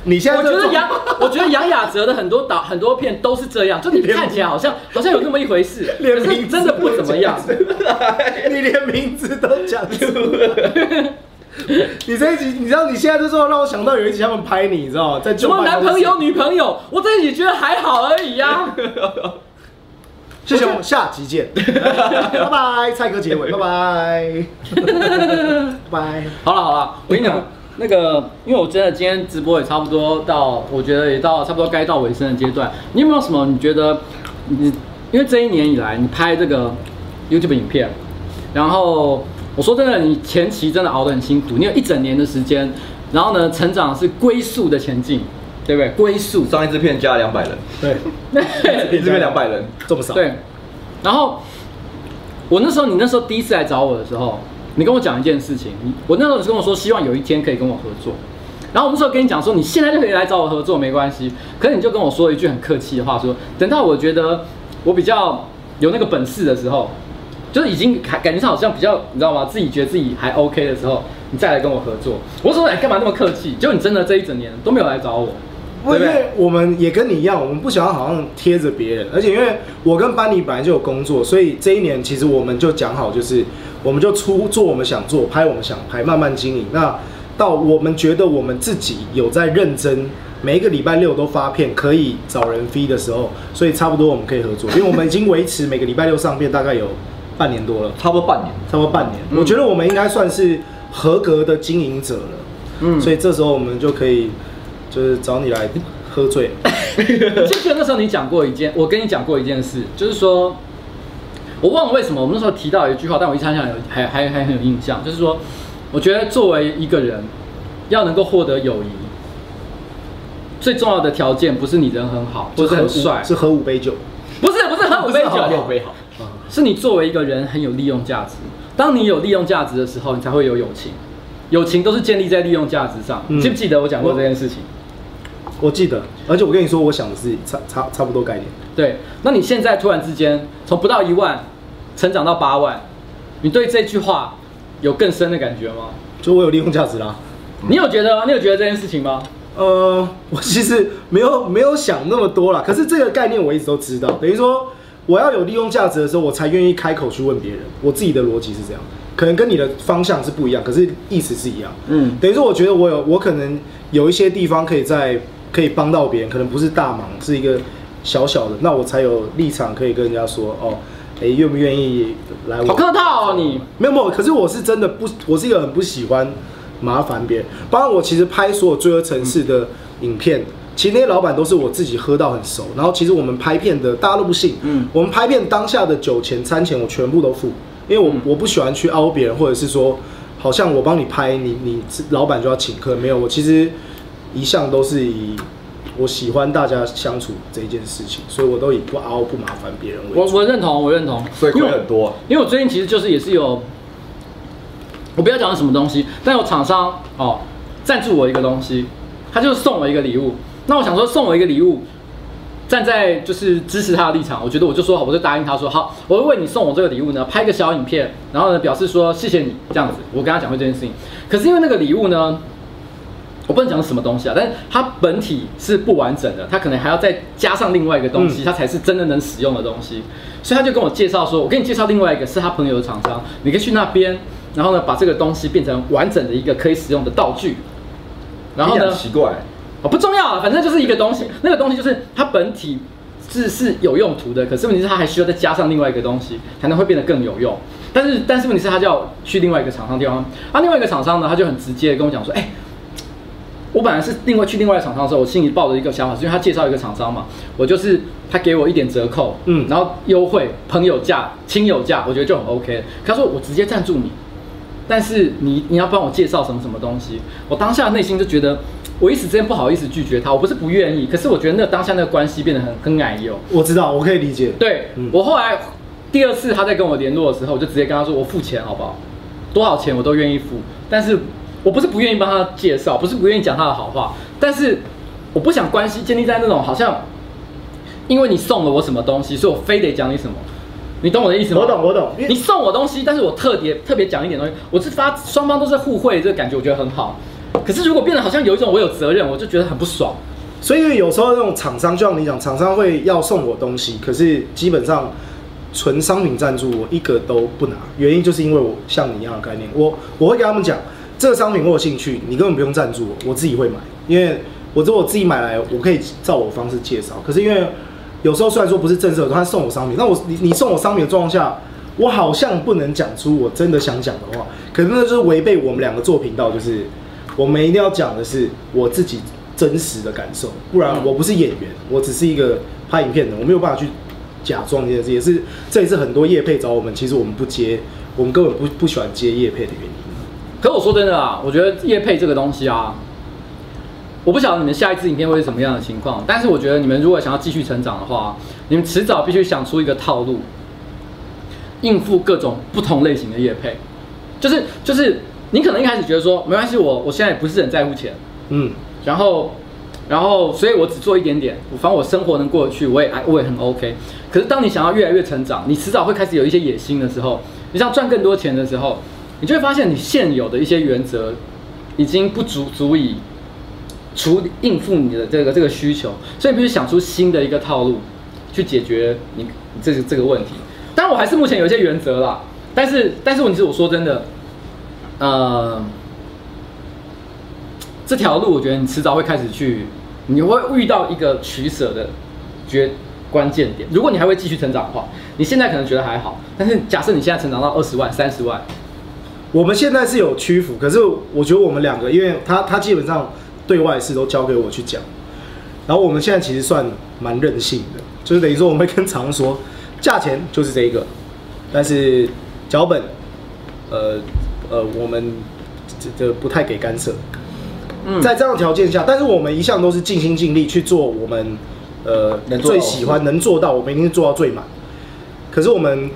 Speaker 4: 你现在
Speaker 3: 我觉
Speaker 4: 这
Speaker 3: 得
Speaker 4: 种
Speaker 3: 杨，我觉得杨雅哲的很多导很多片都是这样，就你看起来好像好像有那么一回事，
Speaker 4: 连
Speaker 3: 可是
Speaker 4: 名字
Speaker 3: 真的不怎么样。
Speaker 4: 你连名字都讲出来。你这一集，你知道你现在这时候让我想到有一集他们拍你，你知道吗？在
Speaker 3: 什
Speaker 4: 旧
Speaker 3: 么
Speaker 4: 办
Speaker 3: 男
Speaker 4: 公
Speaker 3: 朋
Speaker 4: 室
Speaker 3: 友、女朋友，我自己觉得还好而已啊呀、
Speaker 4: 谢谢，我们下集见，拜拜，蔡哥结尾，拜拜，拜拜。
Speaker 3: 好了好了，我跟你讲，那个，因为我真的今天直播也差不多到，我觉得也到差不多该到尾声的阶段。你有没有什么你觉得你，因为这一年以来你拍这个 YouTube 影片，然后我说真的，你前期真的熬得很辛苦，你有一整年的时间，然后呢，成长是龟速的前进，对不对？龟 速，
Speaker 2: 上一支片加两百人，
Speaker 4: 对，
Speaker 3: 哎
Speaker 2: 一
Speaker 3: 啊
Speaker 2: 支片两百人，
Speaker 4: 这么少，
Speaker 3: 对，然后我那时候，你那时候第一次来找我的时候，你跟我讲一件事情，你我那时候是跟我说，希望有一天可以跟我合作。然后我那时候跟你讲说，你现在就可以来找我合作，没关系。可是你就跟我说一句很客气的话，说等到我觉得我比较有那个本事的时候，就是已经感感觉上好像比较，你知道吗？自己觉得自己还 OK 的时候，你再来跟我合作。我说哎，干嘛那么客气？结果你真的这一整年都没有来找我。
Speaker 4: 因
Speaker 3: 对不对
Speaker 4: 为我们也跟你一样，我们不想要好像贴着别人，而且因为我跟班尼本来就有工作，所以这一年其实我们就讲好，就是我们就出做我们想做，拍我们想拍，慢慢经营。那到我们觉得我们自己有在认真，每一个礼拜六都发片，可以找人 fee 的时候，所以差不多我们可以合作，因为我们已经维持每个礼拜六上片大概有半年多了。
Speaker 2: 差不多半年。
Speaker 4: 差不多半年，
Speaker 3: 嗯
Speaker 4: 我觉得我们应该算是合格的经营者了。
Speaker 3: 嗯
Speaker 4: 所以这时候我们就可以就是找你来喝 醉。
Speaker 3: 记不记得那时候你讲过一件，我跟你讲过一件事，就是说，我忘了为什么我们那时候提到一句话，但我一想想有还还还很有印象，就是说，我觉得作为一个人，要能够获得友谊，最重要的条件不是你人很好，或
Speaker 4: 就是喝
Speaker 3: 很
Speaker 4: 五
Speaker 3: 帅，
Speaker 4: 是喝五杯酒。
Speaker 3: 不是不是喝五杯酒，
Speaker 2: 六杯好。
Speaker 3: 是你作为一个人很有利用价值。当你有利用价值的时候，你才会有友情。友情都是建立在利用价值上。
Speaker 4: 嗯
Speaker 3: 记不记得我讲过这件事情？
Speaker 4: 我记得，而且我跟你说，我想的是差差差不多概念。
Speaker 3: 对，那你现在突然之间从不到一万成长到八万，你对这句话有更深的感觉吗？
Speaker 4: 就我有利用价值啦。
Speaker 2: 嗯
Speaker 3: 你有觉得你有觉得这件事情吗？
Speaker 4: 呃， 我其实没有没有想那么多啦，可是这个概念我一直都知道，等于说我要有利用价值的时候，我才愿意开口去问别人。我自己的逻辑是这样，可能跟你的方向是不一样，可是意思是一样。
Speaker 3: 嗯，
Speaker 4: 等于说，我觉得我有我可能有一些地方可以在可以帮到别人，可能不是大忙，是一个小小的，那我才有立场可以跟人家说哦，哎，愿不愿意来我？
Speaker 3: 好客套哦你。
Speaker 4: 没有没有，可是我是真的不，我是一个很不喜欢麻烦别人。包括我其实拍所有罪恶城市的影片，其实那些老板都是我自己喝到很熟。然后其实我们拍片的大家都不信，
Speaker 3: 嗯
Speaker 4: 我们拍片当下的酒钱、餐钱我全部都付，因为我、
Speaker 3: 嗯
Speaker 4: 我不喜欢去凹别人，或者是说好像我帮你拍，你你老板就要请客。没有，我其实一向都是以。我喜欢大家相处这一件事情，所以我都以不凹不麻烦别人为主。
Speaker 3: 我我认同，我认同，
Speaker 2: 所以
Speaker 3: 因
Speaker 2: 亏
Speaker 3: 为我
Speaker 2: 很多啊
Speaker 3: 因为我最近其实就是也是有，我不要讲是什么东西，但有厂商哦赞助我一个东西，他就送我一个礼物。那我想说送我一个礼物，站在就是支持他的立场，我觉得我就说好，我就答应他说好，我会为你送我这个礼物呢，拍个小影片，然后呢表示说谢谢你这样子，我跟他讲过这件事情。可是因为那个礼物呢，我不能讲是什么东西啊，但是它本体是不完整的，它可能还要再加上另外一个东西，
Speaker 4: 嗯
Speaker 3: 它才是真的能使用的东西。所以他就跟我介绍说，我给你介绍另外一个是他朋友的厂商，你可以去那边，然后呢把这个东西变成完整的一个可以使用的道具。然后
Speaker 2: 听起来
Speaker 3: 呢，
Speaker 2: 很奇怪，
Speaker 3: 哦，不重要啊，反正就是一个东西，那个东西就是它本体是是有用途的，可是问题是它还需要再加上另外一个东西，才能会变得更有用。但是但是问题是他就要去另外一个厂商地方，啊，另外一个厂商呢，他就很直接的跟我讲说，哎、我本来是另外去另外一个厂商的时候，我心里抱着一个想法，是因为他介绍一个厂商嘛，我就是他给我一点折扣，
Speaker 4: 嗯
Speaker 3: 嗯，然后优惠、朋友价、亲友价，我觉得就很 OK 了。可他说我直接赞助你，但是你你要帮我介绍什么什么东西，我当下内心就觉得我一时之间不好意思拒绝他，我不是不愿意，可是我觉得那当下那个关系变得很很矮油。
Speaker 4: 我知道，我可以理解。
Speaker 3: 对、
Speaker 4: 嗯
Speaker 3: 我后来第二次他在跟我联络的时候，我就直接跟他说我付钱好不好？多少钱我都愿意付，但是我不是不愿意帮他介绍，不是不愿意讲他的好话，但是我不想关系建立在那种好像因为你送了我什么东西，所以我非得讲你什么。你懂我的意思吗？
Speaker 4: 我懂我懂因为
Speaker 3: 你送我东西，但是我特别特别讲一点东西，我是发双方都是互惠，这个感觉我觉得很好。可是如果变得好像有一种我有责任，我就觉得很不爽。
Speaker 4: 所以有时候那种厂商，就像你讲，厂商会要送我东西，可是基本上纯商品赞助我一个都不拿，原因就是因为我像你一样的概念，我我会跟他们讲，这个商品我有兴趣，你根本不用赞助我，我自己会买，因为我如果我自己买来，我可以照我方式介绍。可是因为有时候虽然说不是正式的，他送我商品，那我你你送我商品的状况下。我好像不能讲出我真的想讲的话，可是那就是违背我们两个做频道，就是我们一定要讲的是我自己真实的感受，不然我不是演员，我只是一个拍影片的，我没有办法去假装这件事，也是这也是很多业配找我们，其实我们不接，我们根本不不喜欢接业配的原因。
Speaker 3: 可我说真的啊，我觉得叶配这个东西啊，我不晓得你们下一支影片会是什么样的情况，但是我觉得你们如果想要继续成长的话，你们迟早必须想出一个套路，应付各种不同类型的叶配。就是就是，你可能一开始觉得说没关系，我我现在也不是很在乎钱，
Speaker 4: 嗯，
Speaker 3: 然后，然后，所以我只做一点点，反正我生活能过得去，我也哎，我也很 OK。可是当你想要越来越成长，你迟早会开始有一些野心的时候，你想赚更多钱的时候，你就会发现你现有的一些原则已经不足足以处理应付你的这个这个需求，所以必须想出新的一个套路去解决你你这个这个问题。当然，我还是目前有一些原则啦，但是但是问题是，我说真的，呃，这条路我觉得你迟早会开始去，你会遇到一个取舍的决关键点。如果你还会继续成长的话，你现在可能觉得还好，但是假设你现在成长到二十万、三十万，
Speaker 4: 我们现在是有屈服，可是我觉得我们两个，因为他他基本上对外事都交给我去讲，然后我们现在其实算蛮任性的，就是等于说我们会跟常说，价钱就是这一个，但是脚本，呃呃，我们这这不太给干涉，
Speaker 3: 嗯
Speaker 4: 在这样的条件下，但是我们一向都是尽心尽力去做我们呃
Speaker 2: 能做到
Speaker 4: 最喜欢能做到，我们一定是做到最满。可是我们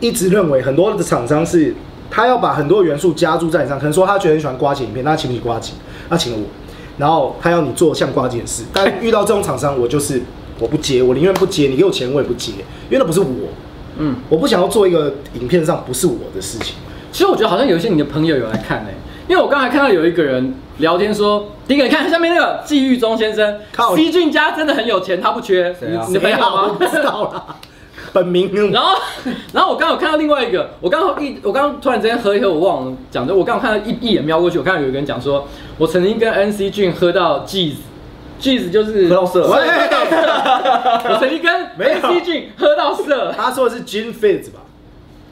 Speaker 4: 一直认为很多的厂商是他要把很多元素加注在你上，可能说他觉得你喜欢瓜姐影片，那他请你瓜姐，他请了我，然后他要你做像瓜姐的事，但遇到这种厂商，我就是我不接，我宁愿不接，你给我钱我也不接，因为那不是我，
Speaker 3: 嗯，
Speaker 4: 我不想要做一个影片上不是我的事情。
Speaker 3: 其实我觉得好像有一些你的朋友有来看呢、因为我刚才看到有一个人聊天说，第一个你看下面那个季玉忠先生
Speaker 4: 靠
Speaker 3: ，C 俊家真的很有钱，他不缺，
Speaker 2: 谁啊
Speaker 3: 你的朋友
Speaker 4: 我
Speaker 3: 吗？
Speaker 4: 不知道啦，本名。
Speaker 3: 然后， 然后我刚好看到另外一个，我刚好一，我刚刚突然之间喝一喝，我忘了讲的，我刚好看到一一眼瞄过去，我看到有一个人讲说，我曾经跟 NC 俊喝到 G 子。G 子就是
Speaker 2: 喝到色哎
Speaker 3: 我也喝到 色。我曾经跟
Speaker 4: 没有
Speaker 3: NC 俊喝到色，啊
Speaker 4: 他说的是 Gin Fizz 吧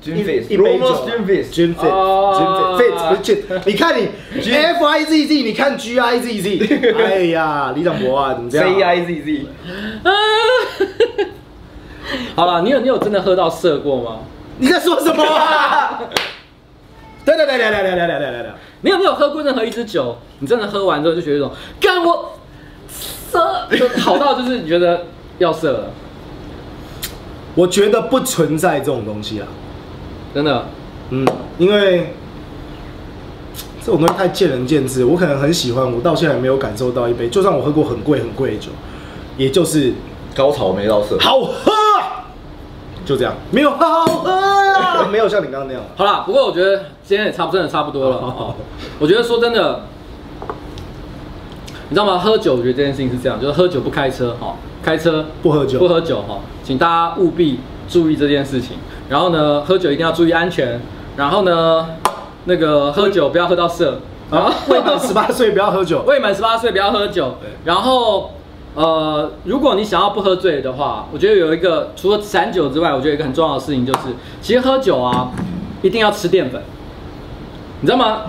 Speaker 2: 军费
Speaker 4: 一杯酒
Speaker 2: Rumors
Speaker 4: 啊
Speaker 2: 军费
Speaker 4: Gin Fizz，Gin
Speaker 3: 哦
Speaker 4: Fizz，Fizz 不是 Gin。你看你 F I Z Z，你看 G I Z Z。哎呀，李长博啊，怎么这
Speaker 2: C
Speaker 4: 样
Speaker 2: I Z Z，
Speaker 3: 啊 好了，你有你有真的喝到色过吗？
Speaker 4: 你在说什么啊？等等等等等等等等等等，
Speaker 3: 没有，没有喝过任何一支酒，你真的喝完之后就觉得一种干我色，就好到就是你觉得要色了，
Speaker 4: 我觉得不存在这种东西啊。
Speaker 3: 真的。
Speaker 4: 嗯，因为这种东西太见仁见智，我可能很喜欢，我到现在还没有感受到一杯，就算我喝过很贵很贵的酒，也就是
Speaker 2: 高潮没到色，
Speaker 4: 好喝啊，就这样，没有好喝啊，没有像你刚刚那样。
Speaker 3: 好啦，不过我觉得今天也差不真的差不 多了。哦我觉得说真的，你知道吗？喝酒，我觉得这件事情是这样，就是喝酒不开车哈、哦，开车
Speaker 4: 不喝酒
Speaker 3: 不喝酒哈、哦，请大家务必注意这件事情。然后呢，喝酒一定要注意安全。然后呢，那个喝酒不要喝到色啊
Speaker 4: 啊，未 满十八岁不要喝酒。
Speaker 3: 未满十八岁不要喝酒。然后，呃，如果你想要不喝醉的话，我觉得有一个除了散酒之外，我觉得有一个很重要的事情就是，其实喝酒啊，一定要吃淀粉，你知道吗？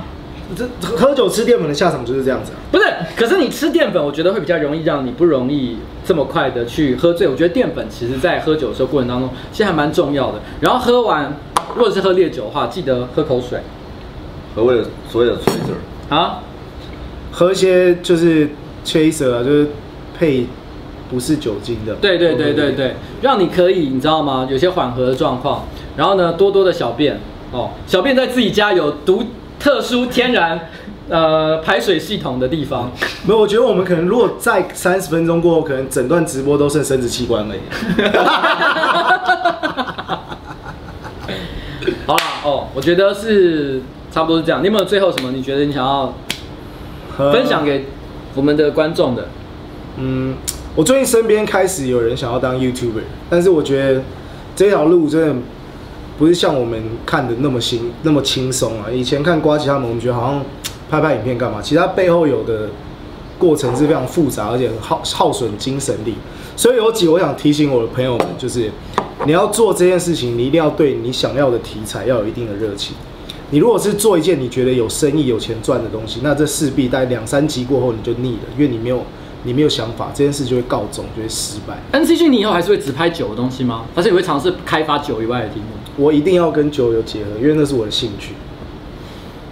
Speaker 4: 这喝酒吃淀粉的下场就是这样子啊。
Speaker 3: 不是，可是你吃淀粉，我觉得会比较容易让你不容易这么快的去喝醉。我觉得淀粉其实在喝酒的时候过程当中，其实还蛮重要的。然后喝完，如果是喝烈酒的话，记得喝口水
Speaker 2: 所谓的所谓的吹嘴儿。
Speaker 3: 啊。
Speaker 4: 喝一些就是 chaser 啊，就是配不是酒精的。
Speaker 3: 对对对对对，让你可以，你知道吗？有些缓和的状况，然后呢，多多的小便哦，小便在自己家有独特殊天然呃排水系统的地 方，
Speaker 4: 没有，我觉得我们可能如果在三十分钟过后，可能整段直播都剩生殖器官而 已。
Speaker 3: 好啦哦，我觉得是差不多是这样。你有没有最后什么？你觉得你想要分享
Speaker 4: 给
Speaker 3: 给我们的观众的？
Speaker 4: 嗯，我最近身边开始有人想要当 YouTuber，但是我觉得这条路真的不是像我们看的那么轻那么轻松啊。以前看瓜吉他们，我们觉得好像拍拍影片干嘛？其实它背后有的过程是非常复杂，而且很耗耗损精神力。所以有几，我想提醒我的朋友们，就是你要做这件事情，你一定要对你想要的题材要有一定的热情。你如果是做一件你觉得有生意、有钱赚的东西，那这势必在两三集过后你就腻了，因为你没有你没有想法，这件事就会告终，就会失败。
Speaker 3: N C G，你以后还是会只拍酒的东西吗？还是你会尝试开发酒以外的题目？
Speaker 4: 我一定要跟酒有结合，因为那是我的兴趣。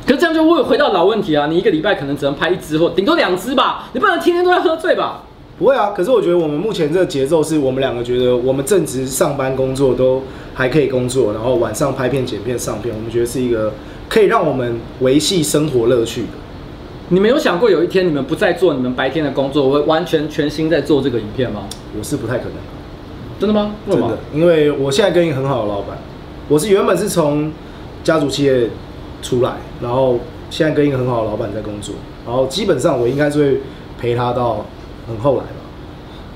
Speaker 3: 可是这样就会回到老问题啊！你一个礼拜可能只能拍一支或顶多两支吧，你不能天天都在喝醉吧？
Speaker 4: 不会啊，可是我觉得我们目前这个节奏是我们两个觉得我们正职上班工作都还可以工作，然后晚上拍片、剪片、上片，我们觉得是一个可以让我们维系生活乐趣的。
Speaker 3: 你们有想过有一天你们不再做你们白天的工作，我完全全心在做这个影片吗？
Speaker 4: 我是不太可能啊。
Speaker 3: 真的吗？为
Speaker 4: 真
Speaker 3: 什么
Speaker 4: 的，因为我现在跟一个很好的老板，我是原本是从家族企业出来，然后现在跟一个很好的老板在工作，然后基本上我应该是会陪他到很后来吧。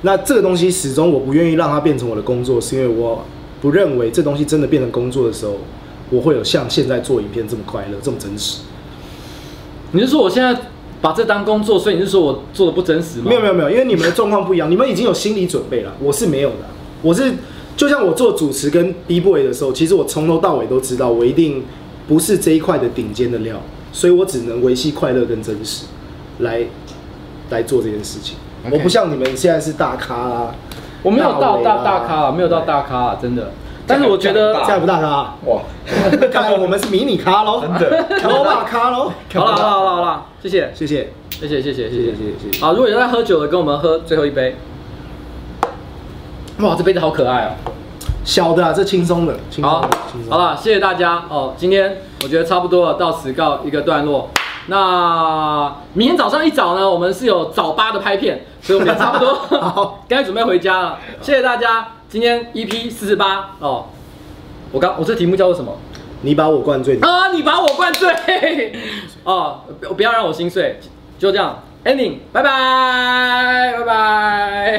Speaker 4: 那这个东西始终我不愿意让它变成我的工作，是因为我不认为这东西真的变成工作的时候，我会有像现在做影片这么快乐，这么真实。
Speaker 3: 你是说我现在把这当工作，所以你是说我做的不真实吗？
Speaker 4: 没有没有没有，因为你们的状况不一样，你们已经有心理准备了，我是没有的啊。我是就像我做主持跟 B boy 的时候，其实我从头到尾都知道，我一定不是这一块的顶尖的料，所以我只能维系快乐跟真实，来来做这件事情。
Speaker 2: OK
Speaker 4: 我不像你们现在是大咖啊，
Speaker 3: 我没有到
Speaker 4: 大尾
Speaker 3: 大
Speaker 4: 啊
Speaker 3: 大咖啊，没有到大咖啊，真的。但是我觉得
Speaker 2: 这样
Speaker 4: 在不大咖、啊，
Speaker 2: 哇，
Speaker 4: 看来我们是迷你咖喽，
Speaker 2: 真的
Speaker 4: 老大 咖喽。
Speaker 3: 好了好了好了好了，谢谢
Speaker 4: 谢谢。
Speaker 3: 谢谢谢谢谢
Speaker 4: 谢
Speaker 3: 谢
Speaker 4: 谢谢谢
Speaker 3: 好，如果有在喝酒的，跟我们喝最后一杯。哇，这杯子好可爱哦、
Speaker 4: 小的啊，这轻松的，轻松
Speaker 3: 好
Speaker 4: 的，轻，松
Speaker 3: 好
Speaker 4: 的。
Speaker 3: 了，谢谢大家哦。今天我觉得差不多了，到此告一个段落。那明天早上一早呢，我们是有早八的拍片，所以我们也差不多
Speaker 4: 好，
Speaker 3: 该准备回家了。谢谢大家，今天 EP 四十八哦。我刚我这题目叫做什么？
Speaker 4: 你把我灌醉，
Speaker 3: 啊，你把我灌醉哦，不不要让我心碎，就这样 ending，拜拜，拜拜。